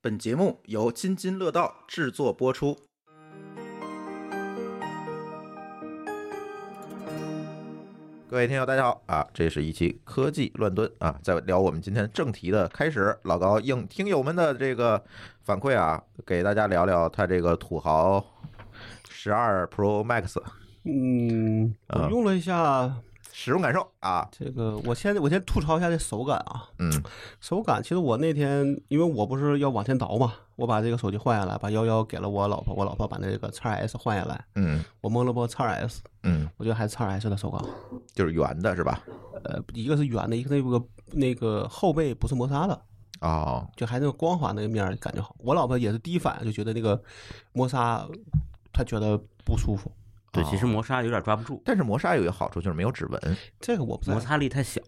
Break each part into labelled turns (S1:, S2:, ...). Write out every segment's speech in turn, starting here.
S1: 本节目由津津乐道制作播出。各位听友，大家好啊！这是一期科技乱炖啊，在聊我们今天正题的开始，老高应听友们的这个反馈啊，给大家聊聊他这个土豪十二 Pro Max
S2: 嗯，
S1: 啊
S2: 我用了一下
S1: 使用感受啊，
S2: 这个，我先我先吐槽一下这手感啊，
S1: 嗯
S2: 手感其实我那天因为我不是要往前倒嘛，我把这个手机换下来，把幺幺给了我老婆，我老婆把那个 x S 换下来，
S1: 嗯
S2: 我摸了摸 x S，
S1: 嗯，
S2: 我觉得还是 x S 的手感好，
S1: 就是圆的是吧？
S2: 呃，一个是圆的，一个那个那个后背不是摩擦的。
S1: 哦，
S2: 就还那个光滑那个面儿感觉好，我老婆也是第一反应就觉得那个摩擦，她觉得不舒服。
S3: 对，其实磨砂有点抓不住，
S1: 但是磨砂有一个好处就是没有指纹，
S2: 这个我不在
S3: 摩擦力太小，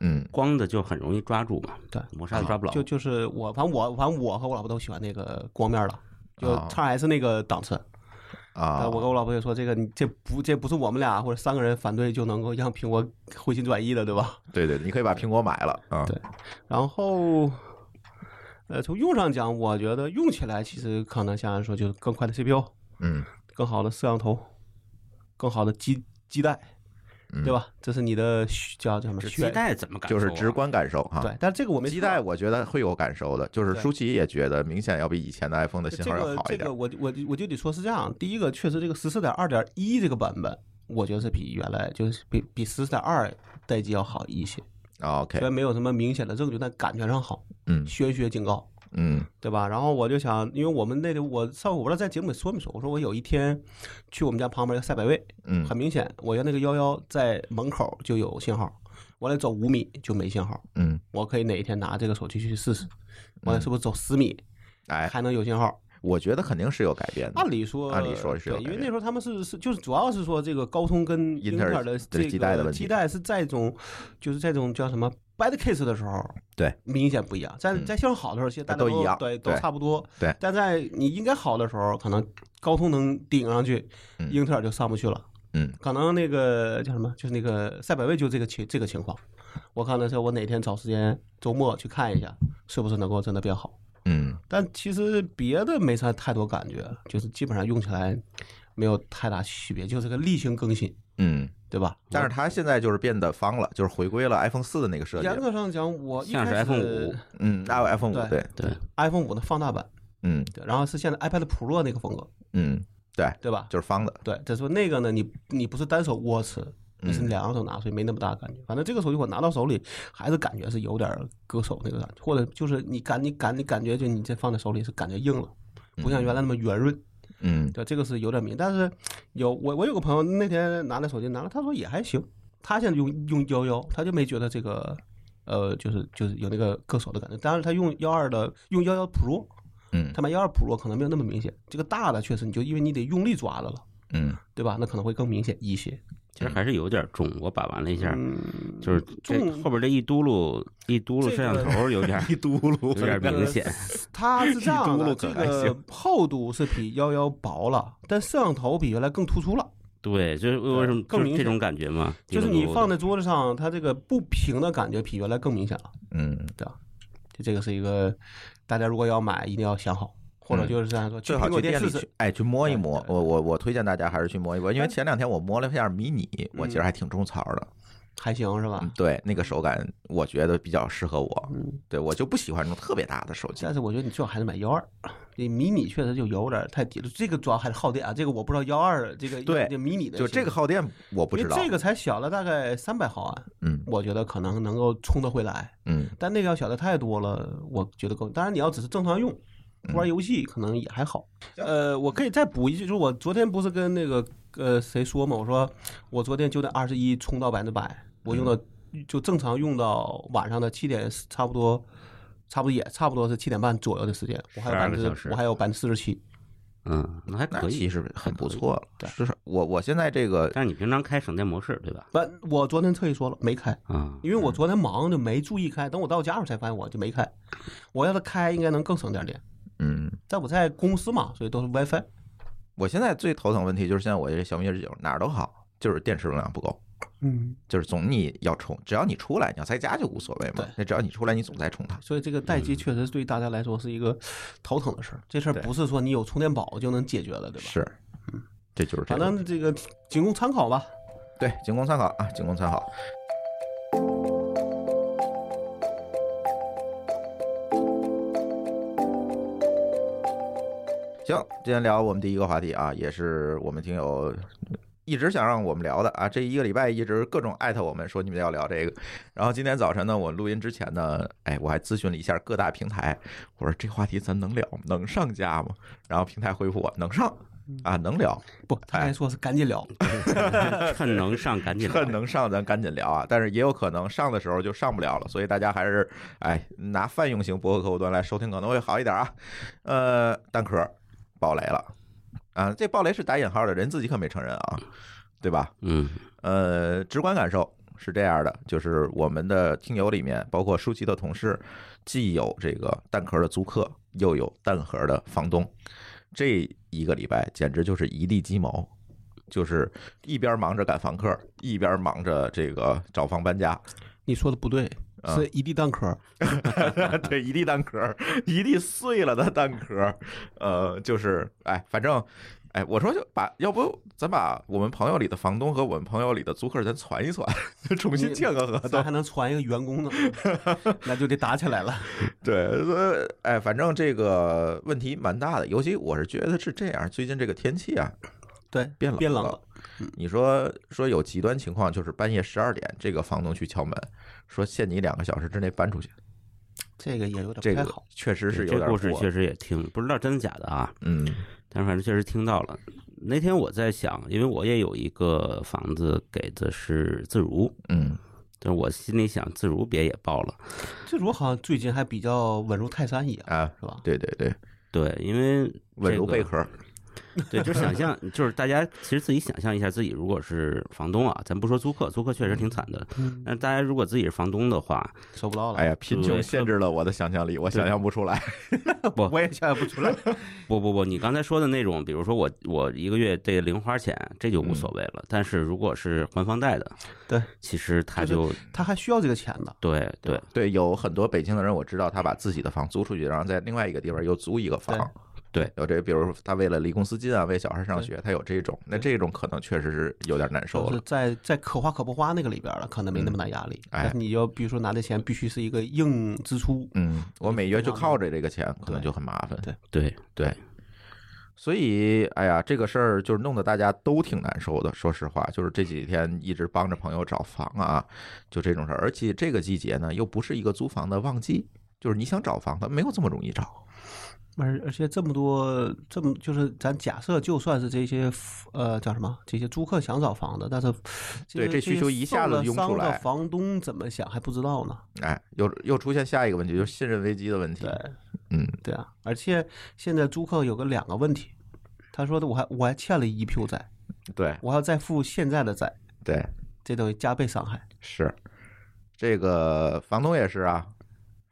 S1: 嗯
S3: 光的就很容易抓住嘛。
S2: 对
S3: 磨砂就抓不牢。
S2: 就就是我，反正我，反正我和我老婆都喜欢那个光面的，就
S1: 啊
S2: x S 那个档次。
S1: 啊，
S2: 呃我跟我老婆也说，这个你这不这不是我们俩或者三个人反对就能够让苹果回心转意的，对吧？
S1: 对对，你可以把苹果买了啊，
S2: 对然后，呃，从用上讲，我觉得用起来其实可能相对来说就是更快的 CPU，
S1: 嗯
S2: 更好的摄像头，更好的基基带，
S1: 嗯
S2: 对吧？这是你的需叫叫什么？
S3: 这
S2: 需
S3: 基带怎么感受
S1: 就是
S3: 啊？
S1: 直观感受哈。
S2: 对，，但这个我没
S1: 基
S2: 说啊
S1: 带我觉得会有感受的，就是舒淇也觉得明显要比以前的 iPhone 的信
S2: 这
S1: 号要
S2: 个
S1: 好一
S2: 这
S1: 点
S2: 个，。我就我就我就得说是这样，第一个确实这个十四点二点一这个版本，我觉得是比原来就是比比十四点二待机要好一些，虽
S1: 啊 OK，
S2: 然没有什么明显的证据，但感觉上好，
S1: 嗯
S2: 玄学警告，
S1: 嗯
S2: 对吧？然后我就想，因为我们那里我上回我不知道在节目里说没说，我说我有一天去我们家旁边一个赛百味，
S1: 嗯
S2: 很明显，我原来那个幺幺在门口就有信号，我得走五米就没信号，
S1: 嗯，
S2: 我可以哪一天拿这个手机去试试，我得是不是走十米
S1: 哎，
S2: 还能有信号？
S1: 我觉得肯定是有改变的
S2: 按。理说，
S1: 按理说是有
S2: 对，因
S1: 改
S2: 为那
S1: 变
S2: 时候他们是是就是主要是说这个高通跟
S1: 英
S2: 英
S1: 特
S2: 特
S1: 尔
S2: 尔的
S1: 的
S2: 这个
S1: 基带的问题
S2: 基带是在一种就是在一种叫什么 bad case 的时候，
S1: 对，
S2: 明显不一样。在
S1: 嗯
S2: 在性能好的时候，其实大家
S1: 都一样
S2: 对，都
S1: 对
S2: 差不多。
S1: 对
S2: 但在你应该好的时候，可能高通能顶上去，
S1: 嗯
S2: 英特尔就上不去了。
S1: 嗯，
S2: 可能那个叫什么，就是那个赛百味就这个情这个情况。我看的是我哪天找时间周末去看一下，是不是能够真的变好。
S1: 嗯，
S2: 但其实别的没啥太多感觉，就是基本上用起来没有太大区别，就是个例行更新，
S1: 嗯，
S2: 对吧？
S1: 但是它现在就是变得方了，就是回归了 iPhone 四的那个设计
S2: 严。格上讲，我一
S3: 像
S2: 开始
S3: 是 iPhone 五，
S1: 嗯，那 iPhone 五对，
S3: 对，
S2: iPhone 五的放大版，
S1: 嗯
S2: 对，然后是现在 iPad Pro 那个风格，
S1: 嗯，对，
S2: 对吧？
S1: 就是方的。嗯
S2: 对，只是说那个呢，你你不是单手握持，你
S3: 嗯
S2: 是两个手拿，所以没那么大感觉。反正这个手机我拿到手里，还是感觉是有点割手那个感觉，或者就是你感你感你感觉就你这放在手里是感觉硬了，不像原来那么圆润。
S1: 嗯
S2: 对，这个是有点迷，但是有我我有个朋友那天拿了手机拿了，他说也还行，他现在用用幺幺，他就没觉得这个呃就是就是有那个硌手的感觉。当然他用幺二的用幺幺 Pro，
S1: 嗯
S2: 他买幺二 Pro 可能没有那么明显，这个大的确实你就因为你得用力抓着了，
S1: 嗯
S2: 对吧？那可能会更明显一些。
S3: 其实还是有点重。我把玩了一下，
S2: 嗯，
S3: 就是这
S2: 重
S3: 后边这一嘟噜一嘟噜
S2: 这个
S3: 摄像头 有点一嘟噜有点明显。
S2: 它是这样
S1: 一嘟噜
S2: 的，
S1: 可
S2: 这
S1: 还行
S2: 个厚度是比幺幺薄了，但摄像头比原来更突出了。
S3: 对，就是为什么
S2: 更
S3: 就是
S2: 明
S3: 这
S2: 显
S3: 种感觉嘛？
S2: 就是你放
S3: 的
S2: 在桌子上，它这个不平的感觉比原来更明显了。
S1: 嗯，
S2: 就这个是一个大家如果要买，一定要想好，或者就是这样说，
S1: 嗯
S2: 去
S1: 最好
S2: 苹
S1: 去
S2: 果
S1: 店
S2: 店
S1: 里
S2: 试试
S1: 去。，哎，去摸一
S2: 对
S1: 摸。
S2: 对
S1: 我我我推荐大家还是去摸一摸，因为
S2: 但嗯
S1: 前两天我摸了一下迷你，我其实还挺种草的。
S2: 还行是
S1: 嗯
S2: 吧？，
S1: 对，那个手感我觉得比较适合我。
S2: 啊嗯，
S1: 对我就不喜欢那种特别大的手机
S2: 但。是我觉得你最好还是买幺二，这迷你确实就有点太低了。这个主要还是耗电啊，这个我不知道幺二这个
S1: 对
S2: 这迷你的
S1: 就这个耗电我不
S2: 因
S1: 知
S2: 为
S1: 道。
S2: 这个才小了大概三百毫安，
S1: 嗯
S2: 我觉得可能能够充得回来，
S1: 嗯
S2: 但那个要小的太多了，我觉得够。当然你要只是正常用。
S3: 嗯
S2: 玩游戏可能也还好，呃，我可以再补一句，就是我昨天不是跟那个呃谁说嘛，我说我昨天九点二十一充到百分之百，我用到
S3: 嗯
S2: 就正常用到晚上的七点，差不多，差不多也差不多是七点半左右的时间，我还有百
S3: 12个小
S2: 分
S3: 时
S2: 之我还有百分之四十七，
S3: 嗯，那还
S1: 那
S3: 可
S1: 其
S3: 以。
S1: 实很不错了。
S2: 对
S1: 是我我现在这个
S3: 但是你平常开省电模式对吧？
S2: 不，我昨天特意说了没开，
S3: 啊，
S2: 因为我昨天忙就没注意开，等我到家时候才发现我就没开，我要是开应该能更省点电，
S1: 嗯，
S2: 但我在公司嘛，所以都是 WiFi，
S1: 我现在最头疼问题就是现在我这小米二十九哪儿都好，就是电池容量不够，
S2: 嗯，
S1: 就是总你要充，只要你出来，你要在家就无所谓嘛
S2: 对。
S1: 那只要你出来，你总在充它。
S2: 所以这个待机确实对大家来说是一个头疼的事儿。这事儿
S1: 嗯对
S2: 不是说你有充电宝就能解决了，对吧？嗯
S1: 是，这就是这
S2: 反
S1: 个。
S2: 正这个仅供参考吧。
S1: 对，仅供参考啊，仅供参考。行，今天聊我们第一个话题啊，也是我们听友一直想让我们聊的啊，这一个礼拜一直各种艾特我们说你们要聊这个，然后今天早晨呢，我录音之前呢，哎，我还咨询了一下各大平台，我说这话题咱能聊吗？能上架吗？然后平台回复我能上啊，能聊，
S2: 不，他
S1: 哎
S2: 还说是赶紧聊，
S3: 趁能上赶紧来
S1: 趁能上咱赶紧聊啊，但是也有可能上的时候就上不了了，所以大家还是哎拿泛用型博客客户端来收听可能会好一点啊。呃，蛋壳爆雷了啊，这爆雷是打引号的，人自己可没承认啊，对吧？
S3: 嗯
S1: 呃，直观感受是这样的，就是我们的听友里面，包括舒淇的同事，既有这个蛋壳的租客，又有蛋壳的房东，这一个礼拜简直就是一地鸡毛。就是一边忙着赶房客，一边忙着这个找房搬家，
S2: 你说的不对，
S1: 啊
S2: 是一地蛋壳。
S1: 对，一地蛋壳，一地碎了的蛋壳，呃，就是哎，反正哎，我说就把，要不咱把我们朋友里的房东和我们朋友里的租客咱传一传， 重新签个合同
S2: 咱，还能传一个员 工呢，那就得打起来了。
S1: 对，所以哎，反正这个问题蛮大的，尤其我是觉得是这样，最近这个天气啊
S2: 对，
S1: 变冷
S2: 变冷
S1: 了
S2: 了。
S1: 你说说有极端情况，就是半夜十二点，这个房东去敲门，说限你两个小时之内搬出去，
S2: 这个也有点
S1: 这
S2: 不太
S1: 个
S2: 好。
S1: 确实是
S3: 对
S1: 有
S3: 这
S1: 点
S3: 故事
S1: 过
S3: 确实也听，不知道真的假的啊，
S1: 嗯
S3: 但是反正确实听到了。那天我在想，因为我也有一个房子给的是自如，
S1: 嗯，
S3: 但是我心里想自如别也报了，
S2: 这主好像最近还比较稳如泰山一样，
S1: 啊，
S2: 是吧？
S1: 对对对，
S3: 对，因为
S1: 稳如
S3: 这个
S1: 贝壳，
S3: 对，就是想象，就是大家其实自己想象一下，自己如果是房东啊，咱不说租客，租客确实挺惨的。
S2: 嗯，
S3: 但是大家如果自己是房东的话，
S2: 收不到了。
S1: 哎呀，贫穷
S3: 对
S1: 限制了我的想象力，我想象不出来，
S3: 不
S1: 我也想象不出来，
S3: 不不不，你刚才说的那种，比如说我我一个月这零花钱，这就无所谓了。但是如果是还房贷的，
S2: 对，
S3: 其实他
S2: 就
S3: 就
S2: 他还需要这个钱呢。
S3: 对对
S1: 对，有很多北京的人，我知道他把自己的房租出去，然后在另外一个地方又租一个房。
S3: 对对，
S1: 有这，比如他为了离公司近啊，为小孩上学，他有这种，那这种可能确实是有点难受
S2: 就是
S1: 了。
S2: 在在可花可不花那个里边了，可能没那么大压力。
S1: 哎
S2: 但是你要比如说拿这钱，必须是一个硬支出。
S1: 嗯，我每月就靠着这个钱，可能就很麻烦。
S2: 对
S3: 对
S1: 对，所以哎呀，这个事儿就是弄得大家都挺难受的。说实话，就是这几天一直帮着朋友找房啊，就这种事儿。而且这个季节呢，又不是一个租房的旺季，就是你想找房子没有这么容易找。
S2: 而而且这么多，这么就是咱假设，就算是这些呃叫什么，这些租客想找房子，但是
S1: 对
S2: 这
S1: 这需求一下子涌出来
S2: 受了伤的房东怎么想还不知道呢。
S1: 哎，又又出现下一个问题，就是信任危机的问题
S2: 对。，
S1: 嗯，
S2: 对啊，而且现在租客有个两个问题，他说的我还我还欠了一票债，
S1: 对
S2: 我还要再付现在的债，
S1: 对，
S2: 这等于加倍伤害。
S1: 是，这个房东也是啊，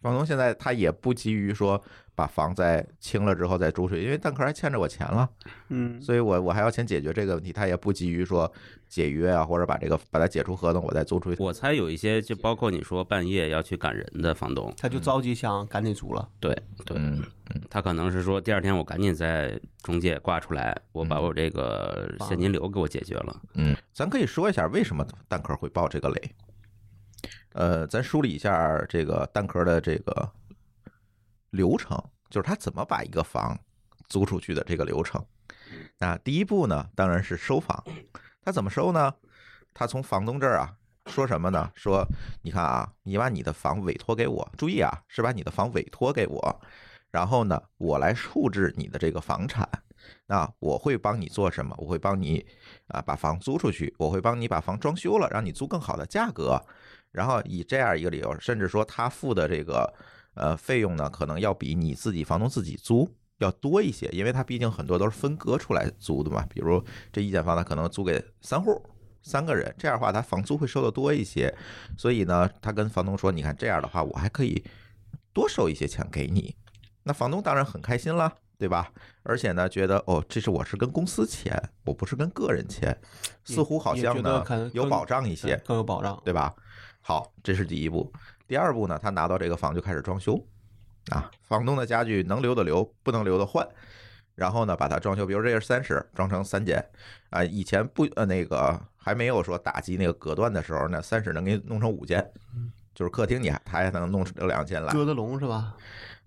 S1: 房东现在他也不急于说把房再清了之后再租出去，因为蛋壳还欠着我钱了，
S2: 嗯，
S1: 所以我我还要先解决这个问题，他也不急于说解约啊，或者把这个把它解除合同，我再租出去。
S3: 我猜有一些就包括你说半夜要去赶人的房东，
S2: 他就着急想赶紧租了。
S3: 对对，
S1: 嗯，
S3: 他可能是说第二天我赶紧在中介挂出来，我把
S1: 嗯
S3: 我这个现金流给我解决了。
S1: 嗯，咱可以说一下为什么蛋壳会爆这个雷。呃，咱梳理一下这个蛋壳的这个流程，就是他怎么把一个房租出去的这个流程。那第一步呢，当然是收房。他怎么收呢？他从房东这儿啊，说什么呢？说你看啊，你把你的房委托给我，注意啊，是把你的房委托给我，然后呢，我来处置你的这个房产。那我会帮你做什么？我会帮你啊把房租出去，我会帮你把房装修了，让你租更好的价格，然后以这样一个理由，甚至说他付的这个呃费用呢，可能要比你自己房东自己租要多一些，因为他毕竟很多都是分割出来租的嘛，比如这一间房他可能租给三户。三个人，这样的话，他房租会收的多一些，所以呢，他跟房东说：“你看这样的话，我还可以多收一些钱给你。”那房东当然很开心啦，对吧？而且呢，觉得哦，这是我是跟公司签，我不是跟个人签，
S2: 也
S1: 似乎好
S2: 也
S1: 像
S2: 觉得
S1: 呢
S2: 可能
S1: 有
S2: 更
S1: 保障一些，
S2: 更有保障。
S1: 对吧？好，这是第一步。第二步呢，他拿到这个房就开始装修，啊，房东的家具能留的留，不能留的换，然后呢，把它装修，比如这个是三十，装成三间，啊，以前不呃那个还没有说打击那个隔断的时候呢，三十能给你弄成五间，
S2: 嗯
S1: 就是客厅你还他还能弄出两间来，
S2: 鸽子笼是吧？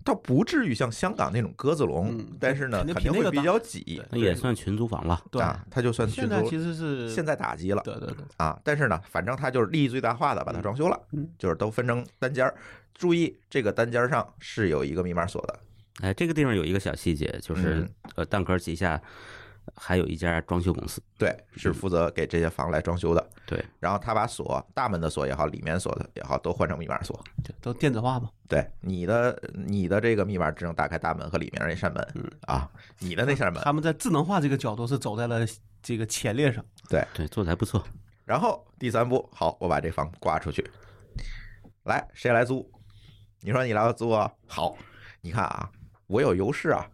S1: 倒不至于像香港那种鸽子笼
S2: 嗯，
S1: 但是呢，
S2: 肯定
S1: 肯
S2: 比
S1: 定会
S2: 那个
S1: 比
S2: 大
S1: 较挤，
S3: 那也算群租房吧。
S2: 对，
S1: 啊，它就算
S2: 现
S1: 群
S2: 在
S1: 租
S2: 其实是
S1: 现在打击了。
S2: 对对对，
S1: 啊，但是呢，反正它就是利益最大化的把它装修了，
S2: 嗯
S1: 就是都分成单间儿。注意，这个单间儿上是有一个密码锁的，
S3: 哎，这个地方有一个小细节，就是
S1: 嗯
S3: 呃，蛋壳旗下还有一家装修公司。
S1: 对，是
S3: 嗯
S1: 负责给这些房来装修的。
S3: 对，
S1: 然后他把锁，大门的锁也好，里面锁的也好，都换成密码锁。
S2: 对都电子化嘛。
S1: 对，你的你的这个密码只能打开大门和里面那扇门
S2: 嗯
S1: 啊，你的那扇门。
S2: 他们在智能化这个角度是走在了这个前列上。
S3: 对，做的还不错。
S1: 然后第三步，好，我把这房挂出去，来，谁来租？你说你来租啊？好，你看啊，我有优势啊，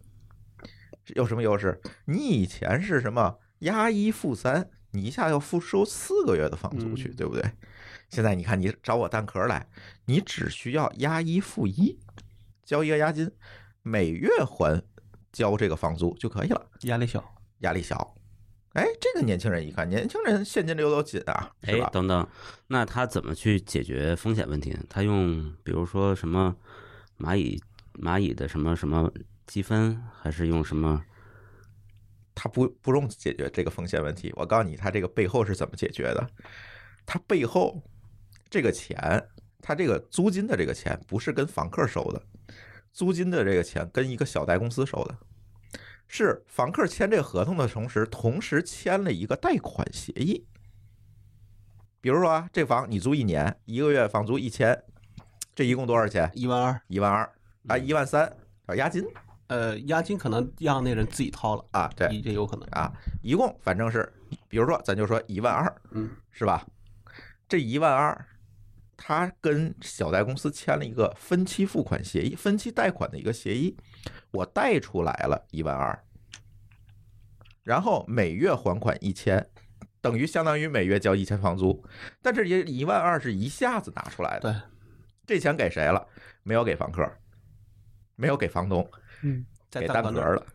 S1: 有什么优势？你以前是什么押一付三，你一下要付收四个月的房租去，
S2: 嗯
S1: 对不对？现在你看，你找我蛋壳来，你只需要押一付一，交一个押金，每月还交这个房租就可以了，
S2: 压力小，
S1: 压力小。哎，这个年轻人一看，年轻人现金流都紧啊，
S3: 哎
S1: 是吧，？
S3: 等等，那他怎么去解决风险问题呢？他用比如说什么蚂蚁蚂蚁的什么什么积分，还是用什么？
S1: 他不不用解决这个风险问题。我告诉你，他这个背后是怎么解决的？他背后这个钱，他这个租金的这个钱不是跟房客收的，租金的这个钱跟一个小贷公司收的，是房客签这个合同的同时，同时签了一个贷款协议。比如说啊，这房你租一年，一个月房租一千，这一共多少钱？
S2: 一万二，
S1: 一万二啊，
S2: 嗯
S1: 一万三啊，押金
S2: 呃，押金可能让那人自己掏了，
S1: 啊，对，
S2: 也有可能。
S1: 啊，一共反正是，比如说咱就说一万二，
S2: 嗯，
S1: 是吧？这一万二，他跟小贷公司签了一个分期付款协议、分期贷款的一个协议，我贷出来了一万二，然后每月还款一千。等于相当于每月交一千房租，但这也一万二是一下子拿出来的，
S2: 对，
S1: 这钱给谁了？没有给房客，没有给房东，
S2: 在
S1: 给蛋
S2: 蛋壳
S1: 壳
S2: 那
S1: 了
S2: 儿，。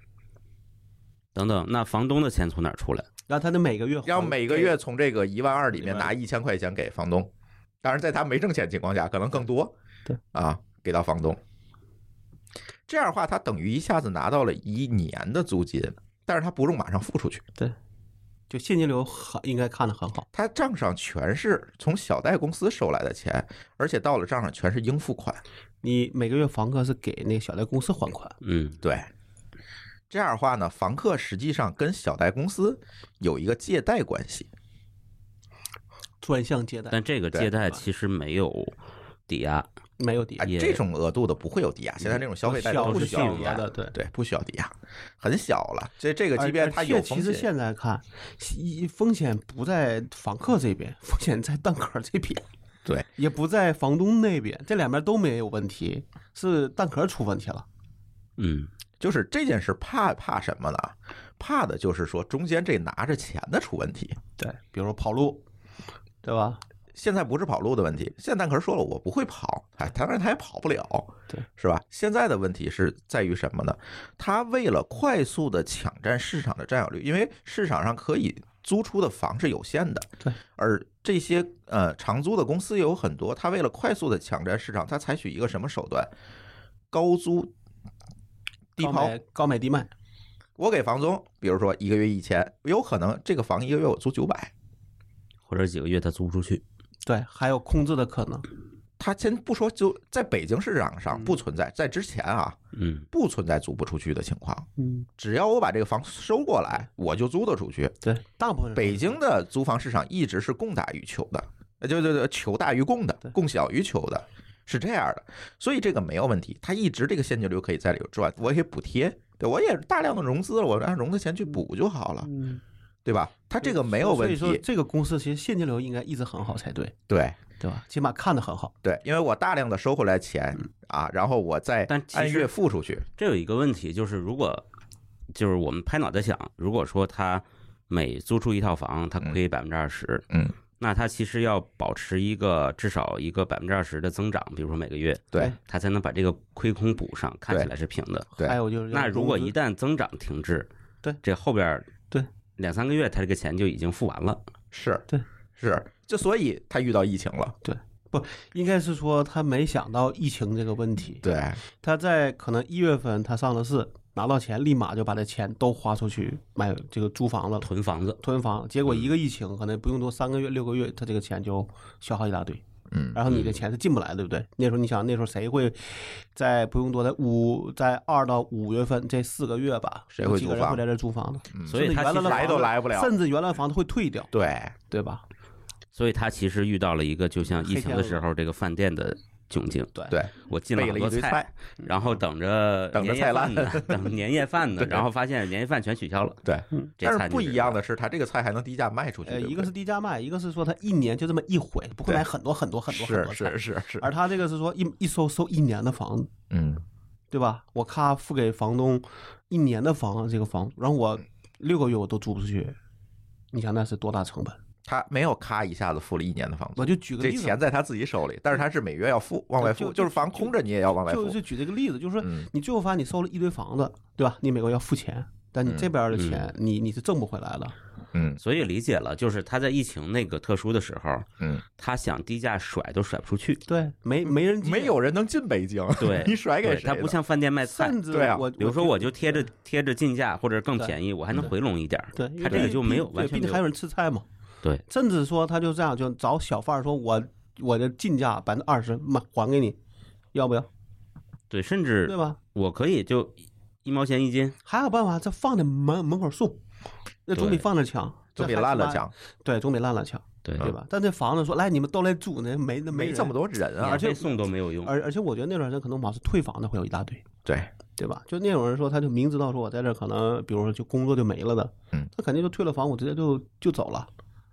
S3: 等等，那房东的钱从哪儿出来？
S2: 然后他的每个月还
S1: 让每个月从这个一万二里面拿一千块钱给房东，当然在他没挣钱情况下，可能更多。
S2: 对
S1: 啊，给到房东。这样的话，他等于一下子拿到了一年的租金，但是他不用马上付出去，
S2: 就现金流很应该看得很好。
S1: 他账上全是从小贷公司收来的钱，而且到了账上全是应付款。
S2: 你每个月房客是给那个小贷公司还款，
S3: 嗯，
S1: 对，这样的话呢，房客实际上跟小贷公司有一个借贷关系。
S2: 专项借贷
S3: 但这个
S1: 对
S3: 借贷
S2: 吧
S3: 其实没有抵押，
S2: 没有抵押
S1: 哎，，
S3: 也
S1: 这种额度的不会有抵押，现在这种消费贷
S2: 小
S1: 款
S3: 都
S1: 不
S3: 是
S1: 需要
S3: 小
S1: 抵
S2: 额
S1: 押
S2: 的，对。
S1: 对，不需要抵押，很小了。这这个
S2: 而
S1: 即便
S2: 而
S1: 它
S2: 且
S1: 有
S2: 其
S1: 风
S2: 实
S1: 险，
S2: 现在看，一风险不在房客这边， 风险在蛋壳这边，
S1: 对，
S2: 也不在房东那边，这两边都没有问题，是蛋壳出问题了。
S3: 嗯，
S1: 就是这件事怕怕什么呢？怕的就是说中间这拿着钱的出问题。
S2: 对，比如说跑路，对吧？
S1: 现在不是跑路的问题，现在蛋壳说了我不会跑，哎，当然他也跑不了，
S2: 对，
S1: 是吧？现在的问题是在于什么呢？他为了快速的抢占市场的占有率，因为市场上可以租出的房是有限的，
S2: 对，
S1: 而这些呃长租的公司有很多，他为了快速的抢占市场，他采取一个什么手段？高租低
S2: 高
S1: 抛
S2: 买，高买低卖，
S1: 我给房东，比如说一个月一千，有可能这个房一个月我租九百，
S3: 或者几个月他租不出去。
S2: 对，还有空置的可能。
S1: 他先不说，就在北京市场上不存在，在之前啊，
S3: 嗯，
S1: 不存在租不出去的情况。
S2: 嗯，
S1: 只要我把这个房收过来，我就租得出去。
S2: 对，大部分人
S1: 北京的租房市场一直是供大于求的，呃，就就就求大于供的
S2: 对，
S1: 供小于求的，是这样的。所以这个没有问题，它一直这个现金流可以在里头赚，我也可以补贴，对我也大量的融资了，我按融的钱去补就好了，
S2: 嗯，
S1: 对吧？它这个没有问
S2: 所以说
S1: 题，
S2: 这个公司其实现金流应该一直很好才对。
S1: 对。
S2: 对吧？起码看得很好。
S1: 对，因为我大量的收回来钱啊，然后我再
S3: 但其
S1: 按
S3: 实
S1: 月付出去。
S3: 这有一个问题，就是如果就是我们拍脑袋想，如果说他每租出一套房，他亏百分之二十，
S1: 嗯，
S3: 那他其实要保持一个至少一个百分之二十的增长，比如说每个月，
S1: 对
S2: 哎
S3: 他才能把这个亏空补上，看起来是平的。
S1: 对
S2: 还有就是要
S3: 那如果
S2: 融资
S3: 一旦增长停滞，
S2: 对
S3: 这后边儿
S2: 对
S3: 两三个月，他这个钱就已经付完了。
S1: 是，
S2: 对，
S1: 是，就所以他遇到疫情了。
S2: 应该是说他没想到疫情这个问题，
S1: 对，
S2: 他在可能一月份他上了市，拿到钱立马就把这钱都花出去买这个租房了。
S3: 囤房子，
S2: 囤房，结果
S1: 嗯
S2: 一个疫情，可能不用多三个月、六个月，他这个钱就消耗一大堆。
S1: 嗯，
S2: 然后你的钱是进不来，对不对？那时候你想，那时候谁会在不用多在五在二到五月份这四个月吧，
S1: 谁会
S2: 有几个
S1: 租
S2: 人
S1: 房
S2: 会在这租房呢？
S3: 所以
S2: 甚至
S3: 他
S2: 原
S3: 其
S2: 来
S1: 来
S2: 嗯的房
S3: 实
S1: 都
S2: 子
S1: 来不了
S2: 甚至原来房子会退掉，
S1: 对，
S2: 对吧？
S3: 所以他其实遇到了一个就像疫情的时候这个饭店的窘境。
S2: 对
S1: 对，
S3: 我进了
S1: 备
S3: 好
S1: 了
S3: 多
S1: 一堆
S3: 菜，
S1: 菜，
S3: 然后等着
S1: 等着
S3: 年夜
S1: 菜烂
S3: 饭呢，等年夜饭呢，
S1: 对
S3: 然后发现年夜饭全取消了。
S1: 对，
S3: 这
S1: 但
S3: 菜
S1: 是
S3: 你
S1: 不
S3: 只
S1: 一样的是，他这个菜还能低价卖出去，
S2: 呃，
S1: 对不
S2: 一个
S1: 对
S2: 是低价卖，一个是说他一年就这么一回，不会
S1: 对
S2: 买很多很多很多很多
S1: 是
S2: 菜。
S1: 是是是，
S2: 而他这个是说一一收收一年的房子，
S1: 嗯，
S2: 对吧？我咔付给房东一年的房这个房租，然后我六个月我都租不出去，你想那是多大成本？
S1: 他没有咔一下子付了一年的房租
S2: 我，就举个
S1: 这
S2: 例子吧，
S1: 钱在他自己手里，但是他是每月要付，往外
S2: 就
S1: 付，就是房空着你也要往外
S2: 就
S1: 付，
S2: 就举这个例子，就是说
S1: 嗯
S2: 你最后发现你收了一堆房子，对吧？你每个月要付钱，但你这边的钱你你是挣不回来了，
S1: 嗯
S3: 所以理解了，就是他在疫情那个特殊的时候，
S1: 嗯，
S3: 他想低价甩都甩不出去。
S2: 对，没没人接
S1: 没，有人能进北京，
S3: 对
S1: 你甩给
S3: 对，
S1: 谁呢？
S3: 他不像饭店卖菜，
S2: 甚至
S1: 对啊
S2: 我
S3: 比如说我就贴着贴着进价或者更便宜，我还能回笼一点儿。
S2: 对，因为
S3: 他这个
S2: 毕
S3: 就没有
S2: 毕
S3: 完
S2: 对
S3: 全
S2: 毕
S3: 没
S2: 竟
S3: 有
S2: 还有人吃菜嘛，
S3: 对，
S2: 甚至说他就这样就找小贩儿说我我的进价百分之二十卖还给你，要不要？
S3: 对，甚
S2: 对
S3: 至
S2: 吧？
S3: 我可以就一毛钱一斤，
S2: 还有办法，这放在门门口送，那总比
S3: 对
S2: 放那强，
S1: 总比
S2: 这还
S1: 烂
S2: 是
S1: 了
S2: 吧，
S1: 强，
S2: 对，总比烂了强，
S3: 对
S2: 对吧？但这房子说来你们都来住，那没那
S1: 没
S2: 人
S1: 这么，多人啊
S3: 免，费送都没有用。
S2: 而而且我觉得那段时间可能往是退房的会有一大堆。
S1: 对，
S2: 对吧？就那种人说，他就明知道说我在这儿可能，比如说就工作就没了的，
S1: 嗯，
S2: 他肯定就退了房，我直接就就走了，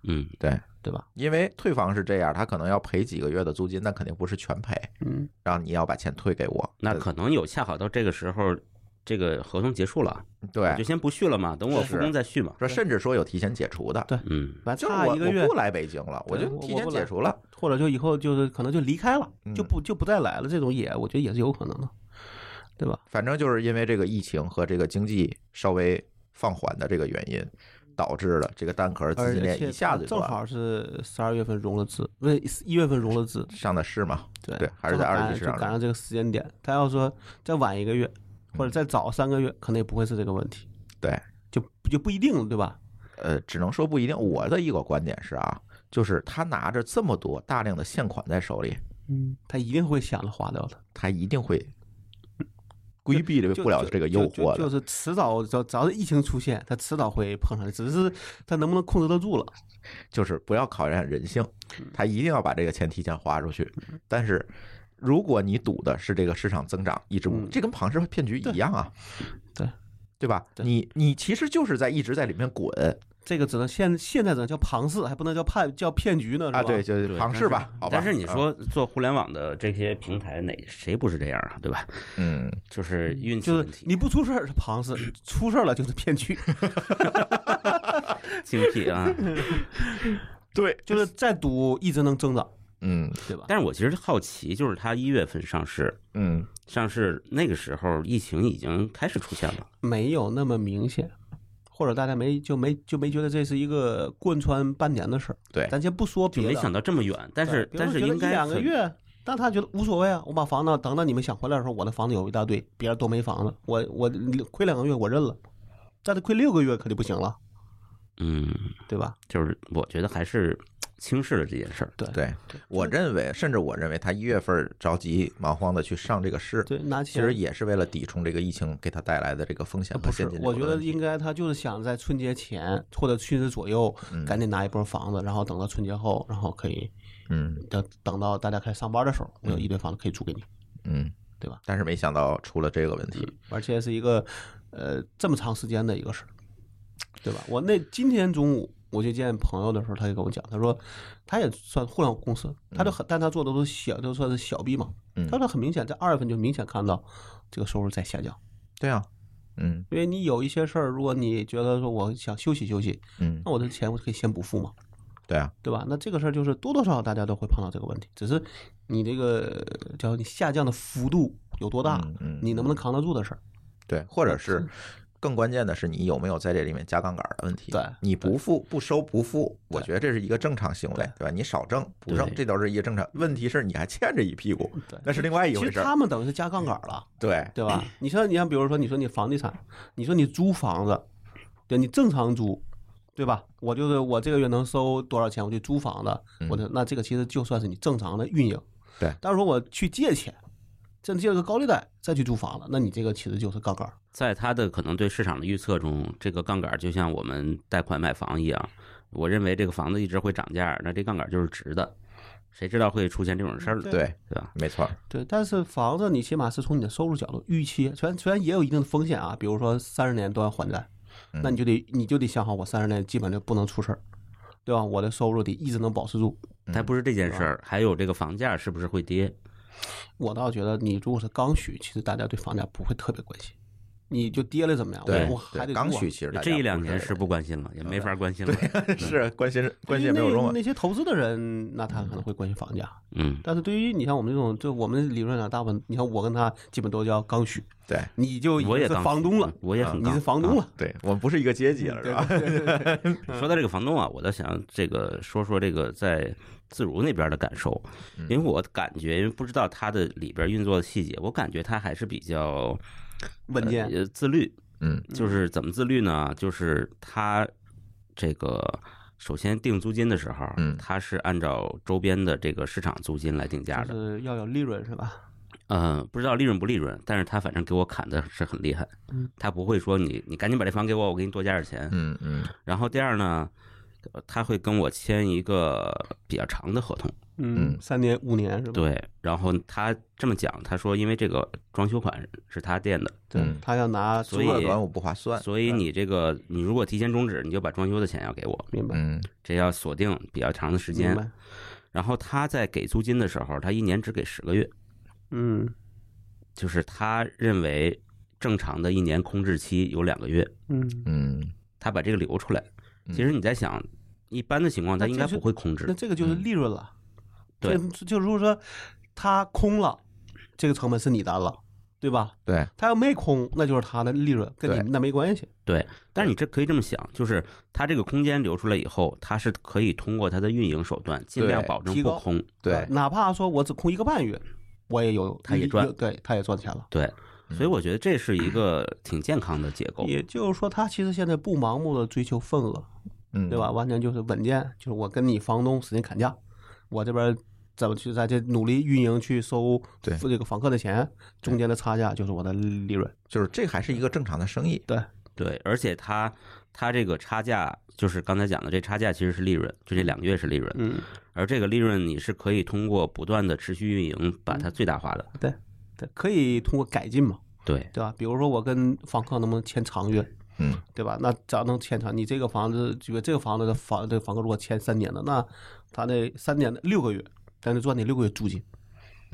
S3: 嗯，
S2: 对吧？
S1: 因为退房是这样，他可能要赔几个月的租金，但肯定不是全赔，
S2: 嗯，
S1: 然后你要把钱退给我，
S3: 那可能有恰好到这个时候，这个合同结束了，我
S2: 哎
S3: 就
S1: 对，
S3: 先不续了嘛，等我
S1: 是
S3: 复工再续嘛。
S1: 说甚至说有提前解除的，
S3: 嗯，
S2: 反
S1: 就
S2: 正
S1: 是
S2: 差
S1: 我
S2: 一个月
S1: 我不，来北京了，我
S2: 对
S1: 就
S2: 我
S1: 提
S2: 我
S1: 前
S2: 不来
S1: 解除了，
S2: 或者就以后就是可能就离开了，就
S1: 嗯
S2: 不就不再来了，这种也我觉得也是有可能的，对吧？
S1: 反正就是因为这个疫情和这个经济稍微放缓的这个原因，导致了这个蛋壳资
S2: 而
S1: 金链
S2: 且
S1: 一下
S2: 他
S1: 子就
S2: 正
S1: 断了
S2: 好是十二月份融了资，不是一月份融了资，
S1: 上的市嘛，
S2: 对
S1: 对还是在
S2: 正好
S1: 二
S2: 赶
S1: 级市
S2: 就
S1: 场
S2: 赶上这个时间点。他要说再晚一个月，或者再早三个月，可能也不会是这个问题，
S1: 嗯对，
S2: 就就不一定了，对吧？
S1: 呃，只能说不一定。我的一个观点是啊，就是他拿着这么多大量的现款在手里，
S2: 嗯，他一定会想着花掉的。
S1: 他一定会规避
S2: 嗯就
S1: 不了
S2: 就
S1: 这个
S2: 就
S1: 诱惑
S2: 就就
S1: 的。
S2: 是迟早，只要只要是疫情出现，他迟早会碰上，只是他能不能控制得住了。
S1: 就是不要考验人性，
S2: 嗯
S1: 他一定要把这个钱提前花出去。但是如果你赌的是这个市场增长一直不，
S2: 嗯
S1: 这跟庞氏骗局一样啊，
S2: 对
S1: 对吧？
S2: 对
S1: 你你其实就是在一直在里面滚
S2: 这个只能现现在只能叫庞氏，还不能叫判叫骗局呢，是吧？
S1: 啊，对，，就是
S3: 对
S1: 庞
S3: 但
S1: 氏
S3: 是
S1: 吧，好吧。
S3: 但是你
S1: 啊，
S3: 说做互联网的这些平台，哪谁不是这样啊？对吧？
S1: 嗯，
S3: 就是运气
S2: 就
S3: 问
S2: 是
S3: 题，
S2: 你不出事儿是庞氏，出事儿了就是骗局，
S3: 精辟啊。
S1: 对，
S2: 就是再赌一直能增长，
S1: 嗯
S2: 对吧？
S3: 但是我其实好奇，就是它一月份上市，
S1: 嗯，
S3: 上市那个时候疫情已经开始出现了。
S2: 没有那么明显。或者大家没就没就没觉得这是一个贯穿半年的事儿，
S1: 对
S2: 咱先不说
S3: 就
S2: 别的，啊
S3: 没想到这么远，但
S2: 对
S3: 是
S2: 比如
S3: 但
S2: 说
S3: 是
S2: 觉得
S3: 应该
S2: 一两个
S3: 很
S2: 月，但他觉得无所谓啊，我把房子等到你们想回来的时候，我的房子有一大堆，别人都没房子，我我亏两个月我认了，但是亏六个月可就不行了，
S3: 嗯，
S2: 对吧？
S3: 就是我觉得还是轻视了这件事儿。
S2: 对
S1: 对，我认为，甚至我认为他一月份着急忙慌的去上这个市，
S2: 对，拿
S1: 其
S2: 钱
S1: 实也是为了抵冲这个疫情给他带来的这个风险
S2: 呃
S1: 和
S2: 不
S1: 现
S2: 是
S1: 金，流
S2: 我觉
S1: 的
S2: 得
S1: 问题。
S2: 应该他就是想在春节前或者春节左右
S1: 嗯
S2: 赶紧拿一波房子，然后等到春节后，然后可以
S1: 嗯
S2: 等等到大家开始上班的时候，我有一堆房子可以租给你，
S1: 嗯，
S2: 对吧？嗯
S1: 但是没想到出了这个问题。
S2: 而且是一个呃这么长时间的一个事儿，对吧？我那今天中午我去见朋友的时候，他就跟我讲，他说他也算互联网公司，他就很，但他做的都是小，都算是小币嘛。
S1: 嗯
S2: 他说很明显，在二月份就明显看到这个收入在下降，
S1: 对啊，嗯
S2: 因为你有一些事儿，如果你觉得说我想休息休息，
S1: 嗯，
S2: 那我的钱我可以先不付嘛，
S1: 对啊，
S2: 对吧？那这个事儿就是多多少少大家都会碰到这个问题，只是你这个叫你下降的幅度有多大，
S1: 嗯嗯，
S2: 你能不嗯能扛得住的事儿。
S1: 对，或者是更关键的是你有没有在这里面加杠杆的问题。
S2: 对
S1: 你不付不收不付，我觉得这是一个正常行为，对吧？你少挣不挣，
S3: 对
S1: 这都是一个正常。问题是你还欠着一屁股，
S2: 对，
S1: 嗯那是另外一
S2: 其
S1: 回
S2: 实
S1: 事儿。嗯
S2: 他们等于是加杠杆了。
S1: 对，
S2: 对吧？你像你像比如说，你说你房地产，你说你租房子，对你正常租，对吧？我就是我这个月能收多少钱，我就租房子，我的那这个其实就算是你正常的运营。
S1: 嗯对
S2: 但是说我去借钱，再借了个高利贷再去租房子，那你这个其实就是杠杆儿。
S3: 在他的可能对市场的预测中，这个杠杆就像我们贷款买房一样，我认为这个房子一直会涨价，那这杠杆就是值的。谁知道会出现这种事儿呢？
S2: 嗯对
S1: 对，
S3: 对吧？
S1: 没错儿，
S2: 对，但是房子你起码是从你的收入角度预期，虽然虽然也有一定的风险啊，比如说三十年都要还债，
S1: 嗯
S2: 那你就得你就得想好，我三十年基本就不能出事儿，对吧？我的收入得一直能保持住。
S3: 但不是这件事儿，还有这个房价是不是会跌？
S2: 我倒觉得，你如果是刚需，其实大家对房价不会特别关心，你就跌了怎么样？
S1: 对
S2: 我我还
S1: 对，
S2: 得住啊
S1: 刚需。其实大家
S3: 这一两年
S1: 是
S3: 是不关心了，也没法关心了。
S1: 是关心关
S2: 对
S1: 心
S2: 于
S1: 也没有用
S2: 那
S1: 啊。
S2: 那些投资的人，那他可能会关心房价，
S3: 嗯，
S2: 但是对于你像我们这种，就我们理论上大部分，你看我跟他基本都叫刚需，
S1: 对
S2: 你就已经
S3: 我也
S2: 是
S3: 刚
S2: 房东了，啊
S3: 我也
S1: 嗯
S3: 很
S2: 你
S3: 刚
S2: 是房东嗯了，
S1: 对，我们不是一个阶
S2: 嗯
S1: 级了，是吧？
S3: 说到这个房东啊，我倒想这个说说这个在自如那边的感受，
S2: 嗯
S3: 因为我感觉因为不知道他的里边运作的细节，我感觉他还是比较
S2: 稳健。
S3: 呃自律，
S1: 嗯，
S3: 就是怎么自律呢？就是他这个首先定租金的时候，
S1: 嗯
S3: 他是按照周边的这个市场租金来定价
S2: 就
S3: 的，
S2: 是要有利润是吧？
S3: 嗯、不知道利润不利润，但是他反正给我砍的是很厉害，
S2: 嗯
S3: 他不会说你你赶紧把这房给我，我给你多加点钱，
S1: 嗯嗯
S3: 然后第二呢，呃他会跟我签一个比较长的合同，
S1: 嗯
S2: 三年五年是吧？
S3: 对。然后他这么讲，他说因为这个装修款是他垫的，
S1: 嗯
S2: 他要拿
S3: 所以
S1: 做短我不划算。
S3: 所以你这个你如果提前终止，你就把装修的钱要给我，
S2: 明白
S1: 嗯
S3: 这要锁定比较长的时
S2: 明
S3: 间。
S2: 白，
S3: 然后他在给租金的时候，他一年只给十个月，
S2: 嗯
S3: 就是他认为正常的一年空置期有两个月，
S2: 嗯。
S1: 嗯，
S3: 他把这个留出来。其实你在想，一般的情况他
S2: 那
S3: 应
S2: 这
S3: 该
S2: 是
S3: 不会空
S2: 那
S3: 置，
S2: 这个就是利润了。
S3: 对
S2: 这，就如果说他空了，这个成本是你的了，对吧？
S1: 对，
S2: 他要没空，那就是他的利润，跟
S1: 对
S2: 你那没关系。
S3: 对。但是你这可以这么想，就是他这个空间留出来以后，他是可以通过他的运营手段尽量
S1: 对
S3: 保证
S2: 提
S3: 不
S2: 高
S3: 空。
S1: 对，
S2: 哪怕说我只空一个半月，我也有，
S3: 他也赚
S2: 有对，他也赚钱了。
S3: 对，所以我觉得这是一个挺健康的结构。
S2: 嗯也就是说，他其实现在不盲目的追求份额，
S1: 嗯，
S2: 对吧？？完全就是稳健，就是我跟你房东使劲砍价，我这边怎么去在这努力运营去收
S1: 对
S2: 付这个房客的钱，中间的差价就是我的利润。
S1: 就是这还是一个正常的生意。
S2: 对，
S3: 对，而且他他这个差价，就是刚才讲的这差价其实是利润，就这两个月是利润，
S2: 嗯，
S3: 而这个利润你是可以通过不断的持续运营把
S2: 嗯
S3: 它最大化的。
S2: 对，可以通过改进嘛。
S3: 对，
S2: 对吧？比如说我跟房客能不能签长约，
S1: 嗯，
S2: 对吧？那只要能签长，你这个房子，这个这个房子的房这个房客如果签三年的，那他那三年的六个月，咱就赚你六个月租金，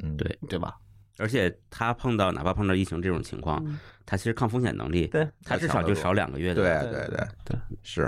S1: 嗯
S3: 对，
S2: 对吧？
S3: 而且他碰到哪怕碰到疫情这种情况，他其实抗风险能力，
S2: 嗯对，
S3: 他至
S1: 他
S3: 少
S1: 强得
S3: 就
S1: 多
S3: 少两个月
S1: 对
S3: 的。
S1: 对对
S2: 对，
S1: 是，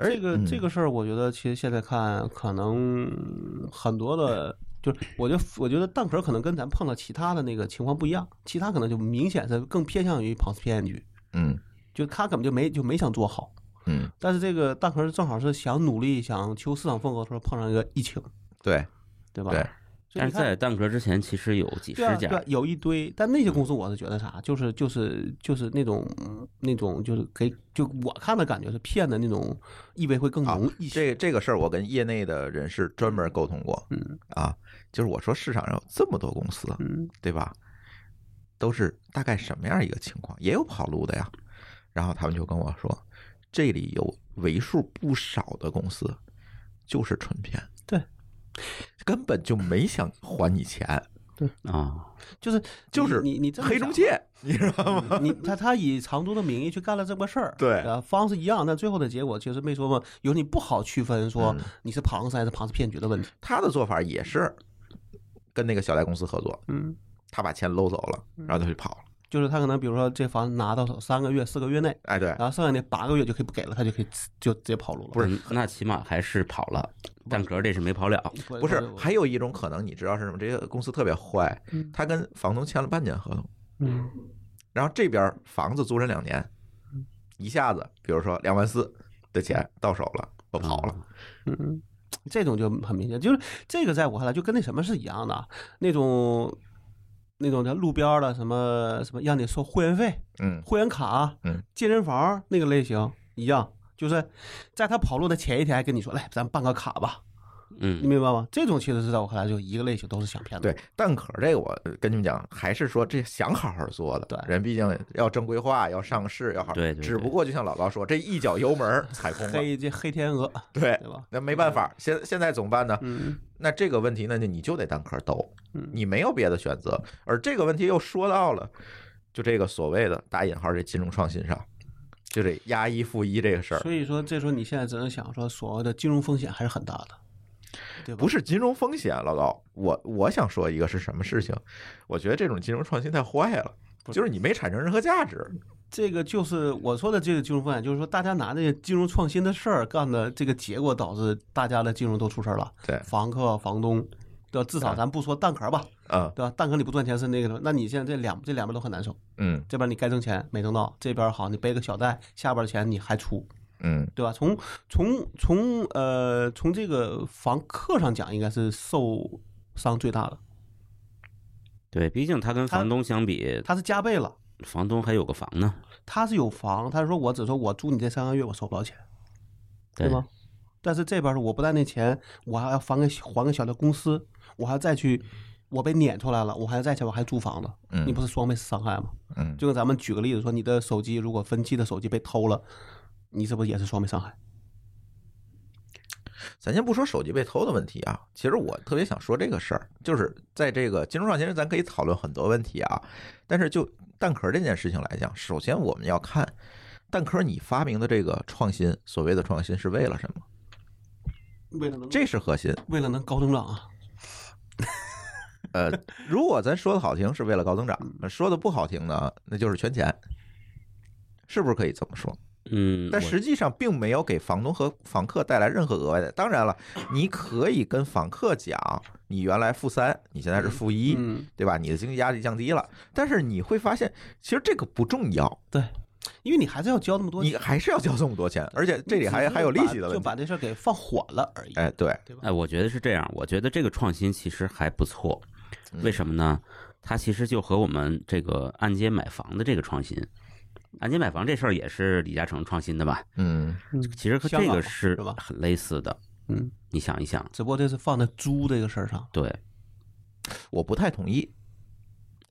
S1: 而嗯
S2: 这个这个事儿，我觉得其实现在看，可能很多的，就是我觉得我觉得蛋壳可能跟咱碰到其他的那个情况不一样，其他可能就明显是更偏向于庞氏骗局，
S1: 嗯
S2: 就他根本就没就没想做好。
S1: 嗯，
S2: 但是这个蛋壳正好是想努力想求市场份额的时候碰上一个疫情，
S1: 对
S2: 对吧？
S1: 对，
S2: 所以
S3: 但
S2: 你
S3: 是
S2: 看
S3: 在蛋壳之前，其实有几十
S2: 对啊，对
S3: 家
S2: 啊，有一堆，但那些公司我是觉得啥，就是就是就是那种嗯那种就是给就我看的感觉是骗的那种意味会更浓一些。
S1: 啊这这个事儿，我跟业内的人士专门沟通过。
S2: 嗯
S1: 啊，就是我说市场上有这么多公司，
S2: 嗯，
S1: 对吧？都是大概什么样一个情况？也有跑路的呀。然后他们就跟我说，这里有为数不少的公司就是纯骗，
S2: 对，
S1: 根本就没想还你钱，
S3: 啊，
S2: 就是
S1: 就是
S2: 你你你这么
S1: 黑
S2: 想啊
S1: 中
S2: 嗯
S1: 介。你知 道吗？
S2: 你他他以长租的名义去干了这个事儿，
S1: 对
S2: 啊，方式一样，但最后的结果其实没说嘛，有你不好区分说
S1: 嗯
S2: 你是庞氏还是庞氏骗局的问题。
S1: 他的做法也是跟那个小贷公司合作，
S2: 嗯，
S1: 他把钱搂走了，然后他就跑了。
S2: 就是他可能比如说这房子拿到手三个月、四个月内，
S1: 哎，对，
S2: 然后剩下那八个月就可以不给了，他就可以直就直接跑路了。
S1: 不是
S3: 嗯那起码还是跑了，但格儿这是没跑了。
S2: 不
S1: 不是，还有一种可能，你知道是什么？这些公司特别坏
S2: 嗯，
S1: 他跟房东签了半年合同，
S2: 嗯
S1: 然后这边房子租人两年，一下子，比如说两万四的钱到手了，我
S3: 啊
S1: 跑了。
S2: 嗯，这种就很明显，就是这个在我看来就跟那什么是一样的啊，那种那种叫路边儿的什么什么让你收会员费、
S1: 嗯
S2: 会员卡、
S1: 嗯、
S2: 健身房那个类型一样，就是在他跑路的前一天还跟你说，来，咱办个卡吧，你
S3: 嗯，
S2: 明白吗？这种其实是在我看来就一个类型，都是想骗的。
S1: 对，蛋壳这个我跟你们讲，还是说这想好好做的，
S2: 对
S1: 人毕竟要正规化，要上市，要好，
S3: 对对对
S1: 只不过就像老高说，这一脚油门儿踩空了，
S2: 黑这黑天鹅，
S1: 对，
S2: 对吧？
S1: 那没办法，现现在怎么办呢？
S2: 嗯
S1: 那这个问题呢，那你就得单壳斗
S2: 嗯，
S1: 你没有别的选择。而这个问题又说到了，就这个所谓的打引号这金融创新上，就这押一付一这个事儿，
S2: 所以说这时候你现在只能想说，所谓的金融风险还是很大的，对吧？
S1: 不是金融风险，老高，我我想说一个是什么事情？我觉得这种金融创新太坏了，
S2: 不是
S1: 就是你没产生任何价值。
S2: 这个就是我说的这个金融风险，就是说大家拿这些金融创新的事儿干的这个结果，导致大家的金融都出事儿了。
S1: 对
S2: 房客、房东，对吧？至少
S1: 对
S2: 咱不说蛋壳吧，
S1: 嗯
S2: 对吧？蛋壳你不赚钱是那个什么，那你现在这两这两边都很难受。
S1: 嗯
S2: 这边你该挣钱没挣到，这边好你背个小贷，下边的钱你还出，
S1: 嗯，
S2: 对吧？从从从呃从这个房客上讲，应该是受伤最大的，
S3: 对，毕竟他跟
S2: 他
S3: 房东相比，
S2: 他是加倍了。
S3: 房东还有个房呢，
S2: 他是有房，他说我只说我租你这三个月，我收不到钱。对
S3: 对
S2: 吗？？但是这边儿是我不但那钱，我还要还给还给小的公司，我还要再去，我被撵出来了，我还要再去，我还租房子，
S1: 嗯
S2: 你不是双倍伤害吗？
S1: 嗯，
S2: 就跟咱们举个例子说，你的手机如果分期的手机被偷了，你是不是也是双倍伤害？
S1: 咱先不说手机被偷的问题啊，其实我特别想说这个事儿，就是在这个金融创新，咱可以讨论很多问题啊。但是就蛋壳这件事情来讲，首先我们要看蛋壳你发明的这个创新，所谓的创新是为了什么？
S2: 为了能
S1: 这是核心。
S2: 为了能高增长啊，
S1: 呃，如果咱说的好听，是为了高增长；说的不好听呢，那就是圈钱，是不是可以这么说？
S3: 嗯，
S1: 但
S3: 我
S1: 实际上并没有给房东和房客带来任何额外的。当然了，你可以跟房客讲，你原来负三，你现在是负一，
S2: 嗯，
S1: 对吧？你的经济压力降低了，但是你会发现，其实这个不重要，
S2: 因为你还是要交那么多
S1: 你
S2: 钱，
S1: 还是要交这么多钱，而且这里
S2: 你
S1: 还
S2: 只是
S1: 还有利
S2: 把
S1: 息的
S2: 就
S1: 问题。
S2: 把这事儿给放缓了而已。
S1: 哎，对，
S2: 对吧
S3: 哎，？我觉得是这样。我觉得这个创新其实还不错，
S2: 嗯
S3: 为什么呢？它其实就和我们这个按揭买房的这个创新，按揭买房这事儿也是李嘉诚创新的吧？
S1: 嗯，
S3: 其实和
S2: 香
S3: 这
S2: 港
S3: 个
S2: 嘛
S3: 是
S2: 是吧
S3: 很类似的。
S2: 嗯，
S3: 你想一想，
S2: 只不过这是放在租这个事儿上，
S3: 对，
S1: 我不太同意。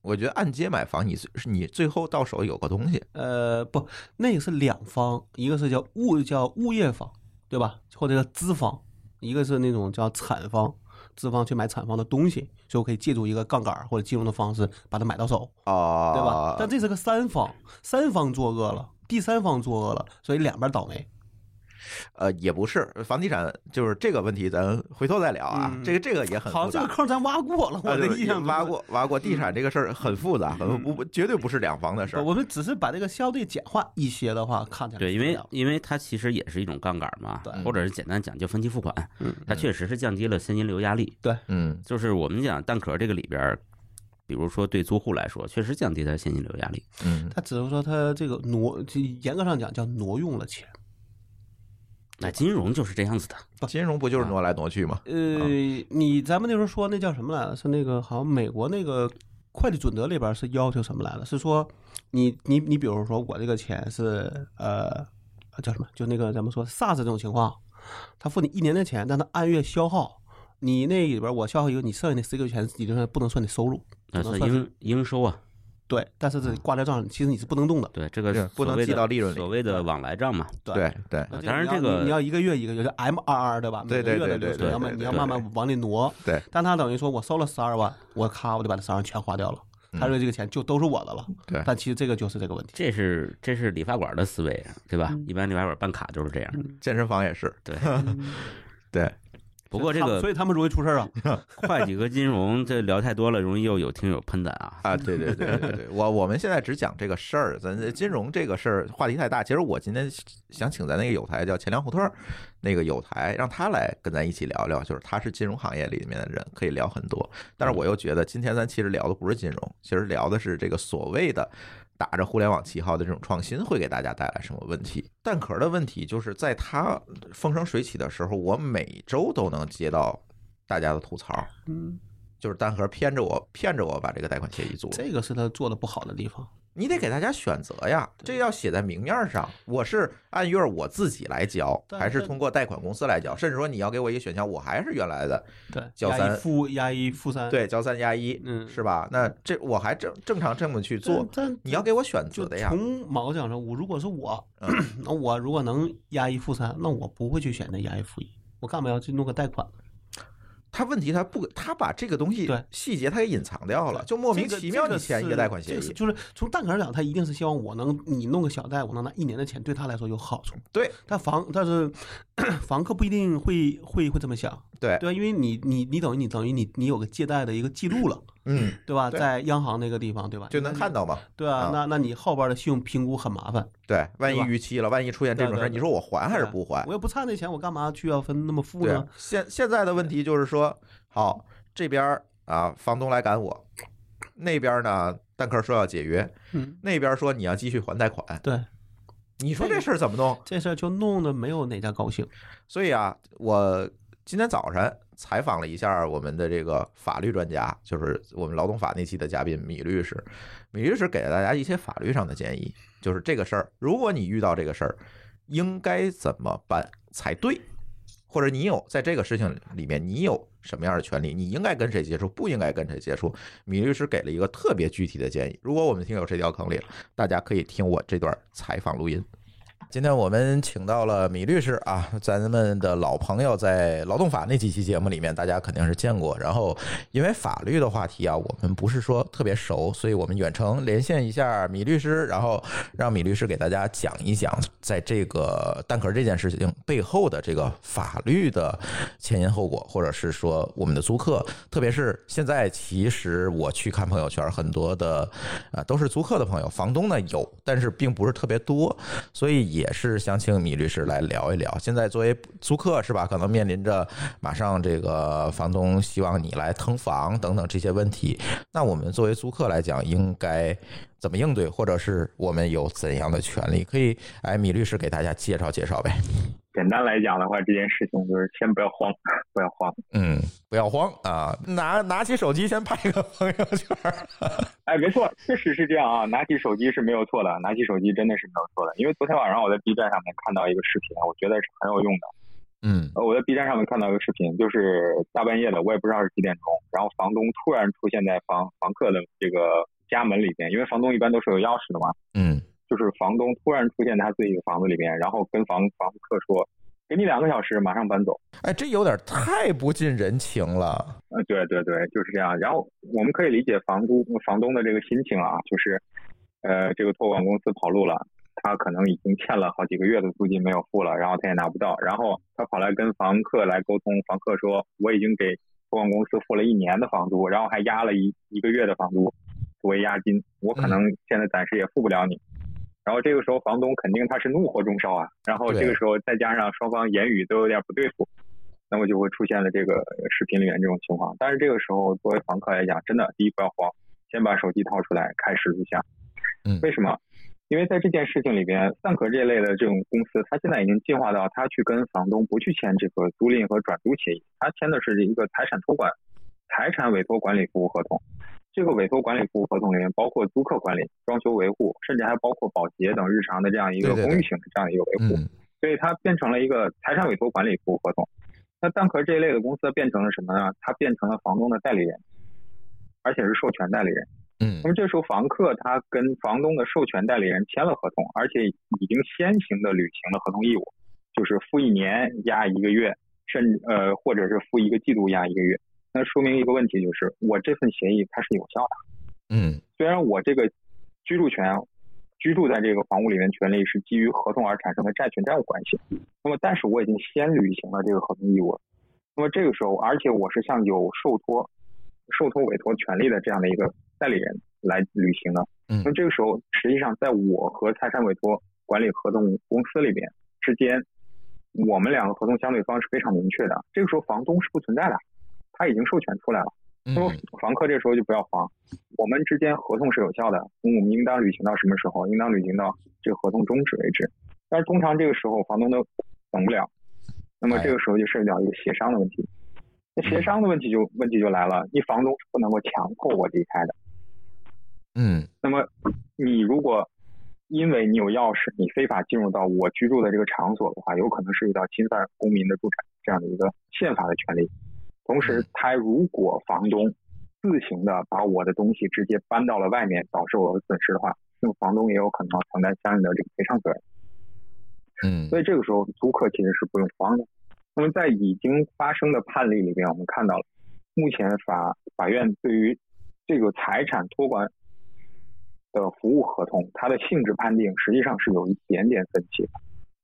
S1: 我觉得按揭买房，你最你最后到手有个东西，
S2: 呃，不，那个是两方，一个是叫物叫物业方，对吧？或者叫资方，一个是那种叫产方，资方去买产方的东西，所以我可以借助一个杠杆儿或者金融的方式把它买到手，
S1: 哦，
S2: 对吧？但这是个三方，三方作恶了，第三方作恶了，所以两边倒霉。
S1: 呃，也不是房地产，就是这个问题，咱回头再聊啊。
S2: 嗯
S1: 这个这个也很
S2: 好
S1: 复
S2: 像这
S1: 杂
S2: 个。坑咱挖过了，我
S1: 啊
S2: 的
S1: 对
S2: 印象中
S1: 挖。过挖过
S2: 嗯
S1: 地产这个事儿很复杂，很不不绝对不是两房的事儿。
S2: 我们只是把这个相对简化一些的话，看起来
S3: 对，
S2: 是
S3: 因
S2: 这
S3: 为
S2: 样
S3: 因为它其实也是一种杠杆嘛
S2: 对，
S3: 或者是简单讲就分期付款
S2: 嗯，
S3: 它确实是降低了现金流压力。
S1: 嗯
S3: 就是我们讲蛋壳这个里边儿，比如说对租户来说，确实降低它现金流压力。
S1: 嗯，
S2: 他只是说他这个挪，就严格上讲叫挪用了钱。
S3: 那金融就是这样子的，
S1: 金融不就是挪来挪去吗？
S2: 呃，你咱们那时候说那叫什么来着？是那个好像美国那个会计准则里边是要求什么来着？是说你你你，比如说我这个钱是呃叫什么？就那个咱们说 SARS 这种情况，他付你一年的钱，但他按月消耗，你那里边我消耗一个，你剩下那十个月钱理论上不能算你收入，
S3: 那
S2: 只能算
S3: 算
S2: 是
S3: 应应收啊，
S2: 对，但是这挂在账上，其实你是不能动的。
S3: 对这
S1: 对
S3: 个
S1: 不能
S3: 所谓
S1: 记
S3: 的
S1: 到利润里
S3: 所谓的往来账嘛，
S1: 对对
S2: 那
S3: 啊
S2: 就
S3: 当然
S2: 你要
S3: 这个
S2: 你你要一个月一个月，就 M 二二对吧？
S1: 对对
S2: 每个月的
S1: 对
S2: 流
S1: 对
S2: 程，
S1: 对
S2: 要么
S1: 对
S2: 你要
S1: 对
S2: 慢慢往里挪。
S1: 对，
S2: 但他等于说我收了十二万，我咔我就把这十二万全花掉了。
S1: 嗯
S2: 他认为这个钱就都是我的了。
S1: 对
S2: 但其实这个就是这个问题。
S3: 这是这是理发馆的思维，啊对吧？一般理发馆办卡都是这样。
S1: 健身房也是，
S3: 对，
S1: 嗯 对，
S3: 不过这
S2: 他们
S3: 个
S2: 所以他们容易出事儿啊。
S3: 会计和金融这聊太多了，容易又有听友喷咱啊。
S1: 啊，对对对对对，我我们现在只讲这个事儿，咱这金融这个事儿话题太大。其实我今天想请咱那个友台叫钱粮胡同儿那个友台，让他来跟咱一起聊聊，就是他是金融行业里面的人，可以聊很多。但是我又觉得今天咱其实聊的不是金融，其实聊的是这个所谓的。打着互联网旗号的这种创新会给大家带来什么问题？蛋壳的问题就是在它风生水起的时候，我每周都能接到大家的吐槽，
S2: 嗯，
S1: 就是蛋壳骗着我，骗着我把这个贷款协议做了。
S2: 这个是他做的不好的地方。
S1: 你得给大家选择呀，这要写在明面上。我是按月我自己来交，
S2: 但
S1: 还是
S2: 但
S1: 通过贷款公司来交？甚至说你要给我一个选项，我还是原来的，
S2: 对，
S1: 交
S2: 压
S1: 三
S2: 一负压一负三。，
S1: 对，交三加一，
S2: 嗯
S1: 是吧？那这我还正正常这么去做，
S2: 但
S1: 你要给我选择
S2: 就
S1: 的呀。嗯
S2: 从毛讲上，我如果是我， 那我如果能压一负三，那我不会去选择压一负一。我干嘛要去弄个贷款？
S1: 他问题他不，他把这个东西
S2: 对
S1: 细节他给隐藏掉了，就莫名其妙你签一个贷款协
S2: 这个是
S1: 议。
S2: 就是从蛋壳上讲，他一定是希望我能你弄个小贷，我能拿一年的钱，对他来说有好处。
S1: 对，
S2: 但房但是房客不一定会会会这么想，
S1: 对，
S2: 对吧？因为你你你等于你等于你你有个借贷的一个记录了，
S1: 嗯，
S2: 对吧？
S1: 对
S2: 在央行那个地方，对吧？
S1: 就能看到嘛。
S2: 对啊
S1: 啊，
S2: 那那你后边的信用评估很麻烦，
S1: 对，万一
S2: 对吧
S1: 逾期了，万一出现这种事儿，
S2: 对对对
S1: 你说我还还是不还
S2: 我？又不差那钱，我干嘛去要分那么负
S1: 哎对啊
S2: 呢？，
S1: 现现在的问题就是说，好这边儿啊，房东来赶我，那边儿呢，蛋壳说要解约，
S2: 嗯，
S1: 那边儿说你要继续还贷款，
S2: 对，
S1: 你说这事儿怎么弄？
S2: 这事儿就弄得没有哪家高兴。
S1: 所以啊，我今天早晨采访了一下我们的这个法律专家，就是我们劳动法那期的嘉宾米律师。米律师给了大家一些法律上的建议，就是这个事儿，如果你遇到这个事儿，应该怎么办才对？或者你有在这个事情里面，你有什么样的权利？你应该跟谁接触，不应该跟谁接触？米律师给了一个特别具体的建议。如果我们听友谁掉坑里了，大家可以听我这段采访录音。今天我们请到了米律师啊，咱们的老朋友，在劳动法那几期节目里面，大家肯定是见过。然后，因为法律的话题啊，我们不是说特别熟，所以我们远程连线一下米律师，然后让米律师给大家讲一讲，在这个蛋壳这件事情背后的这个法律的前因后果，或者是说我们的租客，特别是现在，其实我去看朋友圈，很多的啊都是租客的朋友，房东呢有，但是并不是特别多。所以也是想请米律师来聊一聊。现在作为租客是吧，可能面临着马上这个房东希望你来腾房等等这些问题，那我们作为租客来讲，应该怎么应对，或者是我们有怎样的权利？可以，哎，米律师给大家介绍介绍呗。
S4: 简单来讲的话，这件事情就是先不要慌， 不要慌。
S1: 嗯，不要慌啊，拿拿起手机先拍个朋友圈儿。
S4: 哎，没错，确实是这样啊。拿起手机是没有错的，拿起手机真的是没有错的。因为昨天晚上我在 B 站上面看到一个视频，我觉得是很有用的。
S1: 嗯
S4: 呃我在 B 站上面看到一个视频，就是大半夜的，我也不知道是几点钟，然后房东突然出现在房房客的这个家门里边，因为房东一般都是有钥匙的嘛，
S1: 嗯
S4: 就是房东突然出现在他自己的房子里面，然后跟房房客说：“给你两个小时，马上搬走。”
S1: 哎，这有点太不近人情了。
S4: 呃，对对对，就是这样。然后我们可以理解房租房东的这个心情啊，就是，呃，这个托管公司跑路了，他可能已经欠了好几个月的租金没有付了，然后他也拿不到，然后他跑来跟房客来沟通，房客说我已经给托管公司付了一年的房租，然后还押了一一个月的房租作为押金，我可能现在暂时也付不了你。然后这个时候，房东肯定他是怒火中烧啊。然后这
S1: 对
S4: 个时候再加上双方言语都有点不对付，那么就会出现了这个视频里面这种情况。但是这个时候，作为房客来讲，真的第一不要慌，先把手机掏出来开始录像。
S1: 嗯
S4: 为什么？因为在这件事情里边，蛋壳这类的这种公司，它现在已经进化到它去跟房东不去签这个租赁和转租协议，它签的是一个财产托管、财产委托管理服务合同。这个委托管理服务合同里面包括租客管理、装修维护，甚至还包括保洁等日常的这样一个
S1: 对对对
S4: 公寓型的这样一个维护。
S1: 嗯
S4: 所以它变成了一个财产委托管理服务合同。那蛋壳这一类的公司变成了什么呢？它变成了房东的代理人，而且是授权代理人。
S1: 嗯
S4: 那么这时候房客他跟房东的授权代理人签了合同，而且已经先行的履行了合同义务，就是付一年押一个月，甚至呃或者是付一个季度押一个月。那说明一个问题就是，我这份协议它是有效的。
S1: 嗯
S4: 虽然我这个居住权。居住在这个房屋里面权利是基于合同而产生的债权债务关系，那么但是我已经先履行了这个合同义务了，那么这个时候，而且我是向有受托、受托委托权利的这样的一个代理人来履行的，
S1: 嗯
S4: 那么这个时候，实际上在我和财产委托管理合同公司里边之间，我们两个合同相对方是非常明确的，这个时候房东是不存在的，他已经授权出来了。那么
S1: 嗯
S4: 房客这时候就不要慌，我们之间合同是有效的，我们应当履行到什么时候？应当履行到这个合同终止为止。但是通常这个时候房东都等不了，那么这个时候就涉及到一个协商的问题。那协商的问题就问题就来了，你房东是不能够强迫我离开的。
S1: 嗯
S4: 那么你如果因为你有钥匙，你非法进入到我居住的这个场所的话，有可能涉及到侵犯公民的住宅这样的一个宪法的权利。同时
S1: 嗯，
S4: 他如果房东自行的把我的东西直接搬到了外面，导致我的损失的话，那么房东也有可能要承担相应的这个赔偿责任。
S1: 嗯
S4: 所以这个时候，租客其实是不用慌的。那么在已经发生的判例里面，我们看到了，目前法法院对于这个财产托管的服务合同，它的性质判定实际上是有一点点分歧的。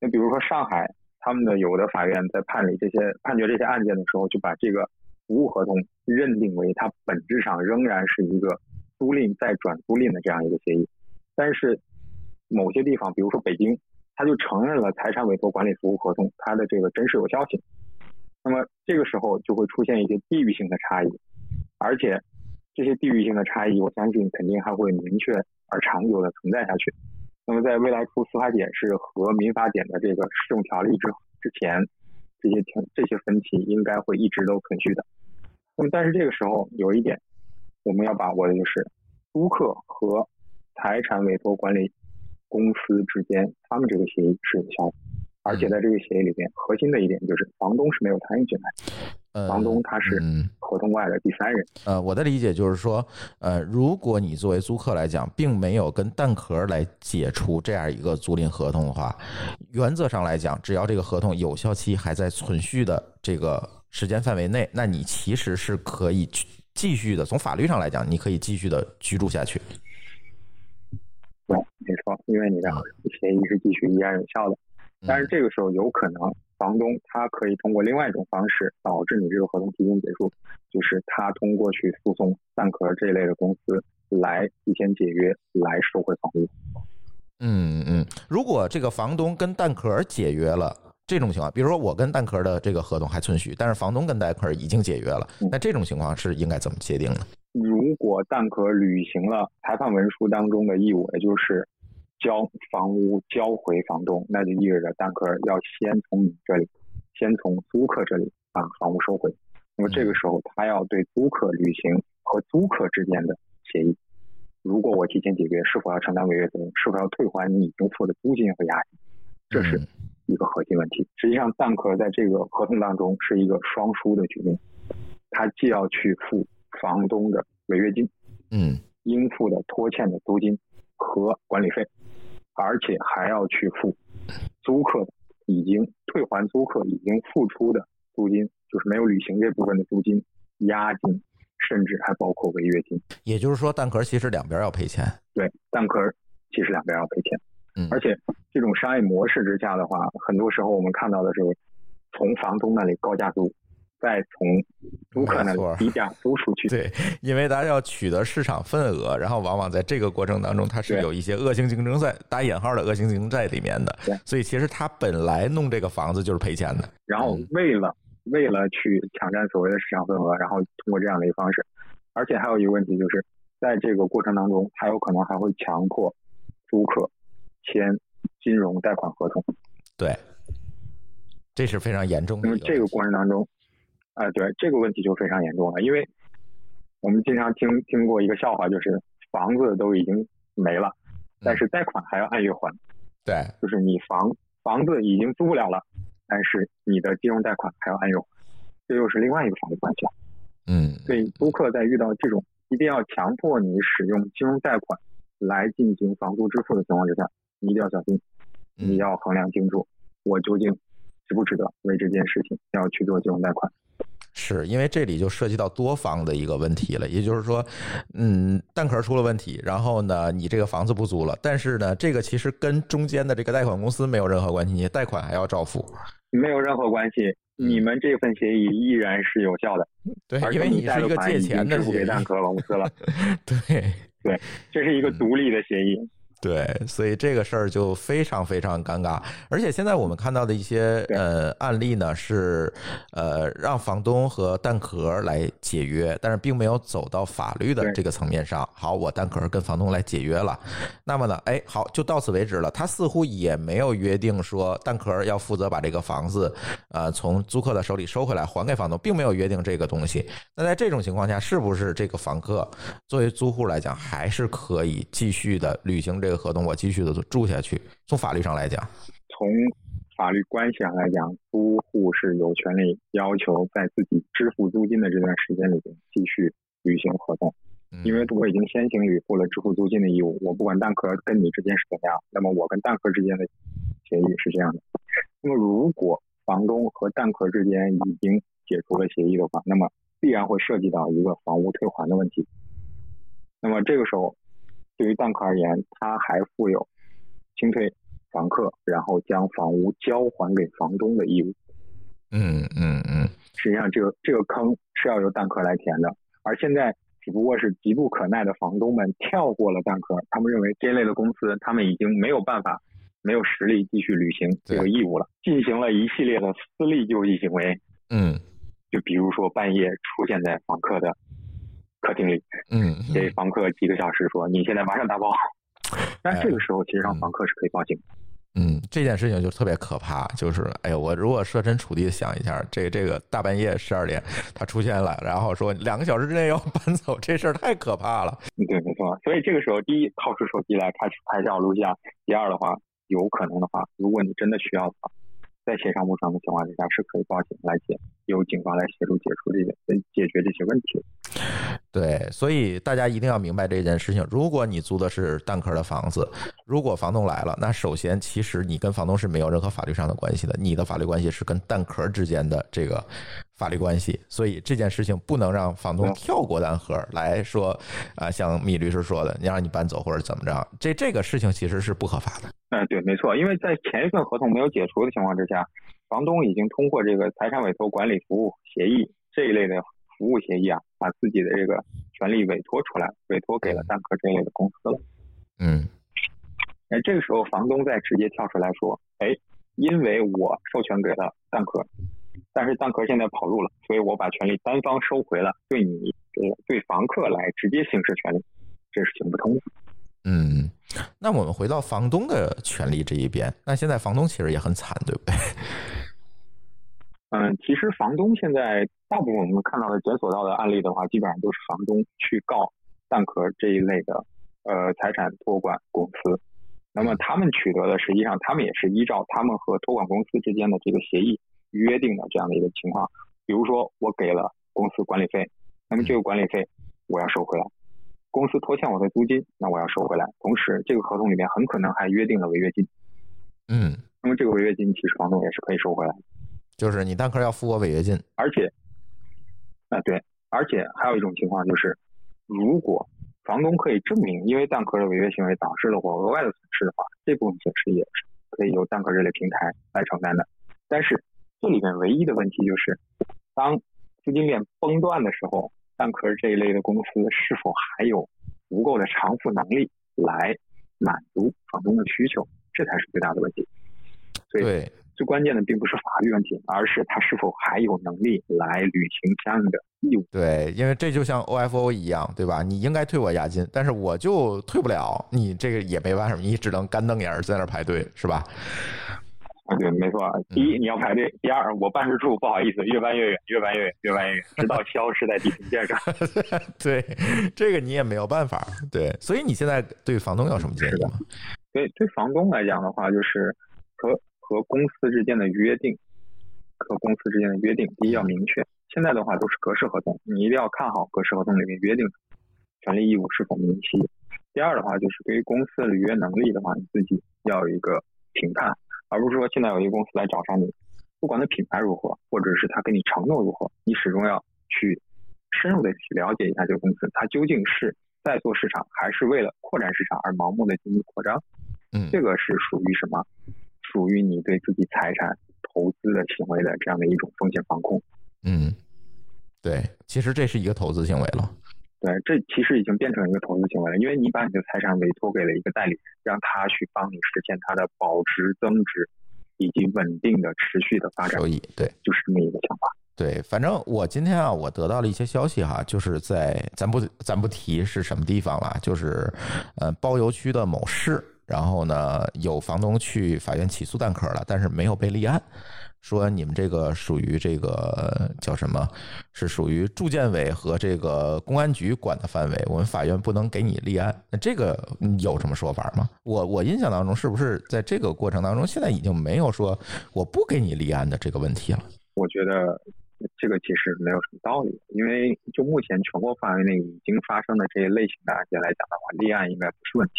S4: 那比如说上海，他们的有的法院在判理这些判决这些案件的时候，就把这个服务合同认定为它本质上仍然是一个租赁再转租赁的这样一个协议。但是某些地方，比如说北京，他就承认了财产委托管理服务合同它的这个真实有效性。那么这个时候就会出现一些地域性的差异，而且这些地域性的差异，我相信肯定还会明确而长久的存在下去。那么在未来出司法解释和民法典的这个适用条例之之前，这些条这些分歧应该会一直都存续的。那么但是这个时候有一点我们要把握的就是，租客和财产委托管理公司之间，他们这个协议是有效的，而且在这个协议里面，核心的一点就是房东是没有参与进来的。
S1: 呃
S4: 房东他是
S1: 嗯
S4: 合同外的第三人。
S1: 呃，我的理解就是说，呃，如果你作为租客来讲，并没有跟蛋壳来解除这样一个租赁合同的话，原则上来讲，只要这个合同有效期还在存续的这个时间范围内，那你其实是可以去继续的。从法律上来讲，你可以继续的居住下去。嗯
S4: 对，没错，因为你的协议是继续依然有效的。
S1: 嗯
S4: 但是这个时候有可能房东他可以通过另外一种方式导致你这个合同提前结束，就是他通过去诉讼蛋壳这一类的公司来提前解约，来收回房屋。
S1: 嗯嗯，如果这个房东跟蛋壳解约了。这种情况，比如说我跟蛋壳的这个合同还存续，但是房东跟蛋壳已经解约了，
S4: 嗯
S1: 那这种情况是应该怎么界定呢？
S4: 如果蛋壳履行了裁判文书当中的义务，也就是交房屋交回房东，那就意味着蛋壳要先从你这里，先从租客这里把房屋收回。那么这个时候，他要对租客履行和租客之间的协议。如果我提前解约，是否要承担违约责任？是否要退还你已经付的租金和押金？这是
S1: 嗯
S4: 一个核心问题。实际上，蛋壳在这个合同当中是一个双输的局面，他既要去付房东的违约金、
S1: 嗯
S4: 应付的拖欠的租金和管理费，而且还要去付租客已经退还租客已经付出的租金，就是没有履行这部分的租金、押金，甚至还包括违约金。
S1: 也就是说，蛋壳其实两边要赔钱。
S4: 对，蛋壳其实两边要赔钱。
S1: 嗯
S4: 而且这种商业模式之下的话，很多时候我们看到的是从房东那里高价租，再从租客那
S1: 没
S4: 里
S1: 错
S4: 低价租出去。
S1: 对，因为大家要取得市场份额，然后往往在这个过程当中，它是
S4: 对
S1: 有一些恶性竞争在打引号的恶性竞争在里面的
S4: 对。
S1: 所以其实他本来弄这个房子就是赔钱的。
S4: 然后为了为了去抢占所谓的市场份额，然后通过这样的一个方式，而且还有一个问题就是，在这个过程当中，他有可能还会强迫租客签金融贷款合同。
S1: 对，这是非常严重的
S4: 那么
S1: 一
S4: 这个
S1: 问题。
S4: 过程当中，啊、对这个问题就非常严重了，因为我们经常听听过一个笑话，就是房子都已经没了，但是贷款还要按月还，
S1: 对，
S4: 就是你房房子已经租不了了，但是你的金融贷款还要按月还，这又是另外一个法律关系了。
S1: 嗯，
S4: 所以租客在遇到这种一定要强迫你使用金融贷款来进行房租支付的情况之下，你一定要小心，
S1: 嗯
S4: 你要衡量清楚，我究竟值不值得为这件事情要去做金融贷款。
S1: 是因为这里就涉及到多方的一个问题了，也就是说，嗯，蛋壳出了问题，然后呢，你这个房子不租了，但是呢，这个其实跟中间的这个贷款公司没有任何关系，你贷款还要照付。
S4: 没有任何关系。你们这份协议依然是有效的，
S1: 嗯对
S4: 而，
S1: 因
S4: 且
S1: 为
S4: 你
S1: 你
S4: 贷
S1: 是一
S4: 的
S1: 个
S4: 款
S1: 借
S4: 已经
S1: 钱的
S4: 支付
S1: 协
S4: 给
S1: 议，
S4: 蛋 壳公司了，
S1: 对。
S4: 这是一个
S1: 嗯
S4: 独立的协议。
S1: 对，所以这个事儿就非常非常尴尬。而且现在我们看到的一些
S4: 对
S1: 呃案例呢，是呃让房东和蛋壳来解约，但是并没有走到法律的
S4: 对
S1: 这个层面上。好，我蛋壳跟房东来解约了，那么呢，哎，好，就到此为止了。他似乎也没有约定说蛋壳要负责把这个房子呃从租客的手里收回来还给房东，并没有约定这个东西。那在这种情况下，是不是这个房客作为租户来讲，还是可以继续的履行这个合同，我继续的住下去？从法律上来讲，
S4: 从法律关系上来讲，租户是有权利要求在自己支付租金的这段时间里边继续履行合同，
S1: 嗯
S4: 因为我已经先行履付了支付租金的义务。我不管蛋壳跟你之间是怎么样，那么我跟蛋壳之间的协议是这样的。那么如果房东和蛋壳之间已经解除了协议的话，那么必然会涉及到一个房屋退还的问题。那么这个时候，对于蛋壳而言，它还负有清退房客，然后将房屋交还给房东的义务。
S1: 嗯嗯嗯，
S4: 实际上，这个这个坑是要由蛋壳来填的，而现在只不过是急不可耐的房东们跳过了蛋壳，他们认为这类的公司他们已经没有办法。没有实力继续履行这个义务了，进行了一系列的私力救济行为，
S1: 嗯
S4: 就比如说半夜出现在房客的客厅里，
S1: 嗯
S4: 给房客几个小时说你现在马上打包。但这个时候其实让
S1: 嗯
S4: 房客是可以报警的，
S1: 嗯，这件事情就特别可怕，就是哎呀，我如果设身处地地想一下，这这个大半夜十二点他出现了，然后说两个小时之内要搬走，这事儿太可怕了。
S4: 嗯对，没错。所以这个时候，第一掏出手机来开始拍照录像；第二的话，有可能的话，如果你真的需要的话，在协商不成的情况之下是可以报警来解，由警方来协助解除这些呃解决这些问题。
S1: 对，所以大家一定要明白这件事情。如果你租的是蛋壳的房子，如果房东来了，那首先其实你跟房东是没有任何法律上的关系的，你的法律关系是跟蛋壳之间的这个法律关系。所以这件事情不能让房东
S4: 对
S1: 跳过蛋壳来说，啊、像米律师说的，你让你搬走或者怎么着，这这个事情其实是不合法的。
S4: 嗯，对，没错，因为在前一份合同没有解除的情况之下，房东已经通过这个财产委托管理服务协议这一类的服务协议啊，把自己的这个权利委托出来，委托给了蛋壳这类的公司了。
S1: 嗯
S4: 哎，这个时候房东再直接跳出来说，哎，因为我授权给了蛋壳，但是蛋壳现在跑路了，所以我把权利单方收回了，对你呃对房客来直接行使权利，这是行不通的。
S1: 嗯，那我们回到房东的权利这一边，那现在房东其实也很惨，对不对？
S4: 嗯，其实房东现在大部分我们看到的检索到的案例的话，基本上都是房东去告蛋壳这一类的呃财产托管公司。那么他们取得的，实际上他们也是依照他们和托管公司之间的这个协议约定的这样的一个情况。比如说，我给了公司管理费，那么这个管理费我要收回来；公司拖欠我的租金，那我要收回来。同时，这个合同里面很可能还约定了违约金，
S1: 嗯，
S4: 那么这个违约金其实房东也是可以收回来的。
S1: 就是你蛋壳要付我违约金。
S4: 而且，啊、对，而且还有一种情况就是，如果房东可以证明因为蛋壳的违约行为导致了我额外的损失的话，这部分损失也是可以由蛋壳这类平台来承担的。但是这里面唯一的问题就是，当资金链崩断的时候，蛋壳这一类的公司是否还有足够的偿付能力来满足房东的需求，这才是最大的问题。所以
S1: 对，
S4: 最关键的并不是法律问题，而是他是否还有能力来履行相应的义务。
S1: 对，因为这就像 OFO 一样，对吧？你应该退我押金，但是我就退不了，你这个也没办法，你只能干瞪眼儿在那儿排队，是吧？
S4: 啊，对，没错。第一，你要排队；第二，我办事处不好意思，越搬越远，越搬越远，越搬越远，直到消失在地平线上。
S1: 对，这个你也没有办法。对，所以你现在对房东有什么建议吗？
S4: 所以对房东来讲的话，就是和和公司之间的约定，和公司之间的约定，第一要明确。现在的话都是格式合同，你一定要看好格式合同里面约定的权利义务是否明晰。第二的话就是对于公司的履约能力的话，你自己要有一个评判，而不是说现在有一个公司来找上你，不管它品牌如何，或者是它跟你承诺如何，你始终要去深入的去了解一下这个公司，它究竟是在做市场，还是为了扩展市场而盲目的进行扩张。
S1: 嗯
S4: 这个是属于什么？属于你对自己财产投资的行为的这样的一种风险防控。
S1: 嗯，对，其实这是一个投资行为了。
S4: 对，这其实已经变成一个投资行为了，因为你把你的财产委托给了一个代理人，让他去帮你实现它的保值增值，以及稳定的持续的发展
S1: 收，益对。
S4: 就是这么一个想法。
S1: 对，反正我今天啊，我得到了一些消息哈，就是在咱不咱不提是什么地方了，就是呃包邮区的某市，然后呢有房东去法院起诉蛋壳了，但是没有被立案，说你们这个属于这个叫什么，是属于住建委和这个公安局管的范围，我们法院不能给你立案。那这个嗯有什么说法吗？我我印象当中是不是在这个过程当中，现在已经没有说我不给你立案的这个问题了？
S4: 我觉得这个其实没有什么道理，因为就目前全国范围内已经发生的这一类型的案件来讲的话，立案应该不是问题。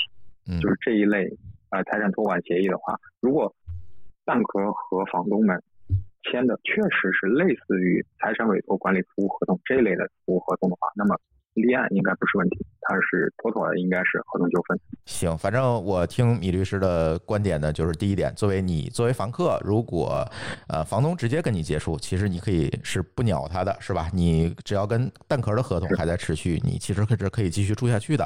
S1: 嗯，
S4: 就是这一类呃财产托管协议的话，如果蛋壳和房东们签的确实是类似于财产委托管理服务合同这一类的服务合同的话，那么立案应该不是问题，它是妥妥的应该是合同纠纷。
S1: 行，反正我听米律师的观点呢，就是第一点，作为你作为房客，如果呃房东直接跟你结束，其实你可以是不鸟他的，是吧？你只要跟蛋壳的合同还在持续，你其实可是可以继续住下去的。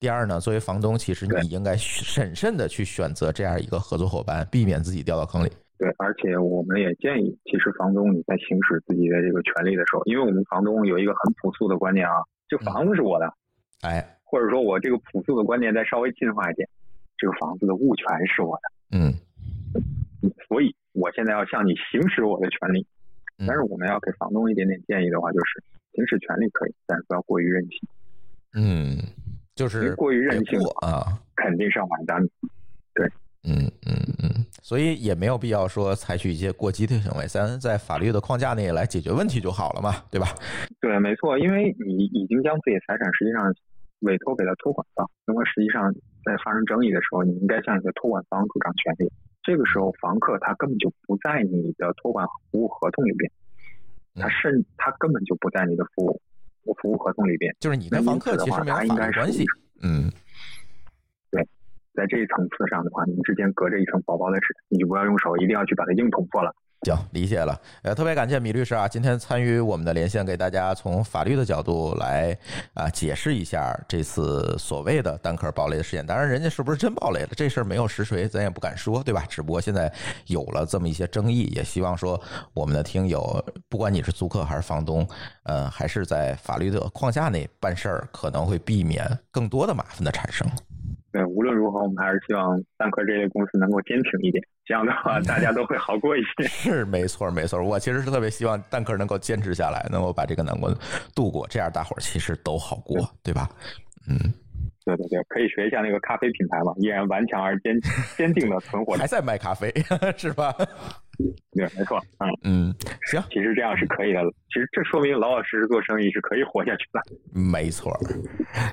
S1: 第二呢，作为房东，其实
S4: 对
S1: 你应该审慎的去选择这样一个合作伙伴，避免自己掉到坑里。
S4: 对，而且我们也建议，其实房东你在行使自己的这个权利的时候，因为我们房东有一个很朴素的观念啊，这房子是我的，
S1: 哎，
S4: 或者说我这个朴素的观念再稍微进化一点，这个房子的物权是我
S1: 嗯，
S4: 的，所以我现在要向你行使我的权利。
S1: 嗯
S4: 但是我们要给房东一点点建议的话，就是行使权利可以，但是不要过于任性。
S1: 嗯，就
S4: 因为
S1: 是
S4: 过于任性
S1: 别过啊，
S4: 肯定上买单。
S1: 嗯嗯嗯，所以也没有必要说采取一些过激的行为，咱在法律的框架内来解决问题就好了嘛，对吧？
S4: 对，没错，因为你已经将自己的财产实际上委托给了托管方，那么实际上在发生争议的时候，你应该向你的托管方主张权利。这个时候，房客他根本就不在你的托管服务合同里边，他
S1: 嗯
S4: 甚他根本就不在你的服务服务合同里边。
S1: 就是你跟房客其实没有法律关系。嗯，
S4: 在这一层次上的话，你们之间隔着一层薄薄的纸，你就不要用手，一定要去把它硬捅破了。
S1: 行，理解了。呃，特别感谢米律师啊，今天参与我们的连线，给大家从法律的角度来啊、解释一下这次所谓的单壳爆雷的事件。当然，人家是不是真爆雷了，这事儿没有实锤，咱也不敢说，对吧？只不过现在有了这么一些争议，也希望说我们的听友，不管你是租客还是房东，呃，还是在法律的框架内办事儿，可能会避免更多的麻烦的产生。
S4: 对，无论如何，我们还是希望蛋壳这类公司能够坚挺一点，这样的
S1: 嗯
S4: 话大家都会好过一 些。
S1: 是没错，没错。我其实是特别希望蛋壳能够坚持下来，能够把这个难关度过，这样大伙儿其实都好过，对吧？嗯，
S4: 对对对，可以学一下那个咖啡品牌嘛，依然顽强而 坚坚定的存活着
S1: 还。在卖咖啡 是吧？
S4: 对，没错，嗯，
S1: 嗯，行，
S4: 其实这样是可以的。其实这说明老老实实做生意是可以活下去的。
S1: 没错。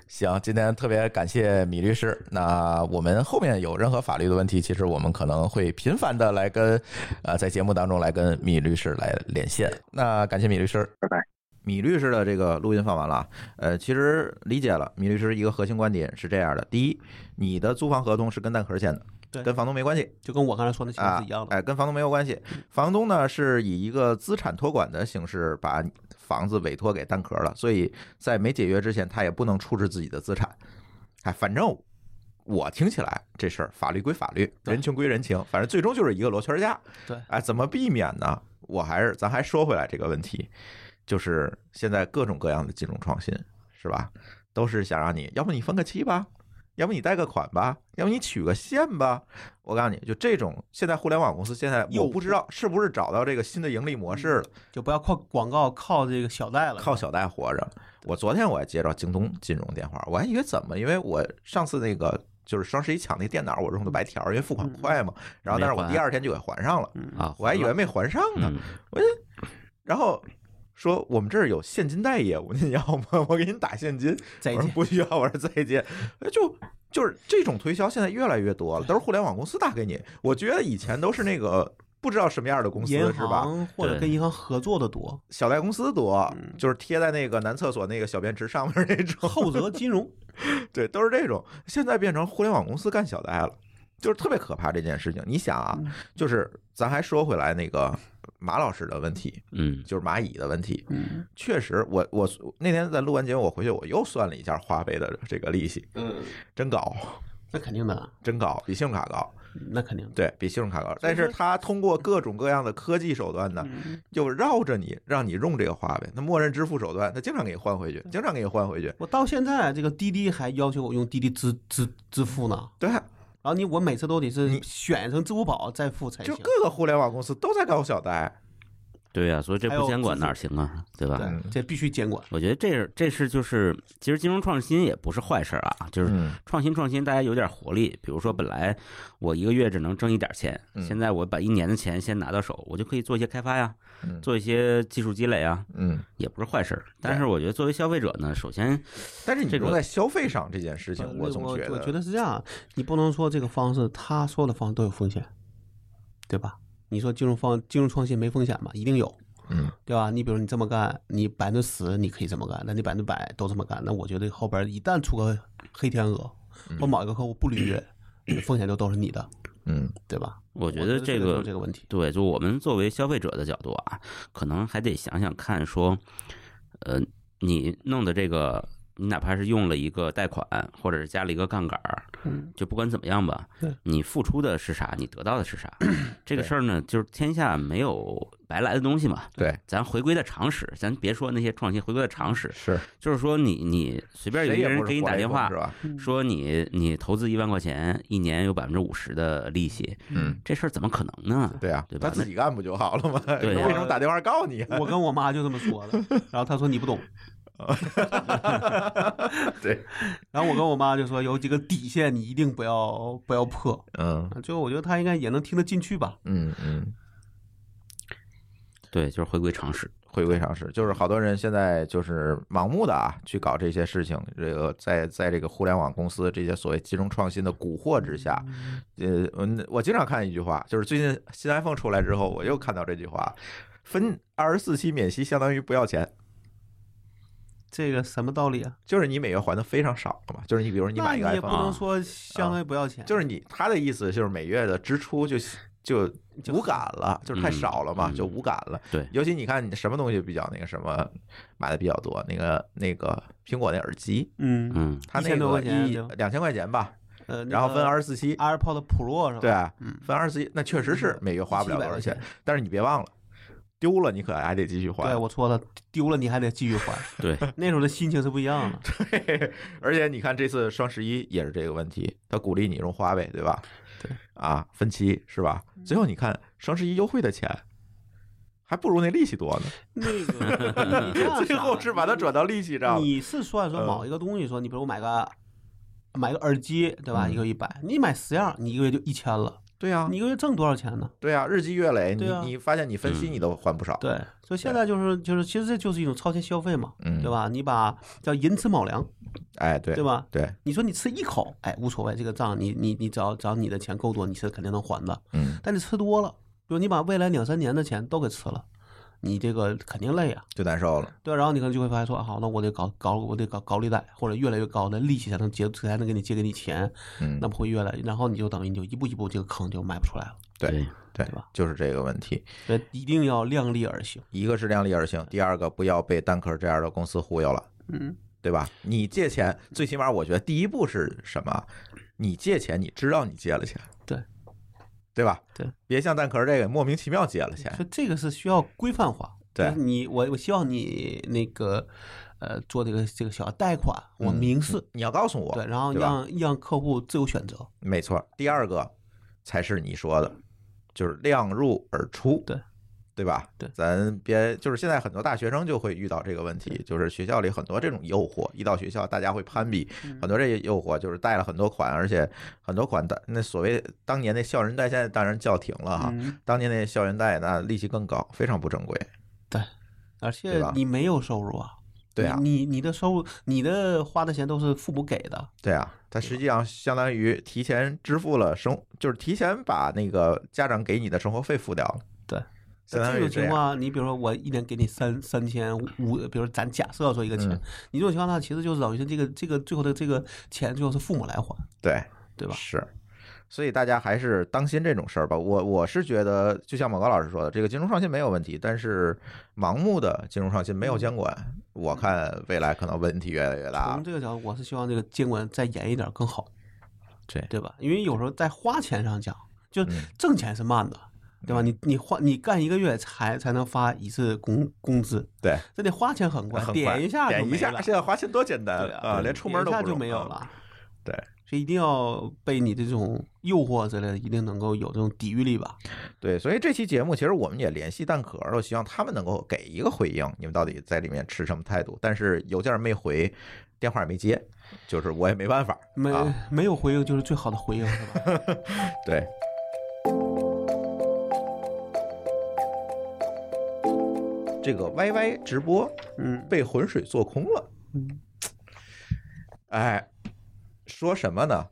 S1: 行，今天特别感谢米律师。那我们后面有任何法律的问题，其实我们可能会频繁的来跟呃在节目当中来跟米律师来连线。那感谢米律师，
S4: 拜拜。
S1: 米律师的这个录音放完了啊，呃，其实理解了米律师一个核心观点是这样的：第一，你的租房合同是跟蛋壳签的，
S2: 对
S1: 跟房东没关系
S2: 就跟我刚才说那情况
S1: 啊
S2: 是一样，的。嗯
S1: 哎，跟房东没有关系。房东呢是以一个资产托管的形式把房子委托给蛋壳了，所以在没解约之前，他也不能处置自己的资产。哎，反正我听起来这事儿法律归法律，
S2: 对
S1: 人情归人情，反正最终就是一个罗圈价。
S2: 对
S1: 哎，怎么避免呢？我还是咱还说回来这个问题，就是现在各种各样的金融创新，是吧？都是想让你，要不你分个期吧，要不你贷个款吧，要不你取个现吧。我告诉你，就这种现在互联网公司现在
S2: 诱
S1: 我
S2: 惑
S1: 不知道是不是找到这个新的盈利模式了，
S2: 就不要靠广告靠这个小贷了，
S1: 靠小贷活着。我昨天我还接到京东金融电话，我还以为怎么，因为我上次那个就是双十一抢那电脑，我用的白条，因为付款快嘛。然后但是我
S3: 没还
S1: 第二天就给还上了，
S2: 嗯
S3: 啊，
S1: 我还以为
S3: 完了
S1: 没还上呢。
S3: 嗯
S1: 然后说我们这儿有现金贷业务，您要吗？ 我给您打现金。
S2: 再
S1: 我说
S2: 见。
S1: 不需要，我说再见。哎就就是这种推销现在越来越多了，都是互联网公司打给你。我觉得以前都是那个不知道什么样的公司
S2: 银
S1: 是吧？
S2: 行或者跟银行合作 的多，
S1: 小贷公司多，就是贴在那个男厕所那个小便池上面那种，
S2: 后泽金融
S1: 对，都是这种。现在变成互联网公司干小贷了，就是特别可怕这件事情。你想啊，
S2: 嗯
S1: 就是咱还说回来那个马老师的问题，
S3: 嗯
S1: 就是蚂蚁的问题，确实我，我那天在录完节目，我回去我又算了一下花呗的这个利息，
S2: 嗯，
S1: 真高，
S2: 那肯定的，
S1: 真高，比信用卡高，
S2: 那肯定的，
S1: 对比信用卡高。但是它通过各种各样的科技手段
S3: 嗯
S1: 呢，就绕着你，让你用这个花呗。那默认支付手段，它经常给你换回去，
S3: 嗯
S1: 经常给你换回去。
S2: 我到现在这个滴滴还要求我用滴滴支支支付呢，
S1: 对，
S2: 然后你我每次都得是
S1: 你
S2: 选成支付宝再付才
S1: 就
S2: 行。
S1: 各个互联网公司都在搞小贷，
S3: 对呀、所以这
S2: 还
S3: 不
S2: 有
S3: 监管
S2: 自
S3: 哪儿行啊，对吧？
S1: 嗯
S2: 对，这必须监管。
S3: 我觉得这这是就是，其实金融创新也不是坏事儿啊，就是
S1: 嗯，
S3: 创新创新，大家有点活力。比如说，本来我一个月只能挣一点钱，
S1: 嗯
S3: 现在我把一年的钱先拿到手，我就可以做一些开发呀，
S1: 嗯
S3: 做一些技术积累啊，
S1: 嗯。
S3: 也不是坏事儿。但是我觉得作为消费者呢，首先
S1: 但是你
S3: 这嗯个
S1: 用在消费上这件事情
S2: 呃，
S1: 我总
S2: 我
S1: 觉
S2: 我
S1: 得，
S2: 觉得是这样，你不能说这个方式，他所有的方式都有风险，对吧？你说金融方金融创新没风险吗？一定有，
S1: 嗯，
S2: 对吧？你比如你这么干，你百分之十你可以这么干，那你百分之百都这么干，那我觉得后边一旦出个黑天鹅，
S3: 嗯
S2: 或某一个客户不履约，风险就都是你的，
S1: 嗯，
S2: 对吧？
S3: 我觉
S2: 我
S3: 得
S2: 这
S3: 这
S2: 就
S3: 个
S2: 是这个问题，
S3: 对，就我们作为消费者的角度啊，可能还得想想看，说，呃，你弄的这个，你哪怕是用了一个贷款，或者是加了一个杠杆儿，
S2: 嗯
S3: 就不管怎么样吧
S2: 对，
S3: 你付出的是啥，你得到的是啥。这个
S1: 对
S3: 事儿呢，就是天下没有白来的东西嘛。
S1: 对，
S3: 咱回归的常识，咱别说那些创新，回归的常识，
S1: 是
S3: 就是说你你随便有
S1: 谁
S3: 一
S1: 也
S3: 个人
S1: 不是
S3: 给你
S1: 活
S3: 打
S1: 雷
S3: 电
S1: 锋
S3: 话
S1: 是， 吧？嗯
S3: 说你你投资一万块钱，一年有百分之五十的利息，
S1: 嗯，
S3: 这事儿怎么可能呢？
S1: 对啊，
S3: 对吧
S1: 他自己干不就好了吗？
S3: 对呀
S1: 为什么打电话告你？啊
S2: 我跟我妈就这么说的，然后她说你不 懂，
S1: 对，
S2: 然后我跟我妈就说有几个底线你一定不要不要破，
S1: 嗯
S2: 就啊我觉得她应该也能听得进去吧，
S1: 嗯嗯，
S3: 对，就是回归常识。
S1: 回归常识，就是好多人现在就是盲目的啊去搞这些事情，这个在在这个互联网公司这些所谓金融创新的蛊惑之下，呃，嗯我经常看一句话，就是最近新 iPhone 出来之后，我又看到这句话，分二十四期免息相当于不要钱。
S2: 这个什么道理啊？
S1: 就是你每月还的非常少了嘛，就是你比如说你买一个
S2: 那也不
S1: iPhone，啊
S2: 能说相当于不要钱，
S1: 就是你他的意思就是每月的支出就就无感了，就是太少了嘛，
S3: 嗯
S1: 就无感了。
S3: 对
S1: 尤其你看你什么东西比较那个什么买的比较多，那个那个苹果那耳机，
S2: 嗯，
S3: 嗯，
S1: 它那
S2: 1000多
S1: 个
S2: 块钱
S1: 一
S2: 对吧
S1: 两千块钱吧，
S2: 呃，
S1: 然后分二
S2: 十
S1: 十四期，
S2: AirPod Pro 是吧？
S1: 对，，
S2: 嗯
S1: 分二十四期，那确实是每月花不了多少
S2: 700
S1: 钱
S2: 嗯块，
S1: 但是你别忘了。丢了你可还得继续还
S2: 对，我说了，丢了你还得继 续还，
S3: 对，
S2: 那时候的心情是不一样的。
S1: 而且你看这次双十一也是这个问题，他鼓励你用花呗，对吧？
S2: 对
S1: 啊，分期是吧？
S2: 嗯
S1: 最后你看双十一优惠的钱，还不如那利息多呢。
S2: 那个，你这样想
S1: 最后是把它转嗯到利息上了。
S2: 啊你是算说某一个东西，说你比如买个买个耳机，对
S1: 嗯
S2: 吧？
S1: 啊
S2: 一个月一百，你买十样，你一个月就一千了，
S1: 对呀、
S2: 你一个月挣多少钱呢？
S1: 对呀、日积月累，你、
S2: 对啊
S1: 你发现你分期
S3: 嗯
S1: 你都还不少。
S2: 对，所以现在就是就是，其实这就是一种超前消费嘛，
S1: 嗯
S2: 对吧？你把叫寅吃卯粮，
S1: 哎，对，
S2: 对吧？
S1: 对，
S2: 你说你吃一口，哎，无所谓，这个账你你你只要只要你的钱够多，你是肯定能还的。
S1: 嗯，
S2: 但你吃多了，比如你把未来两三年的钱都给吃了，你这个肯定累啊，
S1: 就难受了。
S2: 对吧然后你可能就会发现说，啊好，那我得搞搞我得搞高利贷，或者越来越高的利息才能结才能给你借给你钱，
S1: 嗯，
S2: 那么会越来，然后你就等于你就一步一步这个坑就迈不出来了，
S1: 对
S3: 对
S1: 对
S2: 对吧
S1: 就是这个问题。
S2: 所以一定要量力而行。
S1: 一个是量力而行，第二个不要被单壳这样的公司忽悠了。
S2: 嗯，
S1: 对吧？你借钱，最起码我觉得第一步是什么？你借钱，你知道你借了钱，
S2: 对，
S1: 对吧？
S2: 对，
S1: 别像蛋壳儿这个莫名其妙借了钱，
S2: 所以这个是需要规范化。
S1: 对
S2: 就是你我我希望你那个呃做这个这个小额贷款，我明示、
S1: 你要告诉我，
S2: 对，然后
S1: 对吧
S2: 让让客户自由选择。
S1: 没错。第二个才是你说的，就是量入而出，
S2: 对，
S1: 对吧？
S2: 对
S1: 咱别就是现在很多大学生就会遇到这个问题，就是学校里很多这种诱惑，一到学校大家会攀比，
S2: 嗯
S1: 很多这些诱惑就是贷了很多款，而且很多款的那所谓当年那校人贷，现在当然叫停了哈，
S2: 嗯
S1: 当年那校园贷那利息更高，非常不正规。
S2: 对，而
S1: 对
S2: 且
S1: 吧
S2: 你没有收入啊，
S1: 对啊，
S2: 你你你的收入，你的花的钱都是父母给的，
S1: 对啊，它实际上相当于提前支付了生，就是提前把那个家长给你的生活费付掉了。
S2: 对，
S1: 相当
S2: 这
S1: 于
S2: 种
S1: 这
S2: 情
S1: 样。
S2: 况，你比如说我一年给你三三千五，比如咱假设说一个钱，
S1: 嗯
S2: 你这种情况下其实就是等于是这个这个最后的这个钱最后是父母来还，
S1: 对，
S2: 对吧？
S1: 是，所以大家还是当心这种事儿吧。我我是觉得，就像某高老师说的，这个金融创新没有问题，但是盲目的金融创新没有监管，
S2: 嗯
S1: 我看未来可能问题越来越大
S2: 从。这个角度，我是希望这个监管再严一点更好，
S1: 对
S2: 对吧？因为有时候在花钱上讲，就
S1: 嗯
S2: 挣钱是慢的，对吧？你你花你干一个月才才能发一次工工资，
S1: 对，
S2: 这得花钱很快，
S1: 很快
S2: 点一下就
S1: 点一
S2: 没
S1: 下，
S2: 了
S1: 现在花钱多简单
S2: 对
S1: 啊，连出门都
S2: 点
S1: 不
S2: 一下就
S1: 用
S2: 没有
S1: 啊
S2: 了。
S1: 对，
S2: 所以一定要被你这种诱惑之类的，一定能够有这种抵御力吧。
S1: 对，所以这期节目其实我们也联系蛋壳儿，我希望他们能够给一个回应，你们到底在里面持什么态度？但是邮件没回，电话也没接，就是我也没办法。
S2: 没、
S1: 啊、
S2: 没有回应就是最好的回应，是吧？
S1: 对，这个 YY 直播
S2: 嗯
S1: 被浑水做空了。
S2: 嗯
S1: 哎，说什么呢？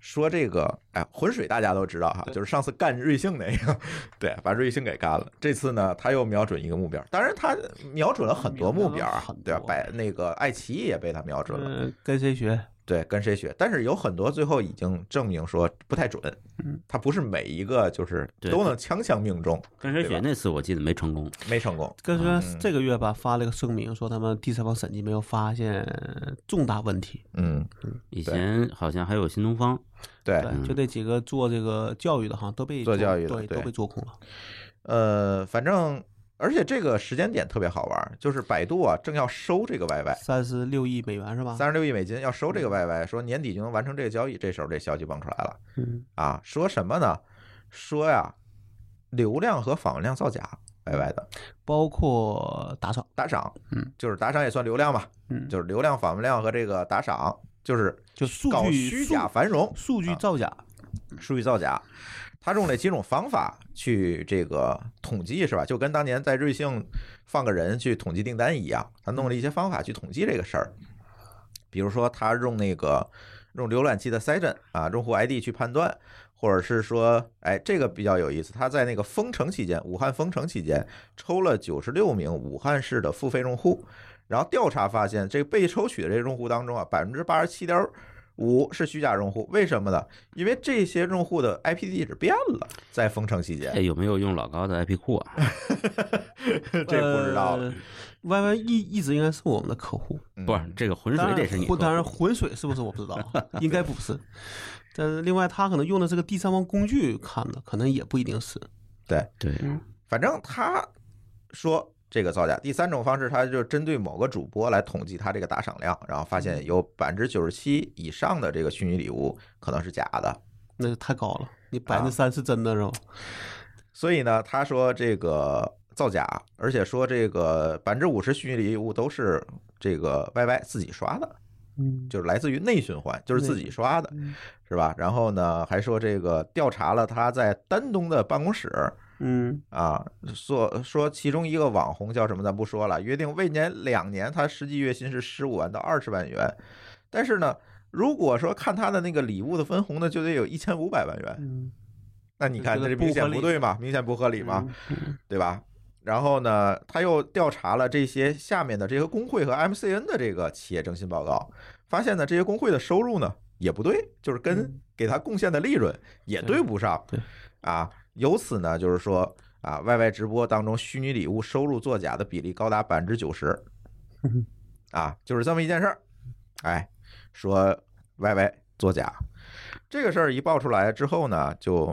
S1: 说这个，哎，浑水大家都知道哈，
S2: 对
S1: 就是上次干瑞幸那个， 对，把瑞幸给干了。这次呢，他又瞄准一个目标，当然他瞄准了很多目标啊
S2: 瞄准了很，多
S1: 对吧？百那个爱奇艺也被他瞄准了，
S2: 呃，跟谁学？
S1: 对，跟谁学？但是有很多最后已经证明说不太准
S2: 嗯，
S1: 他不是每一个就是
S3: 对
S1: 都能枪枪命中，
S3: 跟谁学
S1: 对吧
S3: 那次我记得没成功，
S1: 没成功。
S2: 跟谁
S1: 嗯
S2: 这个月吧发了个声明，说他们第三方审计没有发现重大问题。
S1: 嗯，
S3: 以前好像还有新东方，
S1: 对，
S2: 对，就那几个做这个教育的，好像都被
S1: 哎嗯做教育的
S2: 对
S1: 对
S2: 都被做空了。
S1: 呃，反正而且这个时间点特别好玩，就是百度啊正要收这个 YY。
S2: 三十六亿美元是吧？
S1: 哎三十六亿美金要收这个 YY，说年底就能完成这个交易，这时候这消息蹦出来了
S2: 嗯，
S1: 啊，说什么呢？说呀，流量和访问量造假，YY 的
S2: 包括打赏，
S1: 打赏，
S2: 嗯，
S1: 就是打赏也算流量嘛，
S2: 嗯，
S1: 就是流量、访问量和这个打赏，就是
S2: 就数
S1: 搞
S2: 据
S1: 虚
S2: 数
S1: 假啊繁荣、
S2: 数据造假，
S1: 数据造假。他用了几种方法去这个统计，是吧？就跟当年在瑞幸放个人去统计订单一样，他弄了一些方法去统计这个事儿。比如说，他用那个用浏览器的 session 啊，用户 ID 去判断，或者是说，哎，这个比较有意思。他在那个封城期间，武汉封城期间，抽了九十六名武汉市的付费用户，然后调查发现，这被抽取的这些用户当中啊，百分之八十七点五是虚假用户。为什么呢？因为这些用户的 IP 地址变了，在封城期间
S3: 哎，，有没有用老高的 IP 库啊？
S1: 这不知道了。
S2: 呃。Y Y 一一直应该是我们的客户，
S1: 嗯
S3: 呃不是，这个浑水
S2: 当
S3: 得
S2: 然
S3: 是你客
S2: 浑
S3: 户，
S2: 当然浑水是不是我不知道，啊应该不是。但是另外，他可能用的这个第三方工具看的，可能也不一定是。
S3: 对，
S1: 反正他说这个造假。第三种方式，他就针对某个主播来统计他这个打赏量，然后发现有百分之九十七以上的这个虚拟礼物可能是假的。
S2: 那就太高了，你百
S1: 啊
S2: 分之三是真的是吧？
S1: 所以呢，他说这个造假，而且说这个百分之五十虚拟礼物都是这个 YY 自己刷的，
S2: 嗯，
S1: 就是来自于内循环，就是自己刷的，是吧？然后呢，还说这个调查了他在丹东的办公室，
S2: 嗯，
S1: 啊，说说其中一个网红叫什么，咱不说了。约定未年两年，他实际月薪是十五万到二十万元，但是呢，如果说看他的那个礼物的分红呢，就得有一千五百万元。
S2: 嗯
S1: 那你看，
S2: 就
S1: 这
S2: 觉得
S1: 明显
S2: 不合
S1: 不
S2: 理
S1: 对嘛，明显不合理嘛，
S2: 嗯
S1: 对吧？然后呢，他又调查了这些下面的这些工会和 MCN 的这个企业征信报告，发现呢，这些工会的收入呢也不对，就是跟
S2: 嗯
S1: 给他贡献的利润也
S2: 对
S1: 对不上。
S2: 对
S1: 啊，由此呢，就是说啊，YY 直播当中虚拟礼物收入作假的比例高达百分之九 十
S2: 哼哼，
S1: 啊，就是这么一件事儿。哎，说 YY 作假这个事儿一爆出来之后呢，就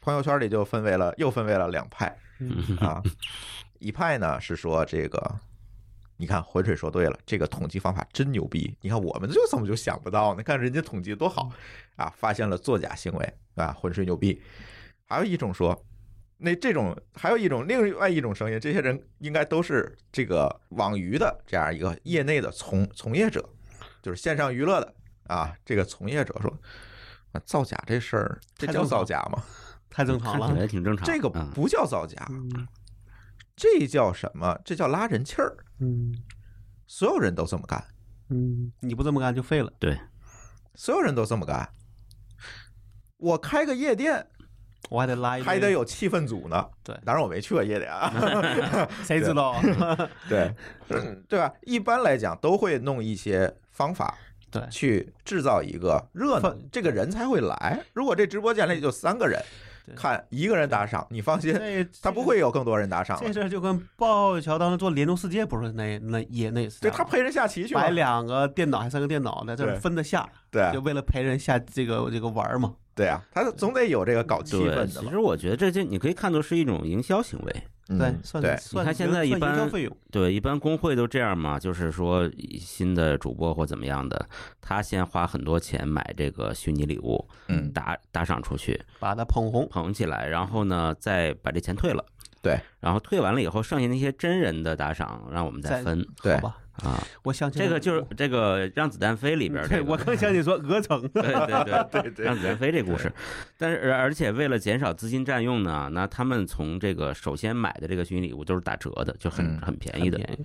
S1: 朋友圈里就分为了又分为了两派
S2: 嗯
S1: 啊，一派呢是说这个。你看，浑水说对了，这个统计方法真牛逼。你看，我们就怎么就想不到呢？你看人家统计多好
S2: 嗯
S1: 啊，发现了作假行为啊，浑水牛逼。还有一种说，那这种还有一种另外一种声音，这些人应该都是这个网娱的这样一个业内的从从业者，就是线上娱乐的啊，这个从业者说，啊造假这事儿，这
S2: 太
S1: 叫
S2: 正常
S1: 造假吗？
S2: 太正常
S3: 看起
S2: 了。
S3: 来挺正常。
S1: 这个
S3: 啊
S1: 不叫造假，
S2: 嗯
S1: 这叫什么？这叫拉人气儿。
S2: 嗯，
S1: 所有人都这么干，
S2: 嗯，你不这么干就废了。
S3: 对，
S1: 所有人都这么干。我开个夜店，
S2: 我还得拉一，
S1: 还得，有气氛组呢。
S2: 对
S1: 当然我没去过夜店啊。
S2: 谁知道啊？
S1: 对，嗯对吧？一般来讲都会弄一些方法
S2: 对，
S1: 去制造一个热闹
S2: 氛，
S1: 这个人才会来。如果这直播间里就三个人
S2: 对，
S1: 看一个人打赏，你 放心，
S2: 这
S1: 他不会有更多人打赏
S2: 这
S1: 了。
S2: 事儿就跟鲍浩桥当时做联动世界不是那那也那也是这
S1: 对
S2: 样
S1: 他陪人下棋去嘛
S2: 买？两个电脑还三个电脑在这儿
S1: 对
S2: 分得下，
S1: 对啊
S2: 就为了陪人下这个这个玩儿嘛。
S1: 对啊，他总得有这个搞气
S3: 对，
S1: 氛的
S3: 其
S1: 嘛。
S3: 实我觉得这就你可以看作是一种营销行为。
S1: 嗯
S2: 对，算
S1: 对，
S2: 算
S3: 你看现
S2: 营
S3: 在一
S2: 算
S3: 般
S2: 营销费用，
S3: 对，一般工会都这样嘛，就是说新的主播或怎么样的，他先花很多钱买这个虚拟礼物，
S1: 嗯
S3: 打打赏出去，
S2: 把它捧红。
S3: 捧起来，然后呢再把这钱退了。
S1: 对，
S3: 然后退完了以后，剩下那些真人的打赏，让我们再
S2: 再
S3: 分
S1: 对
S2: 好吧，
S3: 啊。
S2: 我想起来
S3: 这个就是这个《让子弹飞》里边儿这
S2: 对
S3: 个，
S2: 我更想起说鹅城，
S3: 对对 对
S1: 对对
S3: 让子弹飞这故事，但是而而且为了减少资金占用呢，那他们从这个首先买的这个虚拟礼物都是打折的，就很
S1: 嗯
S3: 很便宜的
S2: 很。便宜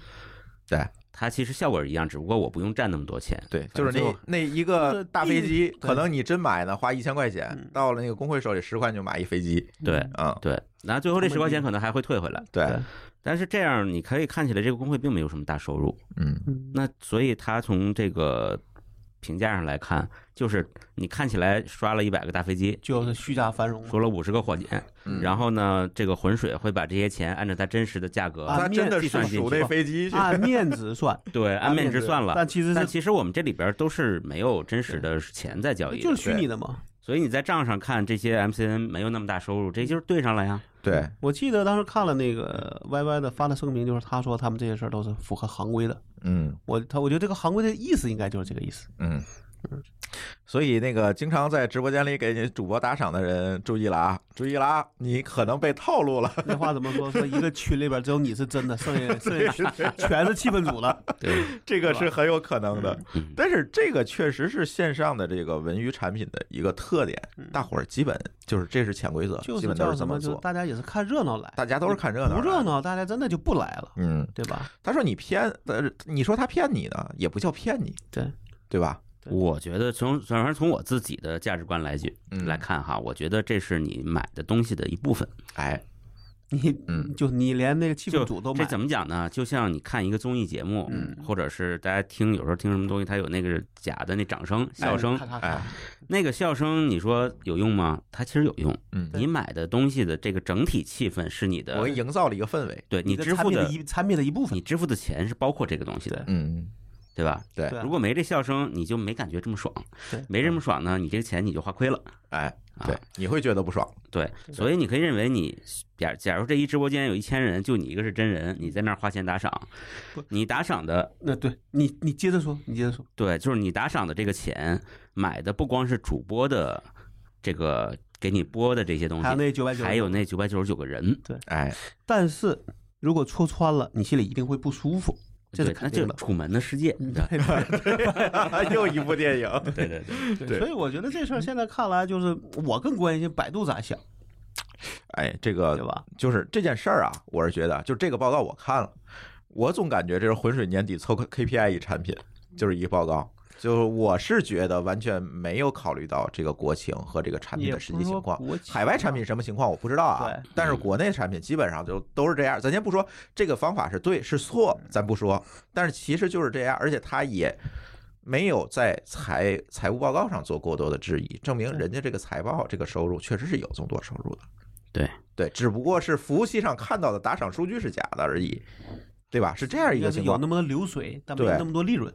S1: 对
S3: 它其实效果是一样，只不过我不用占那么多钱。
S1: 对，就是
S3: 反正
S1: 那那一个大飞机，
S2: 对
S1: 可能你真买呢，花一千块钱
S2: 嗯，
S1: 到了那个工会手里十块就买一飞机
S3: 对
S1: 啊。
S3: 对，然后最后这十块钱可能还会退回来，
S1: 对，
S2: 对
S3: 但是这样你可以看起来这个工会并没有什么大收入，
S1: 嗯，
S2: 嗯
S3: 那所以它从这个评价上来看，就是你看起来刷了一百个大飞机，
S2: 就是虚假繁 荣嘛。
S3: 说了五十个火箭，
S1: 嗯
S3: 然后呢，这个浑水会把这些钱按照它真实的价格，
S2: 啊
S1: 他真的
S3: 计
S1: 是
S3: 算进
S1: 数
S3: 去
S1: 那飞机去，
S2: 按面值 算，
S3: 对，按面值算了。
S2: 但其实
S3: 但
S2: 是
S3: 其实我们这里边都是没有真实的钱在交易的，
S2: 就是虚拟的嘛。
S3: 所以你在账上看这些 MCN 没有那么大收入，这就是对上了呀。
S1: 对，
S2: 我记得当时看了那个 YY 的发的声明，就是他说他们这些事儿都是符合行规的。
S1: 嗯
S2: 我他我觉得这个行规的意思应该就是这个意思。
S1: 嗯。所以那个经常在直播间里给你主播打赏的人，注意了啊，注意了啊，你可能被套路了。
S2: 那话怎么说？说一个群里边只有你是真的，剩下剩下全是气氛 组了。
S3: 对，
S1: 这个是很有可能的
S3: 嗯。
S1: 但是这个确实是线上的这个文娱产品的一个特点，大伙儿基本就是这是潜规则，
S2: 嗯就
S1: 基
S2: 是
S1: 嗯本都
S2: 叫
S1: 是这
S2: 什么？就
S1: 做
S2: 是。大家也是看热闹来，
S1: 大家都是看热闹，
S2: 不热。闹大家真的就不来了，
S1: 嗯，
S2: 对吧？
S1: 他说你骗，呃，你说他骗你呢，也不叫骗你，
S2: 对
S1: 对吧？
S2: 对
S3: 我觉得从反正从我自己的价值观来去
S1: 嗯
S3: 来看哈，我觉得这是你买的东西的一部分。
S1: 哎，
S2: 你
S1: 嗯
S2: 就你连那个气
S3: 就
S2: 氛组都
S3: 这
S2: 买，
S3: 怎么讲呢？就像你看一个综艺节目，
S2: 嗯
S3: 或者是大家听有时候听什么东西，它有那个假的那掌声、笑声，
S2: 咔咔咔
S1: 哎，
S3: 那个笑声你说有用吗？它其实有用。
S1: 嗯，
S3: 你买的东西的这个整体气氛是你的
S1: 我，营造了一个氛围。
S3: 对你
S2: 的
S3: 支
S2: 产
S3: 付
S2: 品
S3: 的
S2: 的一产品的一部分
S3: 你。支付的钱是包括这个东西的，
S1: 嗯，
S3: 对吧？
S1: 对，
S2: 对啊
S3: 如果没这笑声，你就没感觉这么爽
S2: 对，
S3: 没这么爽呢，你这个钱你就花亏了。
S1: 哎，
S3: 啊
S1: 对，你会觉得不爽。
S3: 对，所以你可以认为你，假假如这一直播间有一千人，就你一个是真人，你在那儿花钱打赏
S2: 不，
S3: 你打赏的
S2: 那对你，你接着说，你接着说，
S3: 对，就是你打赏的这个钱买的不光是主播的这个给你播的这些东
S2: 还有
S3: 西，
S2: 那九百九，
S3: 还有那九百九十九个人，
S1: 哎，
S2: 但是如果戳穿了，你心里一定会不舒服，这是
S3: 对，那
S2: 肯
S3: 就
S2: 定
S3: 是
S2: 的
S3: 《楚门的世界》对吧，
S1: 又一部电影。
S3: 对对对，
S1: 对
S2: 所以我觉得这事儿现在看来，就是我更关心百度咋想，
S1: 哎，这个
S2: 对吧？
S1: 就是这件事儿啊，我是觉得，就这个报告我看了，我总感觉这是浑水年底凑个 KPI 一产品，就是一个报告。就我是觉得完全没有考虑到这个国情和这个产品的实际情况。
S2: 也不是说国企啊
S1: 海外产品什么情况我不知道啊
S2: 对，
S1: 但是国内产品基本上就都是这样。咱先不说这个方法是对是错，
S2: 嗯
S1: 咱不说，但是其实就是这样，而且它也没有在财财务报告上做过多的质疑，证明人家这个财报这个收入确实是有增多收入的。
S3: 对
S1: 对，只不过是服务器上看到的打赏数据是假的而已，对吧？是这样一
S2: 要
S1: 个
S2: 是
S1: 情
S2: 有
S1: 况
S2: 那。么多流水，但没有
S1: 对
S2: 那么多利润，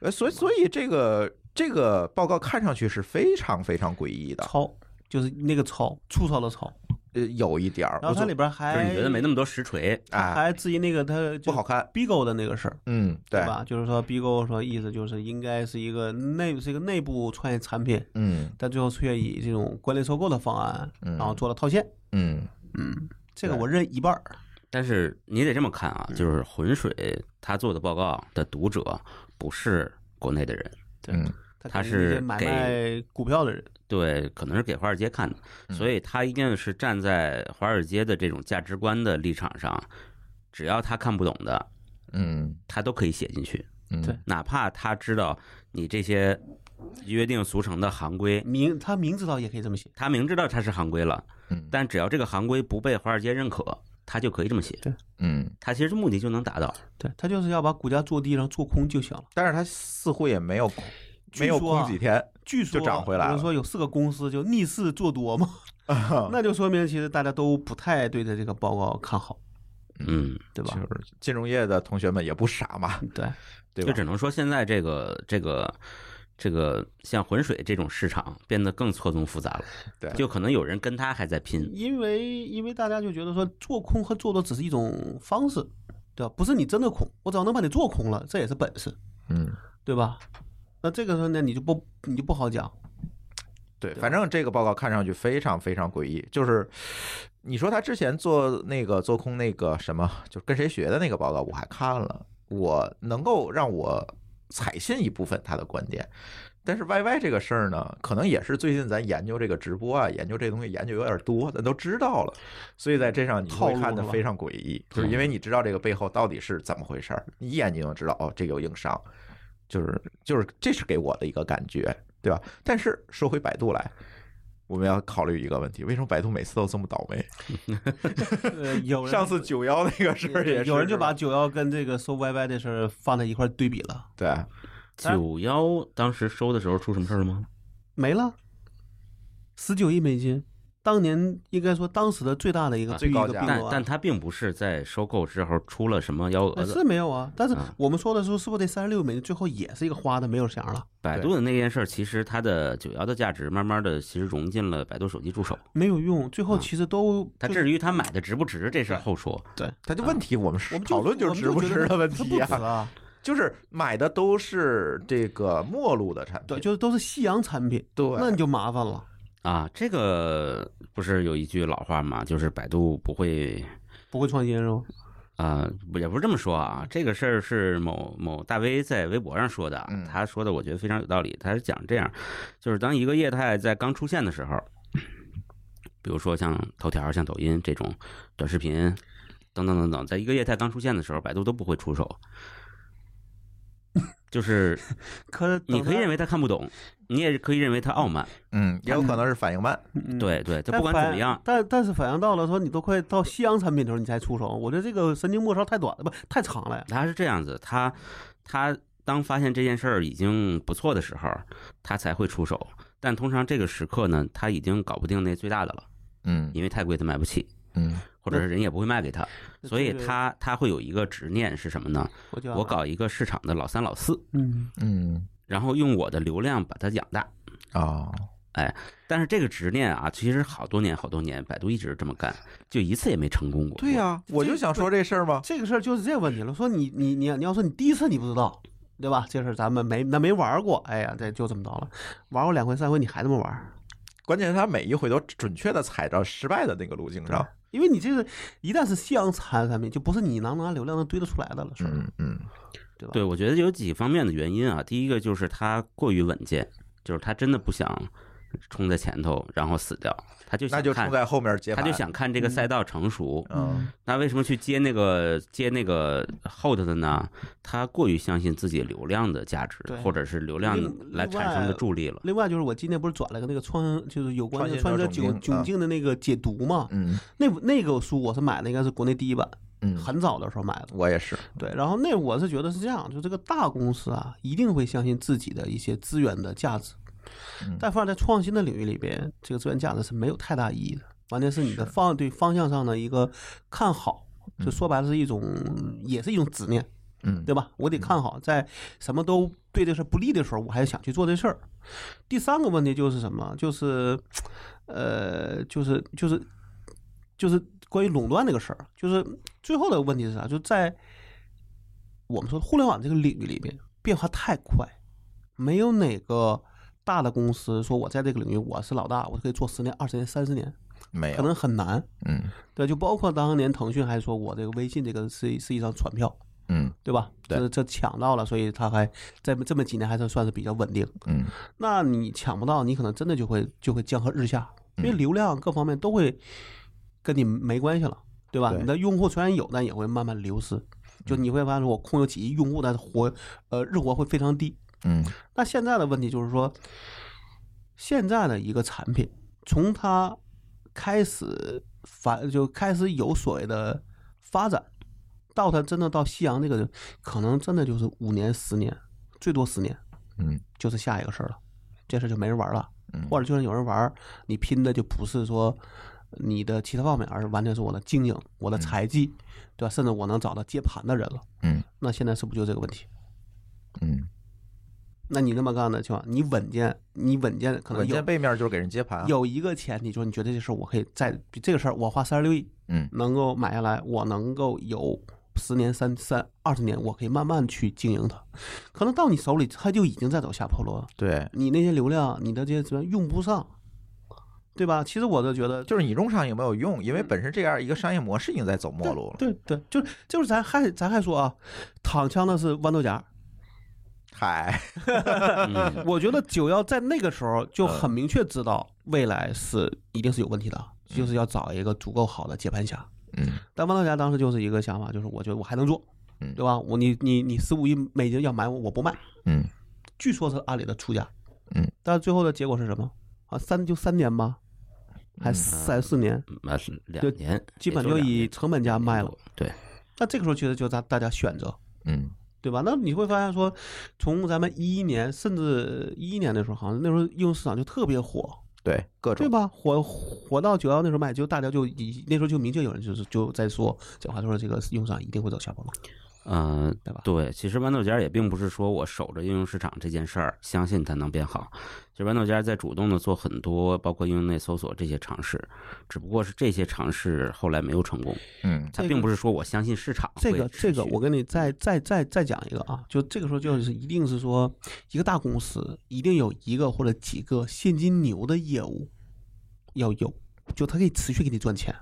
S1: 呃，所以所以这个这个报告看上去是非常非常诡异的，
S2: 超就是那个超粗糙的超，
S1: 呃，有一点儿，
S2: 然后它
S1: 我
S2: 里边
S3: 就是
S2: 还
S3: 你觉得没那么多实锤，
S1: 啊
S2: 还质疑那个他
S1: 不好看。
S2: Bigo 的那个事儿，
S1: 嗯，对，
S2: 吧？就是说 Bigo 说意思就是应该是一个内是一个内部创业产品，
S1: 嗯
S2: 但最后却以这种关联收购的方案，
S1: 嗯
S2: 然后做了套现。
S1: 嗯
S2: 嗯，这个
S1: 对
S2: 我认一半儿。
S3: 但是你得这么看啊，就是浑水他做的报告的读者不是国内的人，
S1: 嗯
S2: 他
S3: 他
S2: 可能一些
S3: 是
S2: 买
S3: 给
S2: 卖股票的人，
S3: 对，可能是给华尔街看的，
S1: 嗯
S3: 所以他一定是站在华尔街的这种价值观的立场上，只要他看不懂的，
S1: 嗯
S3: 他都可以写进去，
S1: 嗯，
S2: 对
S3: 哪怕他知道你这些约定俗成的行规，
S2: 明他明知道也可以这么写，
S3: 他明知道他是行规了，
S1: 嗯
S3: 但只要这个行规不被华尔街认可，他就可以这么写，
S1: 嗯，
S3: 他其实目的就能达到。
S2: 对他就是要把股价坐低，然后做空就行了。
S1: 但是他似乎也没有空
S2: 据
S1: 没有
S2: 说啊
S1: 空几天，
S2: 据说
S1: 就涨回来
S2: 有人
S1: 了啊
S2: 说有四个公司就逆势做 多嘛，那就说明其实大家都不太对他这个报告看好，
S3: 嗯，
S2: 对吧？
S1: 就是金融业的同学们也不傻嘛，
S2: 对，
S1: 对
S3: 就
S1: 吧？
S3: 只能说现在这个这个这个像浑水这种市场变得更错综复杂了，
S1: 对
S3: 就可能有人跟他还在拼，
S2: 因为因为大家就觉得说做空和做多只是一种方式，对吧？不是你真的空，我只要能把你做空了，这也是本事，
S1: 嗯，
S2: 对吧？那这个时候呢，你就不你就不好讲，
S1: 对，
S2: 对
S1: 反正这个报告看上去非常非常诡异，就是你说他之前做那个做空那个什么，就是跟谁学的那个报告，我还看了，我能够让我采信一部分他的观点。但是 YY 这个事儿呢，可能也是最近咱研究这个直播啊，研究这东西研究有点多，咱都知道了，所以在这上你
S2: 套
S1: 会
S2: 路
S1: 看的
S2: 了嗯
S1: 非常诡异，就是因为你知道这个背后到底是怎么回事儿，你一眼你就能知道哦，这个有硬伤，就是就是这是给我的一个感觉，对吧？但是说回百度来，我们要考虑一个问题：为什么百度每次都这么倒霉？
S2: 呃，有人
S1: 上次九幺那个事儿也是，
S2: 有人就是
S1: 吧
S2: 把九幺跟这个收 YY 的事儿放在一块儿对比了，
S1: 对
S3: 九幺当时收的时候出什么事儿了吗？
S2: 没了，十九亿美金，当年应该说当时的最大的一个、
S3: 啊
S2: 最一个
S1: 最高
S2: 并
S1: 价
S2: 购
S3: 但
S2: 案
S3: 但他并不是在收购之后出了什么幺蛾
S2: 呃
S3: 子
S2: 是，没有啊，但是
S1: 嗯
S3: 啊
S2: 我们说的时候，是不是得三十六美金？最后也是一个花的没有响了，
S3: 百度的那件事儿，其实它的九幺的价值慢慢的其实融进了百度手机助手。
S2: 没有用。最
S1: 嗯
S2: 后
S3: 啊
S2: 其实都
S3: 它
S2: 就是
S3: 至于它买的值不值，这是后说。
S1: 他就问题，我们是
S2: 啊我们就
S1: 讨论
S2: 我
S1: 就
S2: 们
S1: 值不
S2: 觉得
S1: 值的问
S2: 它
S1: 题
S2: 不值
S1: 啊，
S2: 啊，
S1: 就是买的都是这个末路的产品，
S2: 对，就是都是夕阳产品，
S1: 对，
S2: 那你就麻烦了，
S3: 啊，这个不是有一句老话吗？就是百度不会
S2: 不会创新是吧？
S3: 啊、不也不是这么说啊。这个事儿是某某大 V 在微博上说的啊
S1: 嗯，
S3: 他说的我觉得非常有道理。他是讲这样，就是当一个业态在刚出现的时候，比如说像头条、像抖音这种短视频等等等等，在一个业态刚出现的时候，百度都不会出手。就是
S2: 可是
S3: 你可以认
S2: 为
S3: 为他看不懂，你也可以认为他傲慢，
S1: 嗯，也有可能是反应慢，
S2: 嗯
S3: 对对，他
S2: 但
S3: 不管怎么
S2: 反
S3: 样，
S2: 但但是反映到了说你都快到夕阳产品的时候你才出手，我觉得这个神经末梢太短了，不太长了呀。
S3: 他是这样子，他他当发现这件事儿已经不错的时候，他才会出手。但通常这个时刻呢，他已经搞不定那最大的了，
S1: 嗯
S3: 因为太贵他买不起，
S1: 嗯
S3: 或者是人也不会卖给他，
S2: 那
S3: 所以
S2: 这个啊
S3: 他他会有一个执念是什么呢？
S2: 我就要
S3: 我搞一个市场的老三老四，
S2: 嗯
S1: 嗯
S3: 然后用我的流量把它养大。
S1: 哦，
S3: 但是这个执念啊，其实好多年好多年，百度一直这么干，就一次也没成功过。
S1: 对呀、我就想说这事儿嘛，
S2: 这个事儿就是这个问题了。说你你你你要说你第一次你不知道，对吧？这事儿咱们没那没玩过，哎呀，这就这么着了。玩过两回三回你还这么玩儿，
S1: 关键是他每一回都准确的踩到失败的那个路径上，
S2: 因为你这个一旦是夕阳产产品，就不是你能拿流量能堆得出来的了，是吧？
S1: 嗯嗯
S2: 对吧？
S3: 对，我觉得有几方面的原因啊。第一个就是他过于稳健，就是他真的不想冲在前头，然后死掉，他就想
S1: 那就
S3: 看
S1: 冲在后面接
S3: 他
S1: 盘，
S3: 就想看这个赛道成熟。
S1: 嗯
S3: 那为什么去接那个接那个后头的呢？他过于相信自己流量的价值
S2: 对，
S3: 或者是流量
S2: 另
S3: 来产生的助 力了。
S2: 另外就是我今天不是转了个那个创，就是有关那个
S1: 创
S2: 创
S1: 新
S2: 新
S1: 者窘
S2: 者窘
S1: 境啊
S2: 窘境的那个解读嘛？
S1: 嗯
S2: 那那个书我是买的，应该是国内第一版，
S1: 嗯，
S2: 很早的时候买的。
S1: 我也是，
S2: 对，然后那我是觉得是这样，就这个大公司啊，一定会相信自己的一些资源的价值
S1: 嗯，
S2: 但放在创新的领域里边，这个资源价值是没有太大意义的，完全是你的
S1: 是
S2: 方对方向上的一个看好，就
S1: 嗯
S2: 说白了是一种，也是一种执念，
S1: 嗯
S2: 对吧？我得看好，在什么都对这事儿不利的时候，我还想去做这事儿。第三个问题就是什么？就是，呃，就是就是就是关于垄断这个事儿，就是最后的问题是啥？就在我们说互联网这个领域里边，变化太快，没有哪个大的公司说我在这个领域我是老大，我可以做十年、二十年、三十年，
S1: 没有，
S2: 可能很难。
S1: 嗯
S2: 对，就包括当年腾讯还说我这个微信这个是是一张船票。
S1: 嗯
S2: 对吧？
S1: 对
S2: 这这抢到了，所以它还在这么几年还算算是比较稳定。
S1: 嗯
S2: 那你抢不到，你可能真的就会就会江河日下，因为
S1: 嗯
S2: 流量各方面都会跟你没关系了，对吧？
S1: 对嗯
S2: 你的用户虽然有，但也会慢慢流失。就你会发现，我控有几亿用户的活，呃，日活会非常低。
S1: 嗯
S2: 那现在的问题就是说，现在的一个产品，从它开始反就开始有所谓的发展，到它真的到夕阳这个，可能真的就是五年、十年，最多十年，
S1: 嗯，
S2: 就是下一个事儿了，这事儿就没人玩了。
S1: 嗯
S2: 或者就算有人玩儿，你拼的就不是说你的其他方面，而是完全是我的经营、我的财技，对吧？甚至我能找到接盘的人了。
S1: 嗯，
S2: 那现在是不是就这个问题？
S1: 嗯，
S2: 那你那么干的情况，你稳健，你稳健可能
S1: 稳
S2: 有
S1: 健背面就是给人接盘啊，
S2: 有一个前提，就是你觉得这事儿我可以在这个事儿我花三十六亿，
S1: 嗯
S2: 能够买下来，我能够有十年、三三二十年，我可以慢慢去经营它。可能到你手里，它就已经在走下坡路了。
S1: 对，
S2: 你那些流量，你的这些资源用不上，对吧？其实我就觉得，
S1: 就是你用上有没有用？因为本身这样一个商业模式已经在走末路了，
S2: 嗯对对，就是就是咱还咱还说啊，躺枪的是豌豆荚。
S1: 嗨，
S3: 嗯
S2: 我觉得九幺在那个时候就很明确知道未来是一定是有问题的，就是要找一个足够好的接盘侠。
S1: 嗯
S2: 但豌豆荚当时就是一个想法，就是我觉得我还能做，
S1: 嗯
S2: 对吧？我你你你十五亿美金要买我，我不卖。
S1: 嗯
S2: 据说是阿里的出价，
S1: 嗯，
S2: 但最后的结果是什么？啊，三就三年吧，还是三四年，
S3: 啊，两年
S2: 基本
S3: 也
S2: 就
S3: 两
S2: 以
S3: 年嗯
S2: 成本价卖了。
S3: 对，
S2: 那这个时候其实就大大家选择，
S1: 嗯
S2: 对吧？那你会发现说，从咱们一一年甚至一一年的时候，好像那时候应用市场就特别火，
S1: 对，各
S2: 对
S1: 种
S2: 吧？火火到九幺那时候卖，就大家就以那时候就明确有人就是就在说讲话，就说这个应用市场一定会走下坡路，
S3: 呃，
S2: 对吧？
S3: 对，其实豌豆荚也并不是说我守着应用市场这件事儿，相信它能变好。其实豌豆荚在主动的做很多，包括应用内搜索这些尝试，只不过是这些尝试后来没有成功。
S1: 嗯
S3: 它
S2: 这
S3: 并
S2: 个
S3: 不是说我相信市场
S2: 这
S3: 啊会
S2: 个
S3: 持
S2: 这个，
S3: 续嗯
S2: 我跟你再再再再讲一个啊，就这个时候就是一定是说，一个大公司一定有一个或者几个现金牛的业务要有，就它可以持续给你赚钱，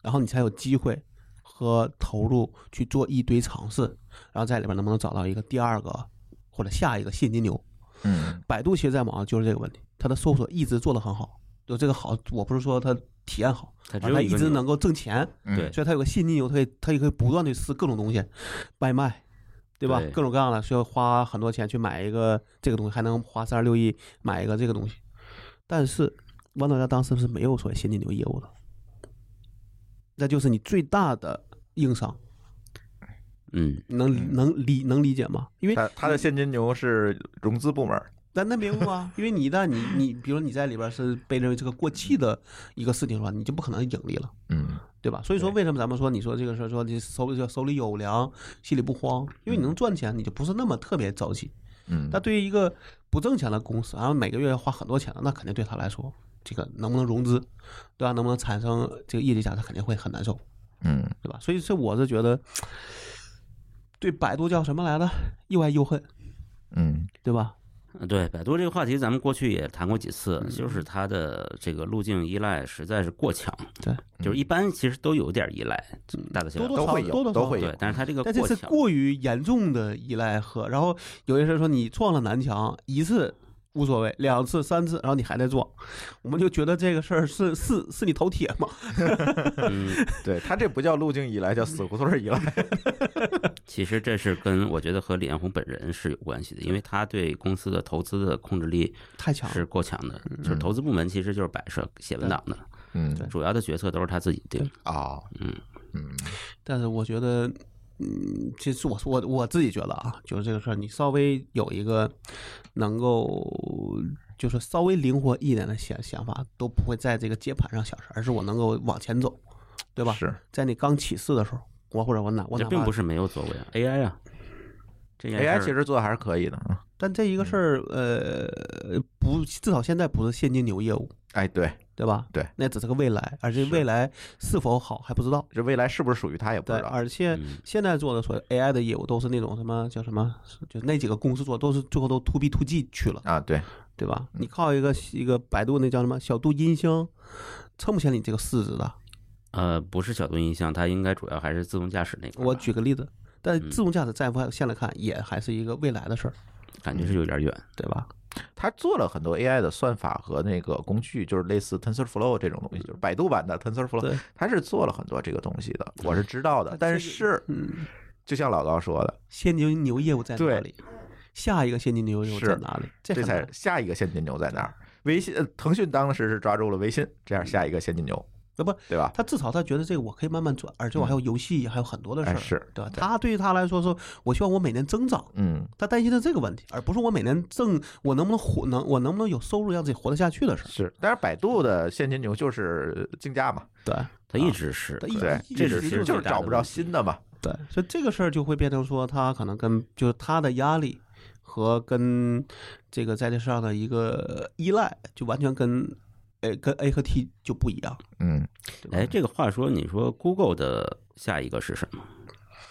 S2: 然后你才有机会和投入去做一堆尝试，然后在里边能不能找到一个第二个或者下一个现金牛？
S1: 嗯
S2: 百度其实在网上就是这个问题，它的搜索一直做得很好，就这个好，我不是说它体验好，
S3: 它只
S2: 而
S3: 有
S2: 它
S3: 一
S2: 一
S3: 个
S2: 直
S3: 钮
S2: 能够挣钱。
S1: 嗯
S2: 所以它有个现金流，它可以它也可以不断的试各种东西，外卖，对吧？
S3: 对
S2: 各种各样的需要花很多钱去买一个这个东西，还能花三十六亿买一个这个东西。但是豌豆荚当时是没有所谓现金流业务的，那就是你最大的硬伤，
S3: 嗯，
S2: 能理
S1: 嗯
S2: 能理能理解吗？因为
S1: 他他的现金牛是融资部门儿，
S2: 咱那没用啊，因为你一旦你你比如你在里边是被认为这个过气的一个事情的话，你就不可能盈利了。
S1: 嗯
S2: 对吧？所以说，
S1: 对
S2: 为什么咱们说你说这个事儿，说你手里叫手里有粮，心里不慌，因为你能赚钱，你就不是那么特别着急。
S1: 嗯
S2: 那对于一个不挣钱的公司，然后每个月要花很多钱的，那肯定对他来说，这个能不能融资，对吧？能不能产生这个业绩价值，他肯定会很难受，
S1: 嗯
S2: 对吧？所以这我是觉得，对百度叫什么来着？又爱又恨，
S1: 嗯
S2: 对吧？
S3: 呃对，百度这个话题咱们过去也谈过几次，
S2: 嗯
S3: 就是它的这个路径依赖实在是过强，
S2: 对，嗯
S3: 就是一般其实都有点依赖，大的小
S2: 多多
S3: 小
S1: 都
S2: 少
S1: 会有
S2: 多多少
S1: 都
S2: 少
S1: 会有
S3: 对，但是它这个
S2: 但这
S3: 过
S2: 是
S3: 强，
S2: 过于严重的依赖和，然后有些人说你撞了南墙一次无所谓，两次、三次，然后你还在撞，我们就觉得这个事儿是是是你头铁嘛？
S3: 嗯，
S1: 对他这不叫路径依赖，叫死胡同儿依赖。
S3: 其实这是跟我觉得和李彦宏本人是有关系的，因为他对公司的投资的控制力
S2: 太强
S3: 是
S2: 了，
S3: 过强的，就是投资部门其实就是摆设写文档的，
S1: 嗯
S2: 对
S3: 主要的决策都是他自己定。
S1: 哦，
S3: 嗯
S1: 嗯
S2: 但是我觉得。嗯，其实我我我自己觉得啊，就是这个事儿，你稍微有一个能够就是稍微灵活一点的想想法，都不会在这个接盘上想事儿，而是我能够往前走，对吧？
S1: 是
S2: 在你刚起势的时候，我或者我哪我
S3: 这
S2: 哪
S3: 并
S2: 怕
S3: 不是没有做过呀，AI 啊，这件事
S1: AI
S3: 儿
S1: 其实做的还是可以的啊。
S2: 但这一个事儿，呃，不，至少现在不是现金流业务，
S1: 哎，对，
S2: 对吧？
S1: 对，
S2: 那只是个未来，而且
S1: 是
S2: 未来是否好还不知道。
S1: 这未来是不是属于他也不
S2: 对，
S1: 知道。
S2: 而且
S3: 嗯
S2: 现在做的所谓 AI 的业务都是那种什么叫什么，就那几个公司做，都是最后都 to B to G 去了，
S1: 啊，对，
S2: 对吧？你靠一个一个百度那叫什么小度音箱，撑不起来你这个市值的。
S3: 呃不是小度音箱，它应该主要还是自动驾驶那块儿吧。
S2: 我举个例子，但是
S3: 嗯
S2: 自动驾驶再往现在看，也还是一个未来的事儿，
S3: 感觉是有点远，
S2: 对吧？
S1: 他做了很多 AI 的算法和那个工具，就是类似 TensorFlow 这种东西，就是百度版的 TensorFlow，
S2: 对
S1: 他是做了很多这个东西的，我是知道的。但是
S2: 嗯，
S1: 就像老高说的，
S2: 现金流业务在哪
S1: 对
S2: 里？下一个现金流业务在
S1: 是
S2: 哪里？这
S1: 这
S2: 很
S1: 才
S2: 难
S1: 下一个现金流在哪儿？微信，呃腾讯当时是抓住了微信，这样下一个现金流，
S2: 那不
S1: 对吧？
S2: 他至少他觉得这个我可以慢慢转，而且我还有游戏，还有很多的事
S1: 哎，
S2: 儿，
S1: 是，
S2: 嗯对吧？
S1: 对
S2: 他对于他来说说，我希望我每年增长，
S1: 嗯，
S2: 他担心的这个问题，而不是我每年挣我能不能活能我能不能有收入让自己活得下去的事儿。
S1: 是。但是百度的现金流就是竞价嘛，
S2: 对
S3: 它一直是
S2: 它，一
S1: 对，
S2: 一
S3: 这
S2: 直就是
S3: 只是
S1: 就
S3: 最
S1: 是
S3: 大的
S1: 找不着
S3: 问题
S1: 新的嘛，
S2: 对，所以这个事儿就会变成说，他可能跟就是他的压力和跟这个在这上的一个依赖，就完全跟呃跟 A 和 T 就不一样。
S1: 嗯，
S3: 哎，这个话说，你说 Google 的下一个是什么？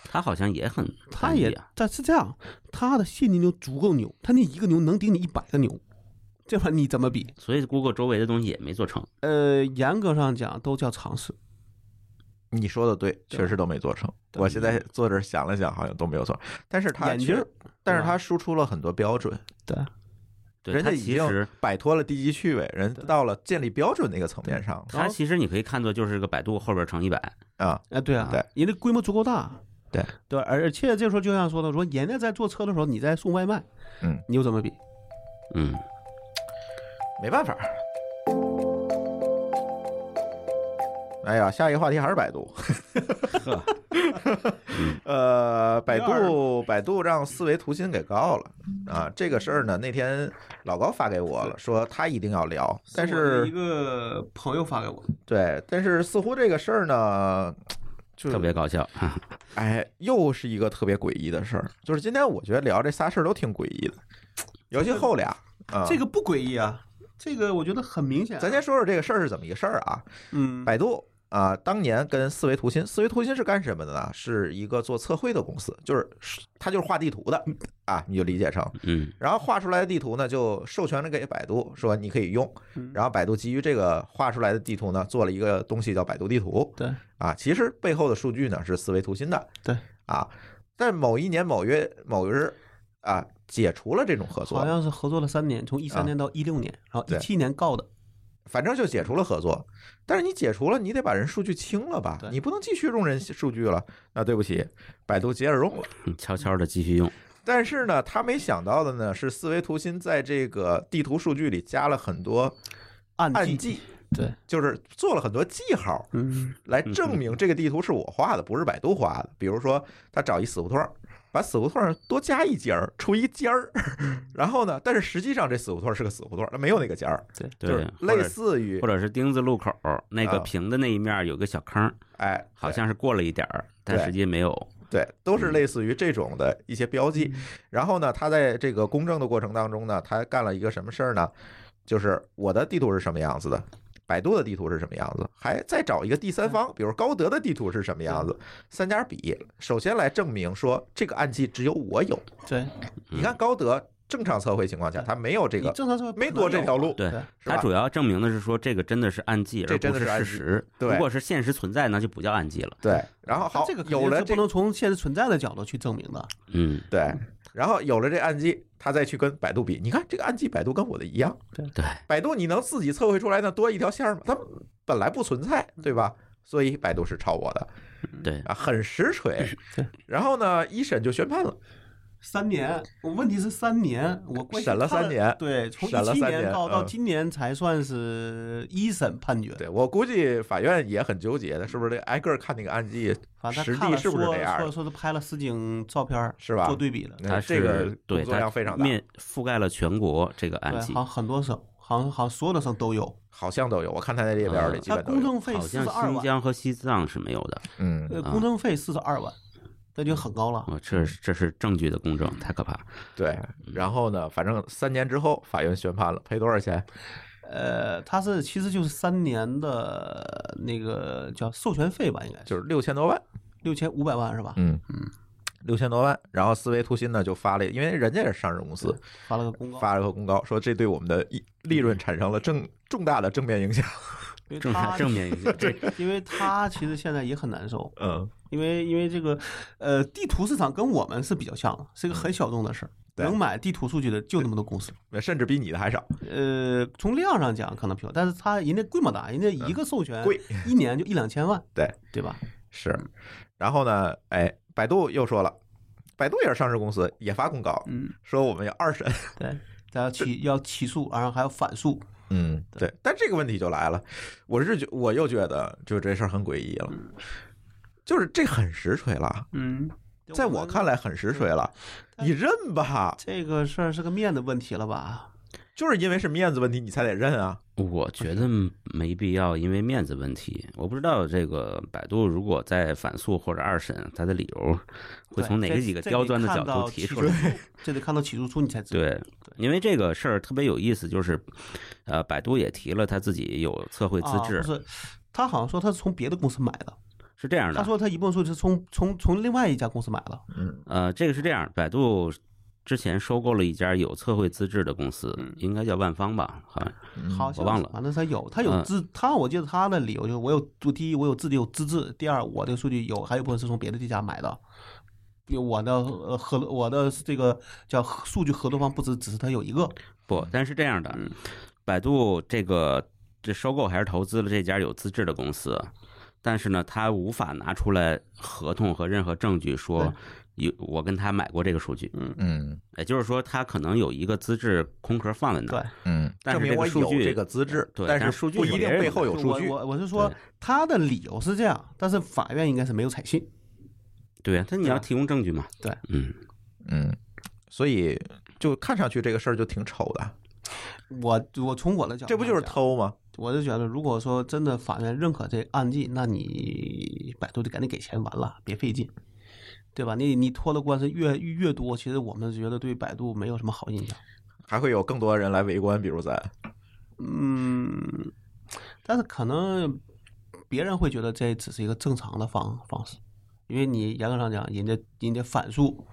S3: 它好像也很
S2: 他
S3: 单一
S2: 也
S3: 啊，
S2: 但是这样，他的现金流足够牛，他那一个牛能顶你一百个牛，这玩意儿你怎么比？
S3: 所以 Google 周围的东西也没做成。
S2: 呃，严格上讲都叫尝试。
S1: 你说的对，
S2: 对
S1: 确实都没做成。
S2: 对
S1: 我现在坐这儿想了想，好像都没有做。但是他
S2: 眼镜儿嗯
S1: 确，但是
S2: 对吧
S1: 他输出了很多标准，
S2: 对，
S3: 对，
S1: 人
S3: 它
S1: 家已
S3: 其
S1: 经
S3: 实
S1: 摆脱了低级趣味，人到了建立标准那个层面上了
S3: 它其实你可以看作就是个百度后边乘一百，
S1: 啊。
S2: 哎，对啊，
S1: 对，
S2: 人家规模足够大，啊
S1: 对
S2: 对，而且这时候就像说的，说人家在坐车的时候，你在送外卖，
S1: 嗯，
S2: 你又怎么比？
S3: 嗯，
S1: 没办法。哎呀，下一个话题还是百度。 呃，百度百度让思维图新给告了啊！这个事儿呢，那天老高发给我了，说他一定要聊，但是
S2: 一个朋友发给我，
S1: 对，但是似乎这个事儿呢，就是
S3: 特别搞笑。
S1: 哎，又是一个特别诡异的事儿。就是今天我觉得聊这仨事儿都挺诡异的，尤其后俩啊。
S2: 这个不诡异啊，这个我觉得很明显啊、
S1: 咱先说说这个事儿是怎么一个事儿啊？
S2: 嗯，
S1: 百度啊，当年跟思维图新，思维图新是干什么的呢？是一个做测绘的公司，就是它就是画地图的啊，你就理解成。
S3: 嗯，
S1: 然后画出来的地图呢，就授权了给百度，说你可以用
S2: 嗯。
S1: 然后百度基于这个画出来的地图呢，做了一个东西叫百度地图。
S2: 对
S1: 啊，其实背后的数据呢是思维图新的。
S2: 对
S1: 啊，在某一年某月某日啊，解除了这种合
S2: 好
S1: 作，
S2: 像是合作了三年，从一
S1: 啊
S2: 三年到一六年，然后
S1: 对
S2: 一七年告的，
S1: 反正就解除了合作。但是你解除了，你得把人数据清了吧
S2: 对？
S1: 你不能继续用人数据了。那对不起，百度接着用了。
S3: 悄悄的继续用，
S1: 但是呢，他没想到的呢是，思维图新在这个地图数据里加了很多
S2: 按
S1: 暗
S2: 季，
S1: 记，
S2: 对，
S1: 就是做了很多记号。
S2: 嗯，
S1: 来证明这个地图是我画的，不是百度画的。比如说，他找一死胡同儿，把死胡同儿多加一截儿，出一尖儿，
S3: 嗯
S1: 然后呢，但是实际上这死胡同儿是个死胡同儿，它没有那个尖儿，
S2: 对，
S1: 就
S3: 对
S1: 是，
S3: 或
S1: 类
S3: 者
S1: 似于
S3: 或者是丁字路口那
S1: 啊
S3: 个平的那一面有个小坑，
S1: 哎，
S3: 好像是过了一点儿，但
S1: 对
S3: 实际没有。
S1: 对，都
S2: 嗯
S1: 是类似于这种的一些标记。然后呢，他在这个公证的过程当中呢，他干了一个什么事儿呢？就是我的地图是什么样子的，百度的地图是什么样子，还再找一个第
S2: 嗯
S1: 三方，比如高德的地图是什么样子，三家比，首先来证明说这个案记只有我有。
S2: 对，
S1: 你看高德正常测绘情况下，它没有这
S2: 嗯你
S1: 个，
S2: 正常说
S1: 没多这条路，
S3: 对
S2: 对，
S1: 是
S3: 它
S1: 吧
S3: 主？要证明的是说这个真的是暗记，
S1: 这
S3: 而
S1: 真的
S3: 不是
S1: 是暗
S3: 事
S1: 记
S3: 实。
S1: 对
S3: 如果是现实存在，那就不叫暗记了。
S1: 对，然后好，
S2: 这个肯定
S1: 有了
S2: 是
S1: 这
S2: 不能从现实存在的角度去证明的，
S3: 嗯，
S1: 对，然后有了这案记，他再去跟百度比，你看这个案记百度跟我的一样，
S3: 对，
S1: 百度你能自己测绘出来那多一条线儿吗？它本来不存在，对吧？所以百度是抄我的
S3: 对，
S1: 啊，很实锤
S2: 对。
S1: 然后呢，一审就宣判了，
S2: 三年，我问题是三年，我关系
S1: 审了
S2: 看
S1: 三年
S2: 对，从
S1: 审了
S2: 一七
S1: 三
S2: 年
S1: 年
S2: 到
S1: 嗯
S2: 到今年才算是一审判决，
S1: 对我估计法院也很纠结的，是不是？得挨个儿看那个案记
S2: 反正
S1: 实
S2: 他看
S1: 地
S2: 了
S1: 是不是
S2: 说
S1: 这样
S2: 说
S1: 的，
S2: 说是拍了实景照片儿
S1: 是吧
S2: 做？对比的，
S1: 那
S3: 它
S1: 这个
S3: 是对
S1: 工作
S3: 它
S1: 量非常大，
S3: 面覆盖了全国这个暗
S2: 对，
S3: 记
S2: 好，像很多省，好像好像所有的省都有，
S1: 好像都有，我看他那列表里基
S2: 他
S1: 本都
S2: 公
S1: 有。
S2: 证费
S3: 好
S2: 四
S3: 像
S2: 十二
S3: 新
S2: 万，
S3: 疆和西藏是没有的。
S1: 嗯，
S2: 呃，
S3: 啊
S2: 公证费四十二万，那就很高了。
S3: 哦，这是这是证据的公证，太可怕。
S1: 对。然后呢，反正三年之后，法院宣判了，赔多少钱？
S2: 呃，他是其实就是三年的那个叫授权费吧，应该是
S1: 就是六千多万。
S2: 六千五百万是吧？
S1: 嗯嗯，六千多万。然后思维图新呢就发了，因为人家也是上市公司，
S2: 发了个公告，
S1: 发了个公告说这对我们的利利润产生了正重大的正面影响。
S2: 因为
S3: 正
S2: 他
S3: 面正 面一些，对，
S2: 因为他其实现在也很难受，
S1: 嗯，
S2: 因为因为这个呃地图市场跟我们是比较像的，是一个
S3: 嗯
S2: 很小众的事儿，
S1: 对
S2: 能买地图数据的就那么多公司。
S1: 甚至比你的还少。
S2: 呃，从量上讲可能比较，但是他人家规模大，人家
S3: 嗯
S2: 一个授权
S1: 贵
S2: 一年就一两千万，
S1: 对
S2: 对吧？
S1: 是。然后呢，哎，百度又说了，百度也是上市公司，也发公告
S2: 嗯，
S1: 说我们要二审。
S2: 对，咱要起要起诉，然后还要反诉，
S1: 嗯，对，但这个问题就来了，我是觉我又觉得就这事儿很诡异了，
S3: 嗯
S1: 就是这很实锤了，
S2: 嗯，
S1: 在我看来很实锤了，
S3: 嗯
S1: 你认吧，
S2: 这个事儿是个面子问题了吧？
S1: 就是因为是面子问题你才得认啊，
S3: 我觉得没必要，因为面子问题，我不知道这个百度如果在反诉或者二审，它的理由会从哪个几个刁钻的角度提出来。
S2: 来？这得看到起诉书你才知道。
S3: 对，因为这个事儿特别有意思，就是，呃，百度也提了他自己有测绘资
S2: 啊
S3: 质，
S2: 不是，他好像说他是从别的公司买的，
S3: 是这样
S2: 他
S3: 的。
S2: 说他一部分数是从从从另外一家公司买的，
S3: 呃，这个是这样，百度之前收购了一家有测绘资质的公司，
S2: 嗯
S3: 应该叫万方吧，好像。
S1: 嗯
S2: 好
S3: 我
S2: 像
S3: 忘
S2: 是
S3: 了
S2: 反正他有他有
S3: 嗯
S2: 资，他我记得他的理由就是我有我第一我有自己有资质，第二我的数据有还有一部分是从别的地家买的。比如我的呃合我的这个叫数据合作方不止只是他有一个，
S3: 不，但是这样的，百度这个这收购还是投资了这家有资质的公司，但是呢，他无法拿出来合同和任何证据说有我跟他买过这个数据，
S1: 嗯
S3: 也就是说，他可能有一个资质空壳放在那
S2: 对
S3: 儿，，
S1: 嗯，
S3: 但是
S1: 证明我
S3: 这个
S1: 有
S3: 数据
S1: 这个资质，
S3: 对
S1: 但
S3: 但
S1: 是
S3: 数据
S1: 不一定
S3: 别人
S1: 背后有
S2: 就
S1: 数
S2: 我
S1: 据，
S2: 我我是说
S3: 对
S2: 他的理由是这样，但是法院应该是没有采信。
S3: 对呀，他你
S2: 对
S3: 要
S2: 吧
S3: 提供证据嘛，
S2: 对，
S3: 嗯，
S1: 嗯，所以就看上去这个事儿就挺丑的，
S2: 我我从我的角度，
S1: 这不就是？偷吗？
S2: 我就觉得，如果说真的法院认可这案件，那你百度就赶紧给钱完了，别费劲，对吧？你你拖的官司越越多，其实我们觉得对百度没有什么好印象。
S1: 还会有更多人来围观，比如咱，
S2: 嗯，但是可能别人会觉得这只是一个正常的方方式，因为你严格上讲，人家人家反诉，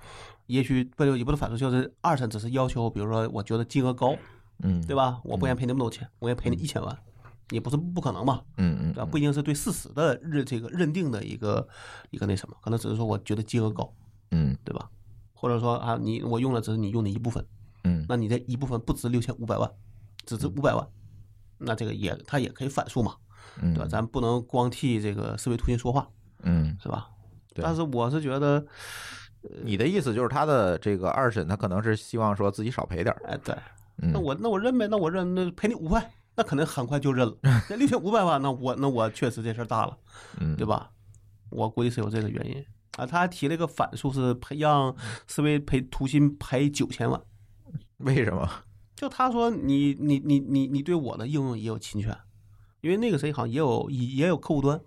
S2: 也许不也不是反诉，就是二审只是要求，比如说我觉得金额高，
S1: 嗯，
S2: 对？吧？我不愿意赔你那么多钱，我愿意赔你一千万，也不是不可能嘛，
S1: 嗯嗯，
S2: 对吧？不一定是对事实的认这个认定的一个一个那什么，可能只是说我觉得金额高，
S1: 嗯
S2: 对吧？或者说啊，你我用了只是你用的一部分，
S1: 嗯
S2: 那你这一部分不值六千五百万，只值五百万，那这个也他也可以反诉嘛，
S1: 嗯，
S2: 对吧？咱不能光替这个思维途径说话，
S1: 嗯，
S2: 是吧？
S1: 对
S2: 但是我是觉得，呃
S1: 你的意思就是他的这个二审，他可能是希望说自己少赔点儿，
S2: 哎，对，
S1: 嗯
S2: 那我那我认呗，那我认，那赔你五块，那可能很快 就认了。那六千五百万，那我那我确实这事儿大了，
S1: 嗯，
S2: 对吧？我估计是有这个原因啊。他还提了一个反诉是赔让思维赔图新赔九千万，
S1: 为什么？
S2: 就他说你你你你你对我的应用也有侵权，因为那个谁好像也有也也有客户端，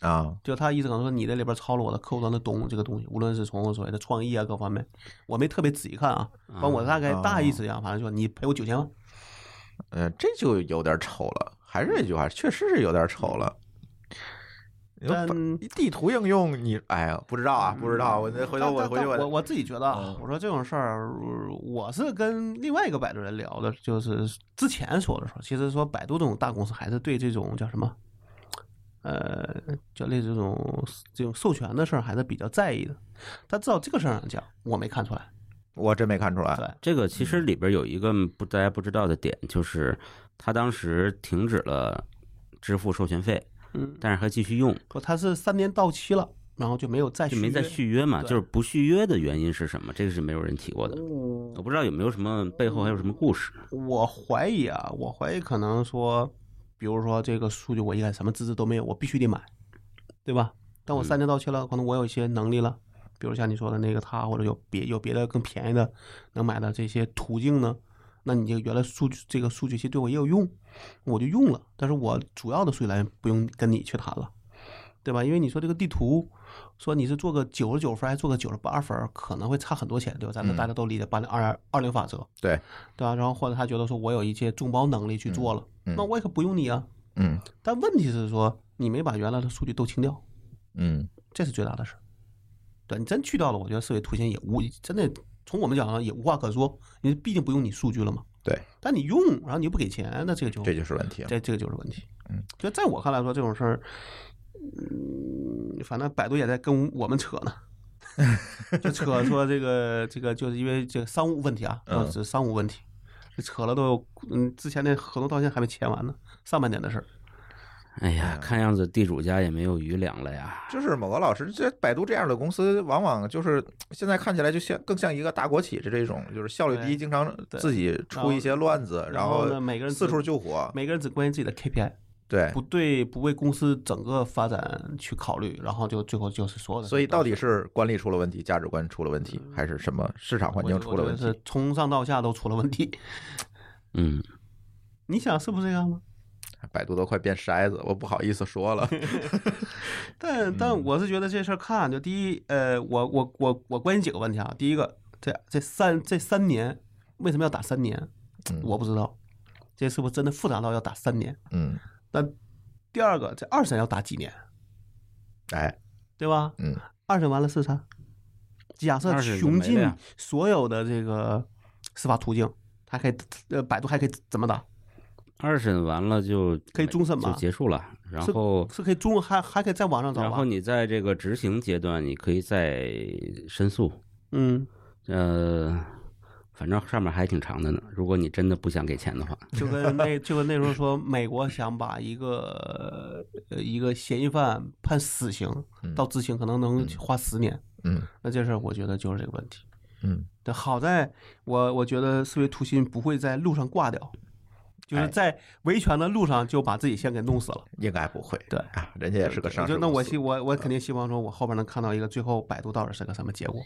S1: 啊，
S2: 就他意思可能说你在里边抄了我的客户端的东这个东西，无论是从所谓的创意啊各方面，我没特别仔细看啊，反正我大概大意是这样，反正就你赔我九千万，
S1: 呃，这就有点丑了。还是那句话，确实是有点丑了。你说
S2: 但
S1: 把地图应用，你哎呀，不知道啊，不知道。我这回头
S2: 嗯但
S1: 我
S2: 但
S1: 回去
S2: 但我
S1: 我
S2: 我自己觉得啊，我说这种事儿，呃我是跟另外一个百度人聊的，就是之前说的时候，其实说百度这种大公司还是对这种叫什么，呃，叫类似这种这种授权的事儿还是比较在意的。他至少这个事儿上讲，我没看出来。
S1: 我真没看出来。
S2: 对
S3: 这个其实里边有一个不大家不知道的点，就是他当时停止了支付授权费，
S2: 嗯，
S3: 但是还继续用，
S2: 不，他是三年到期了，然后就没有再
S3: 就没再
S2: 约。
S3: 续约嘛。
S2: 对
S3: 就是不续约的原因是什么？这个是没有人提过的。
S2: 嗯
S3: 我不知道有没有什么背后还有什么故事。
S2: 我怀疑啊，我怀疑可能说，比如说这个数据我一开始什么资质都没有，我必须得买，对吧？但我三年到期了，可能我有一些能力了，比如像你说的那个他，或者有别有别的更便宜的能买的这些途径呢，那你这个原来数据这个数据其实对我也有用，我就用了，但是我主要的数据来源不用跟你去谈了。对吧？因为你说这个地图，说你是做个九十九分儿还是做个九十八分儿，可能会差很多钱，对吧？咱们
S1: 嗯
S2: 大家都理解八零二二零法则，
S1: 对，
S2: 对吧？然后或者他觉得说我有一些众包能力去做了，
S1: 嗯
S2: 那我也可不用你啊。
S1: 嗯
S2: 但问题是说你没把原来的数据都清掉，
S1: 嗯
S2: 这是最大的事儿。对你真去掉了，我觉得思维图形也无真的从我们角度上也无话可说，因为毕竟不用你数据了嘛。
S1: 对，
S2: 但你用，然后你又不给钱，那这个就
S1: 这就是问题了。
S2: 这这个就是问题。
S1: 嗯，
S2: 就在我看来说这种事儿，嗯，反正百度也在跟我们扯呢， 就扯说这个这个就是因为这个商务问题啊，
S1: 嗯
S2: 只是商务问题，这扯了都有，嗯，之前的合同到现在还没签完呢，上半年的事儿。
S3: 哎呀，看样子地主家也没有余粮了
S2: 啊
S3: 呀。
S1: 就是某个老师，这百度这样的公司，往往就是现在看起来就像更像一个大国企这这种，就是效率低，
S2: 对
S1: 经常
S2: 对
S1: 自己出一些乱子，
S2: 然后呢，每个人
S1: 四
S2: 只
S1: 处救火。
S2: 每个人只关心自己的 KPI，
S1: 对，
S2: 不对，不为公司整个发展去考虑，然后就最后就是所有的事儿都是。
S1: 所以到底是管理出了问题，价值观出了问题，还是什么市场环境
S2: 我
S1: 出了问
S2: 我觉
S1: 题
S2: 得？是从上到下都出了问题。
S3: 嗯，
S2: 你想是不是这样吗？
S1: 百度都快变筛子，我不好意思说 了。
S2: 但
S1: 嗯
S2: 但我是觉得这事儿看，就第一，呃，我我我我关心几个问题啊。第一个，这这三这三年为什么要打三年？
S1: 嗯
S2: 我不知道，这是不是真的复杂到要打三年？
S1: 嗯，
S2: 那第二个，这二审要打几年，
S1: 哎，
S2: 对吧？
S1: 嗯，
S2: 二审完了是啥？假设
S3: 二审就没
S2: 穷
S3: 了
S2: 尽
S3: 呀
S2: 所有的这个司法途径，还可以呃，百度还可以怎么打？
S3: 二审完了就
S2: 可以终审吧
S3: 就结束了。然后，
S2: 是可以中还还可以在网上找吧？
S3: 然后你在这个执行阶段，你可以再申诉。
S2: 嗯，
S3: 呃，反正上面还挺长的呢。如果你真的不想给钱的话，
S2: 就跟那就跟那时候说，美国想把一个呃一个嫌疑犯判死刑
S1: 嗯，
S2: 到执行可能能花十年。
S1: 嗯
S2: 那这事儿我觉得就是这个问题。
S1: 嗯，
S2: 但好在我我觉得思维图形不会在路上挂掉，就是
S1: 哎
S2: 在维权的路上就把自己先给弄死了。
S1: 应该不会。
S2: 对
S1: 啊，人家也是个上
S2: 我
S1: 市
S2: 觉得那我
S1: 公司
S2: 希我我肯
S1: 嗯
S2: 定希望说，我后边能看到一个最后百度到底是个什么结果。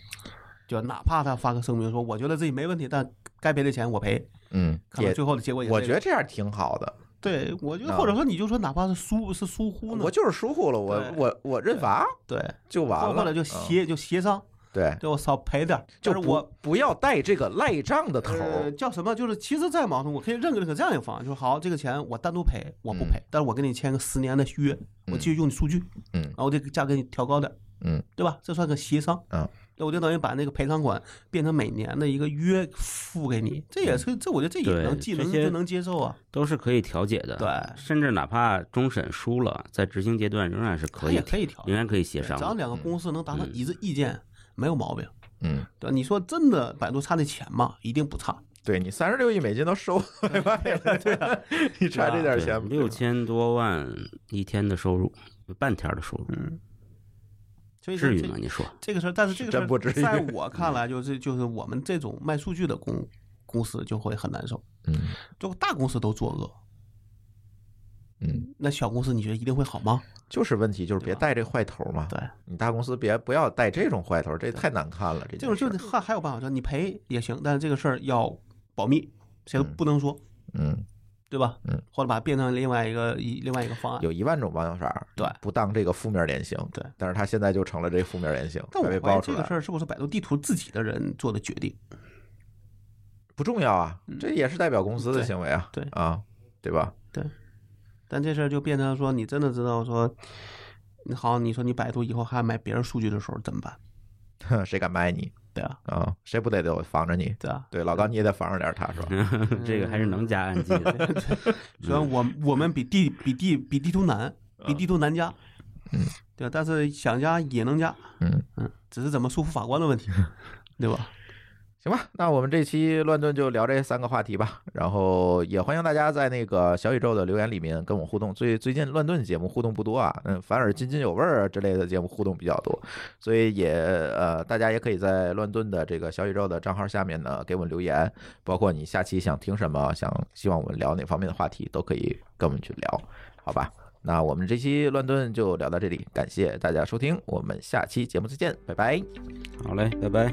S2: 就哪怕他发个声明说，我觉得自己没问题，但该赔的钱我赔，
S1: 嗯，
S2: 可能
S1: 也
S2: 最后的结果也是
S1: 我
S2: 这
S1: 觉
S2: 个
S1: 得这样挺好的。
S2: 对，我觉得
S1: 啊
S2: 或者说你就说哪怕是疏是疏忽呢，
S1: 我就是疏忽了，我
S2: 对
S1: 我我认罚
S2: 对，
S1: 就完
S2: 或
S1: 了，
S2: 或者就
S1: 嗯
S2: 协就协商，
S1: 对，
S2: 对我少赔点儿，
S1: 就
S2: 但是
S1: 不
S2: 我。
S1: 不要带这个赖账的头
S2: 呃，
S1: 儿。
S2: 叫什么？就是其实再矛盾，我可以认可这个这样一个方案，就是好，这个钱我单独赔，我不赔，但是我跟你签个十年的约，我继续用你数据，
S1: 嗯
S2: 然后这个价给你调高点儿，
S1: 嗯，
S2: 对吧？这算个协商，
S1: 嗯，
S2: 对，我就等于把那个赔偿款变成每年的一个约付给你，这
S1: 嗯
S2: 也是这我觉得这也
S3: 对
S2: 能既
S3: 这
S2: 能
S3: 些
S2: 就能接受啊，
S3: 都是可以调解的。
S2: 对
S3: 甚至哪怕终审输了，在执行阶段仍然是
S2: 它
S3: 可以
S2: 也，可以调，
S3: 仍然可以协
S2: 对
S3: 商
S2: 只要
S3: 的。
S2: 两个公司能达成一致意见，没有毛病。
S1: 嗯，
S2: 对，你说真的，百度差这钱吗？一定不差。
S1: 对你三十六亿美金都收外卖了，对吧？你差这点钱，
S3: 六千多万一天的收入，半天的收入，
S2: 嗯，所以说
S3: 至于
S2: 这
S3: 吗？你说？
S2: 这个事儿，但是这个事
S1: 真不至
S2: 儿，
S1: 于嗯
S2: 在我看来，就是就是我们这种卖数据的公公司就会很难受，
S1: 嗯
S2: 就大公司都作恶，
S1: 嗯，
S2: 那小公司你觉得一定会好吗？
S1: 就是问题就是别带这坏头嘛。
S2: 对，
S1: 你大公司别不要带这种坏头，这太难看了。这
S2: 这种
S1: 件
S2: 就
S1: 事
S2: 是还还有办法说你赔也行，但是这个事儿要保密，谁都
S1: 嗯
S2: 不能说，
S1: 嗯，
S2: 对吧？
S1: 嗯，
S2: 或者把它变成另外一个一另外一个方案。
S1: 有一万种办法，
S2: 对
S1: 不当这个负面原型，
S2: 对
S1: 但是他现在就成了这负面原型，
S2: 但我
S1: 还被
S2: 怀
S1: 爆
S2: 疑
S1: 出
S2: 这个
S1: 来
S2: 事，儿是不是百度地图自己的人做的决定？
S1: 不重要啊，这也是代表公司的
S2: 嗯对
S1: 行为啊，
S2: 对
S1: 啊，对吧？
S2: 但这事儿就变成说，你真的知道说，你好，你说你百度以后还买别人数据的时候怎么办？
S1: 哼谁敢卖你
S2: 对啊，
S1: 啊？谁不得得防着你？
S2: 对啊。
S1: 对，老高你也得防着点他，是吧？
S3: 这个还是能加暗记 的。
S2: 虽然我我们比地比地比地图难，比地图难加，
S1: 嗯，
S2: 对啊，但是想加也能加，
S1: 嗯，
S2: 嗯，只是怎么说服法官的 问题，对吧？
S1: 行吧，那我们这期乱炖就聊这三个话题吧。然后也欢迎大家在那个小宇宙的留言里面跟我互动。最最近乱炖节目互动不多啊，嗯，反而津津有味儿之类的节目互动比较多，所以也呃，大家也可以在乱炖的这个小宇宙的账号下面呢给我们留言，包括你下期想听什么，想希望我们聊哪方面的话题，都可以跟我们去聊，好吧？那我们这期乱炖就聊到这里，感谢大家收听，我们下期节目再见，拜拜。
S3: 好嘞，拜拜。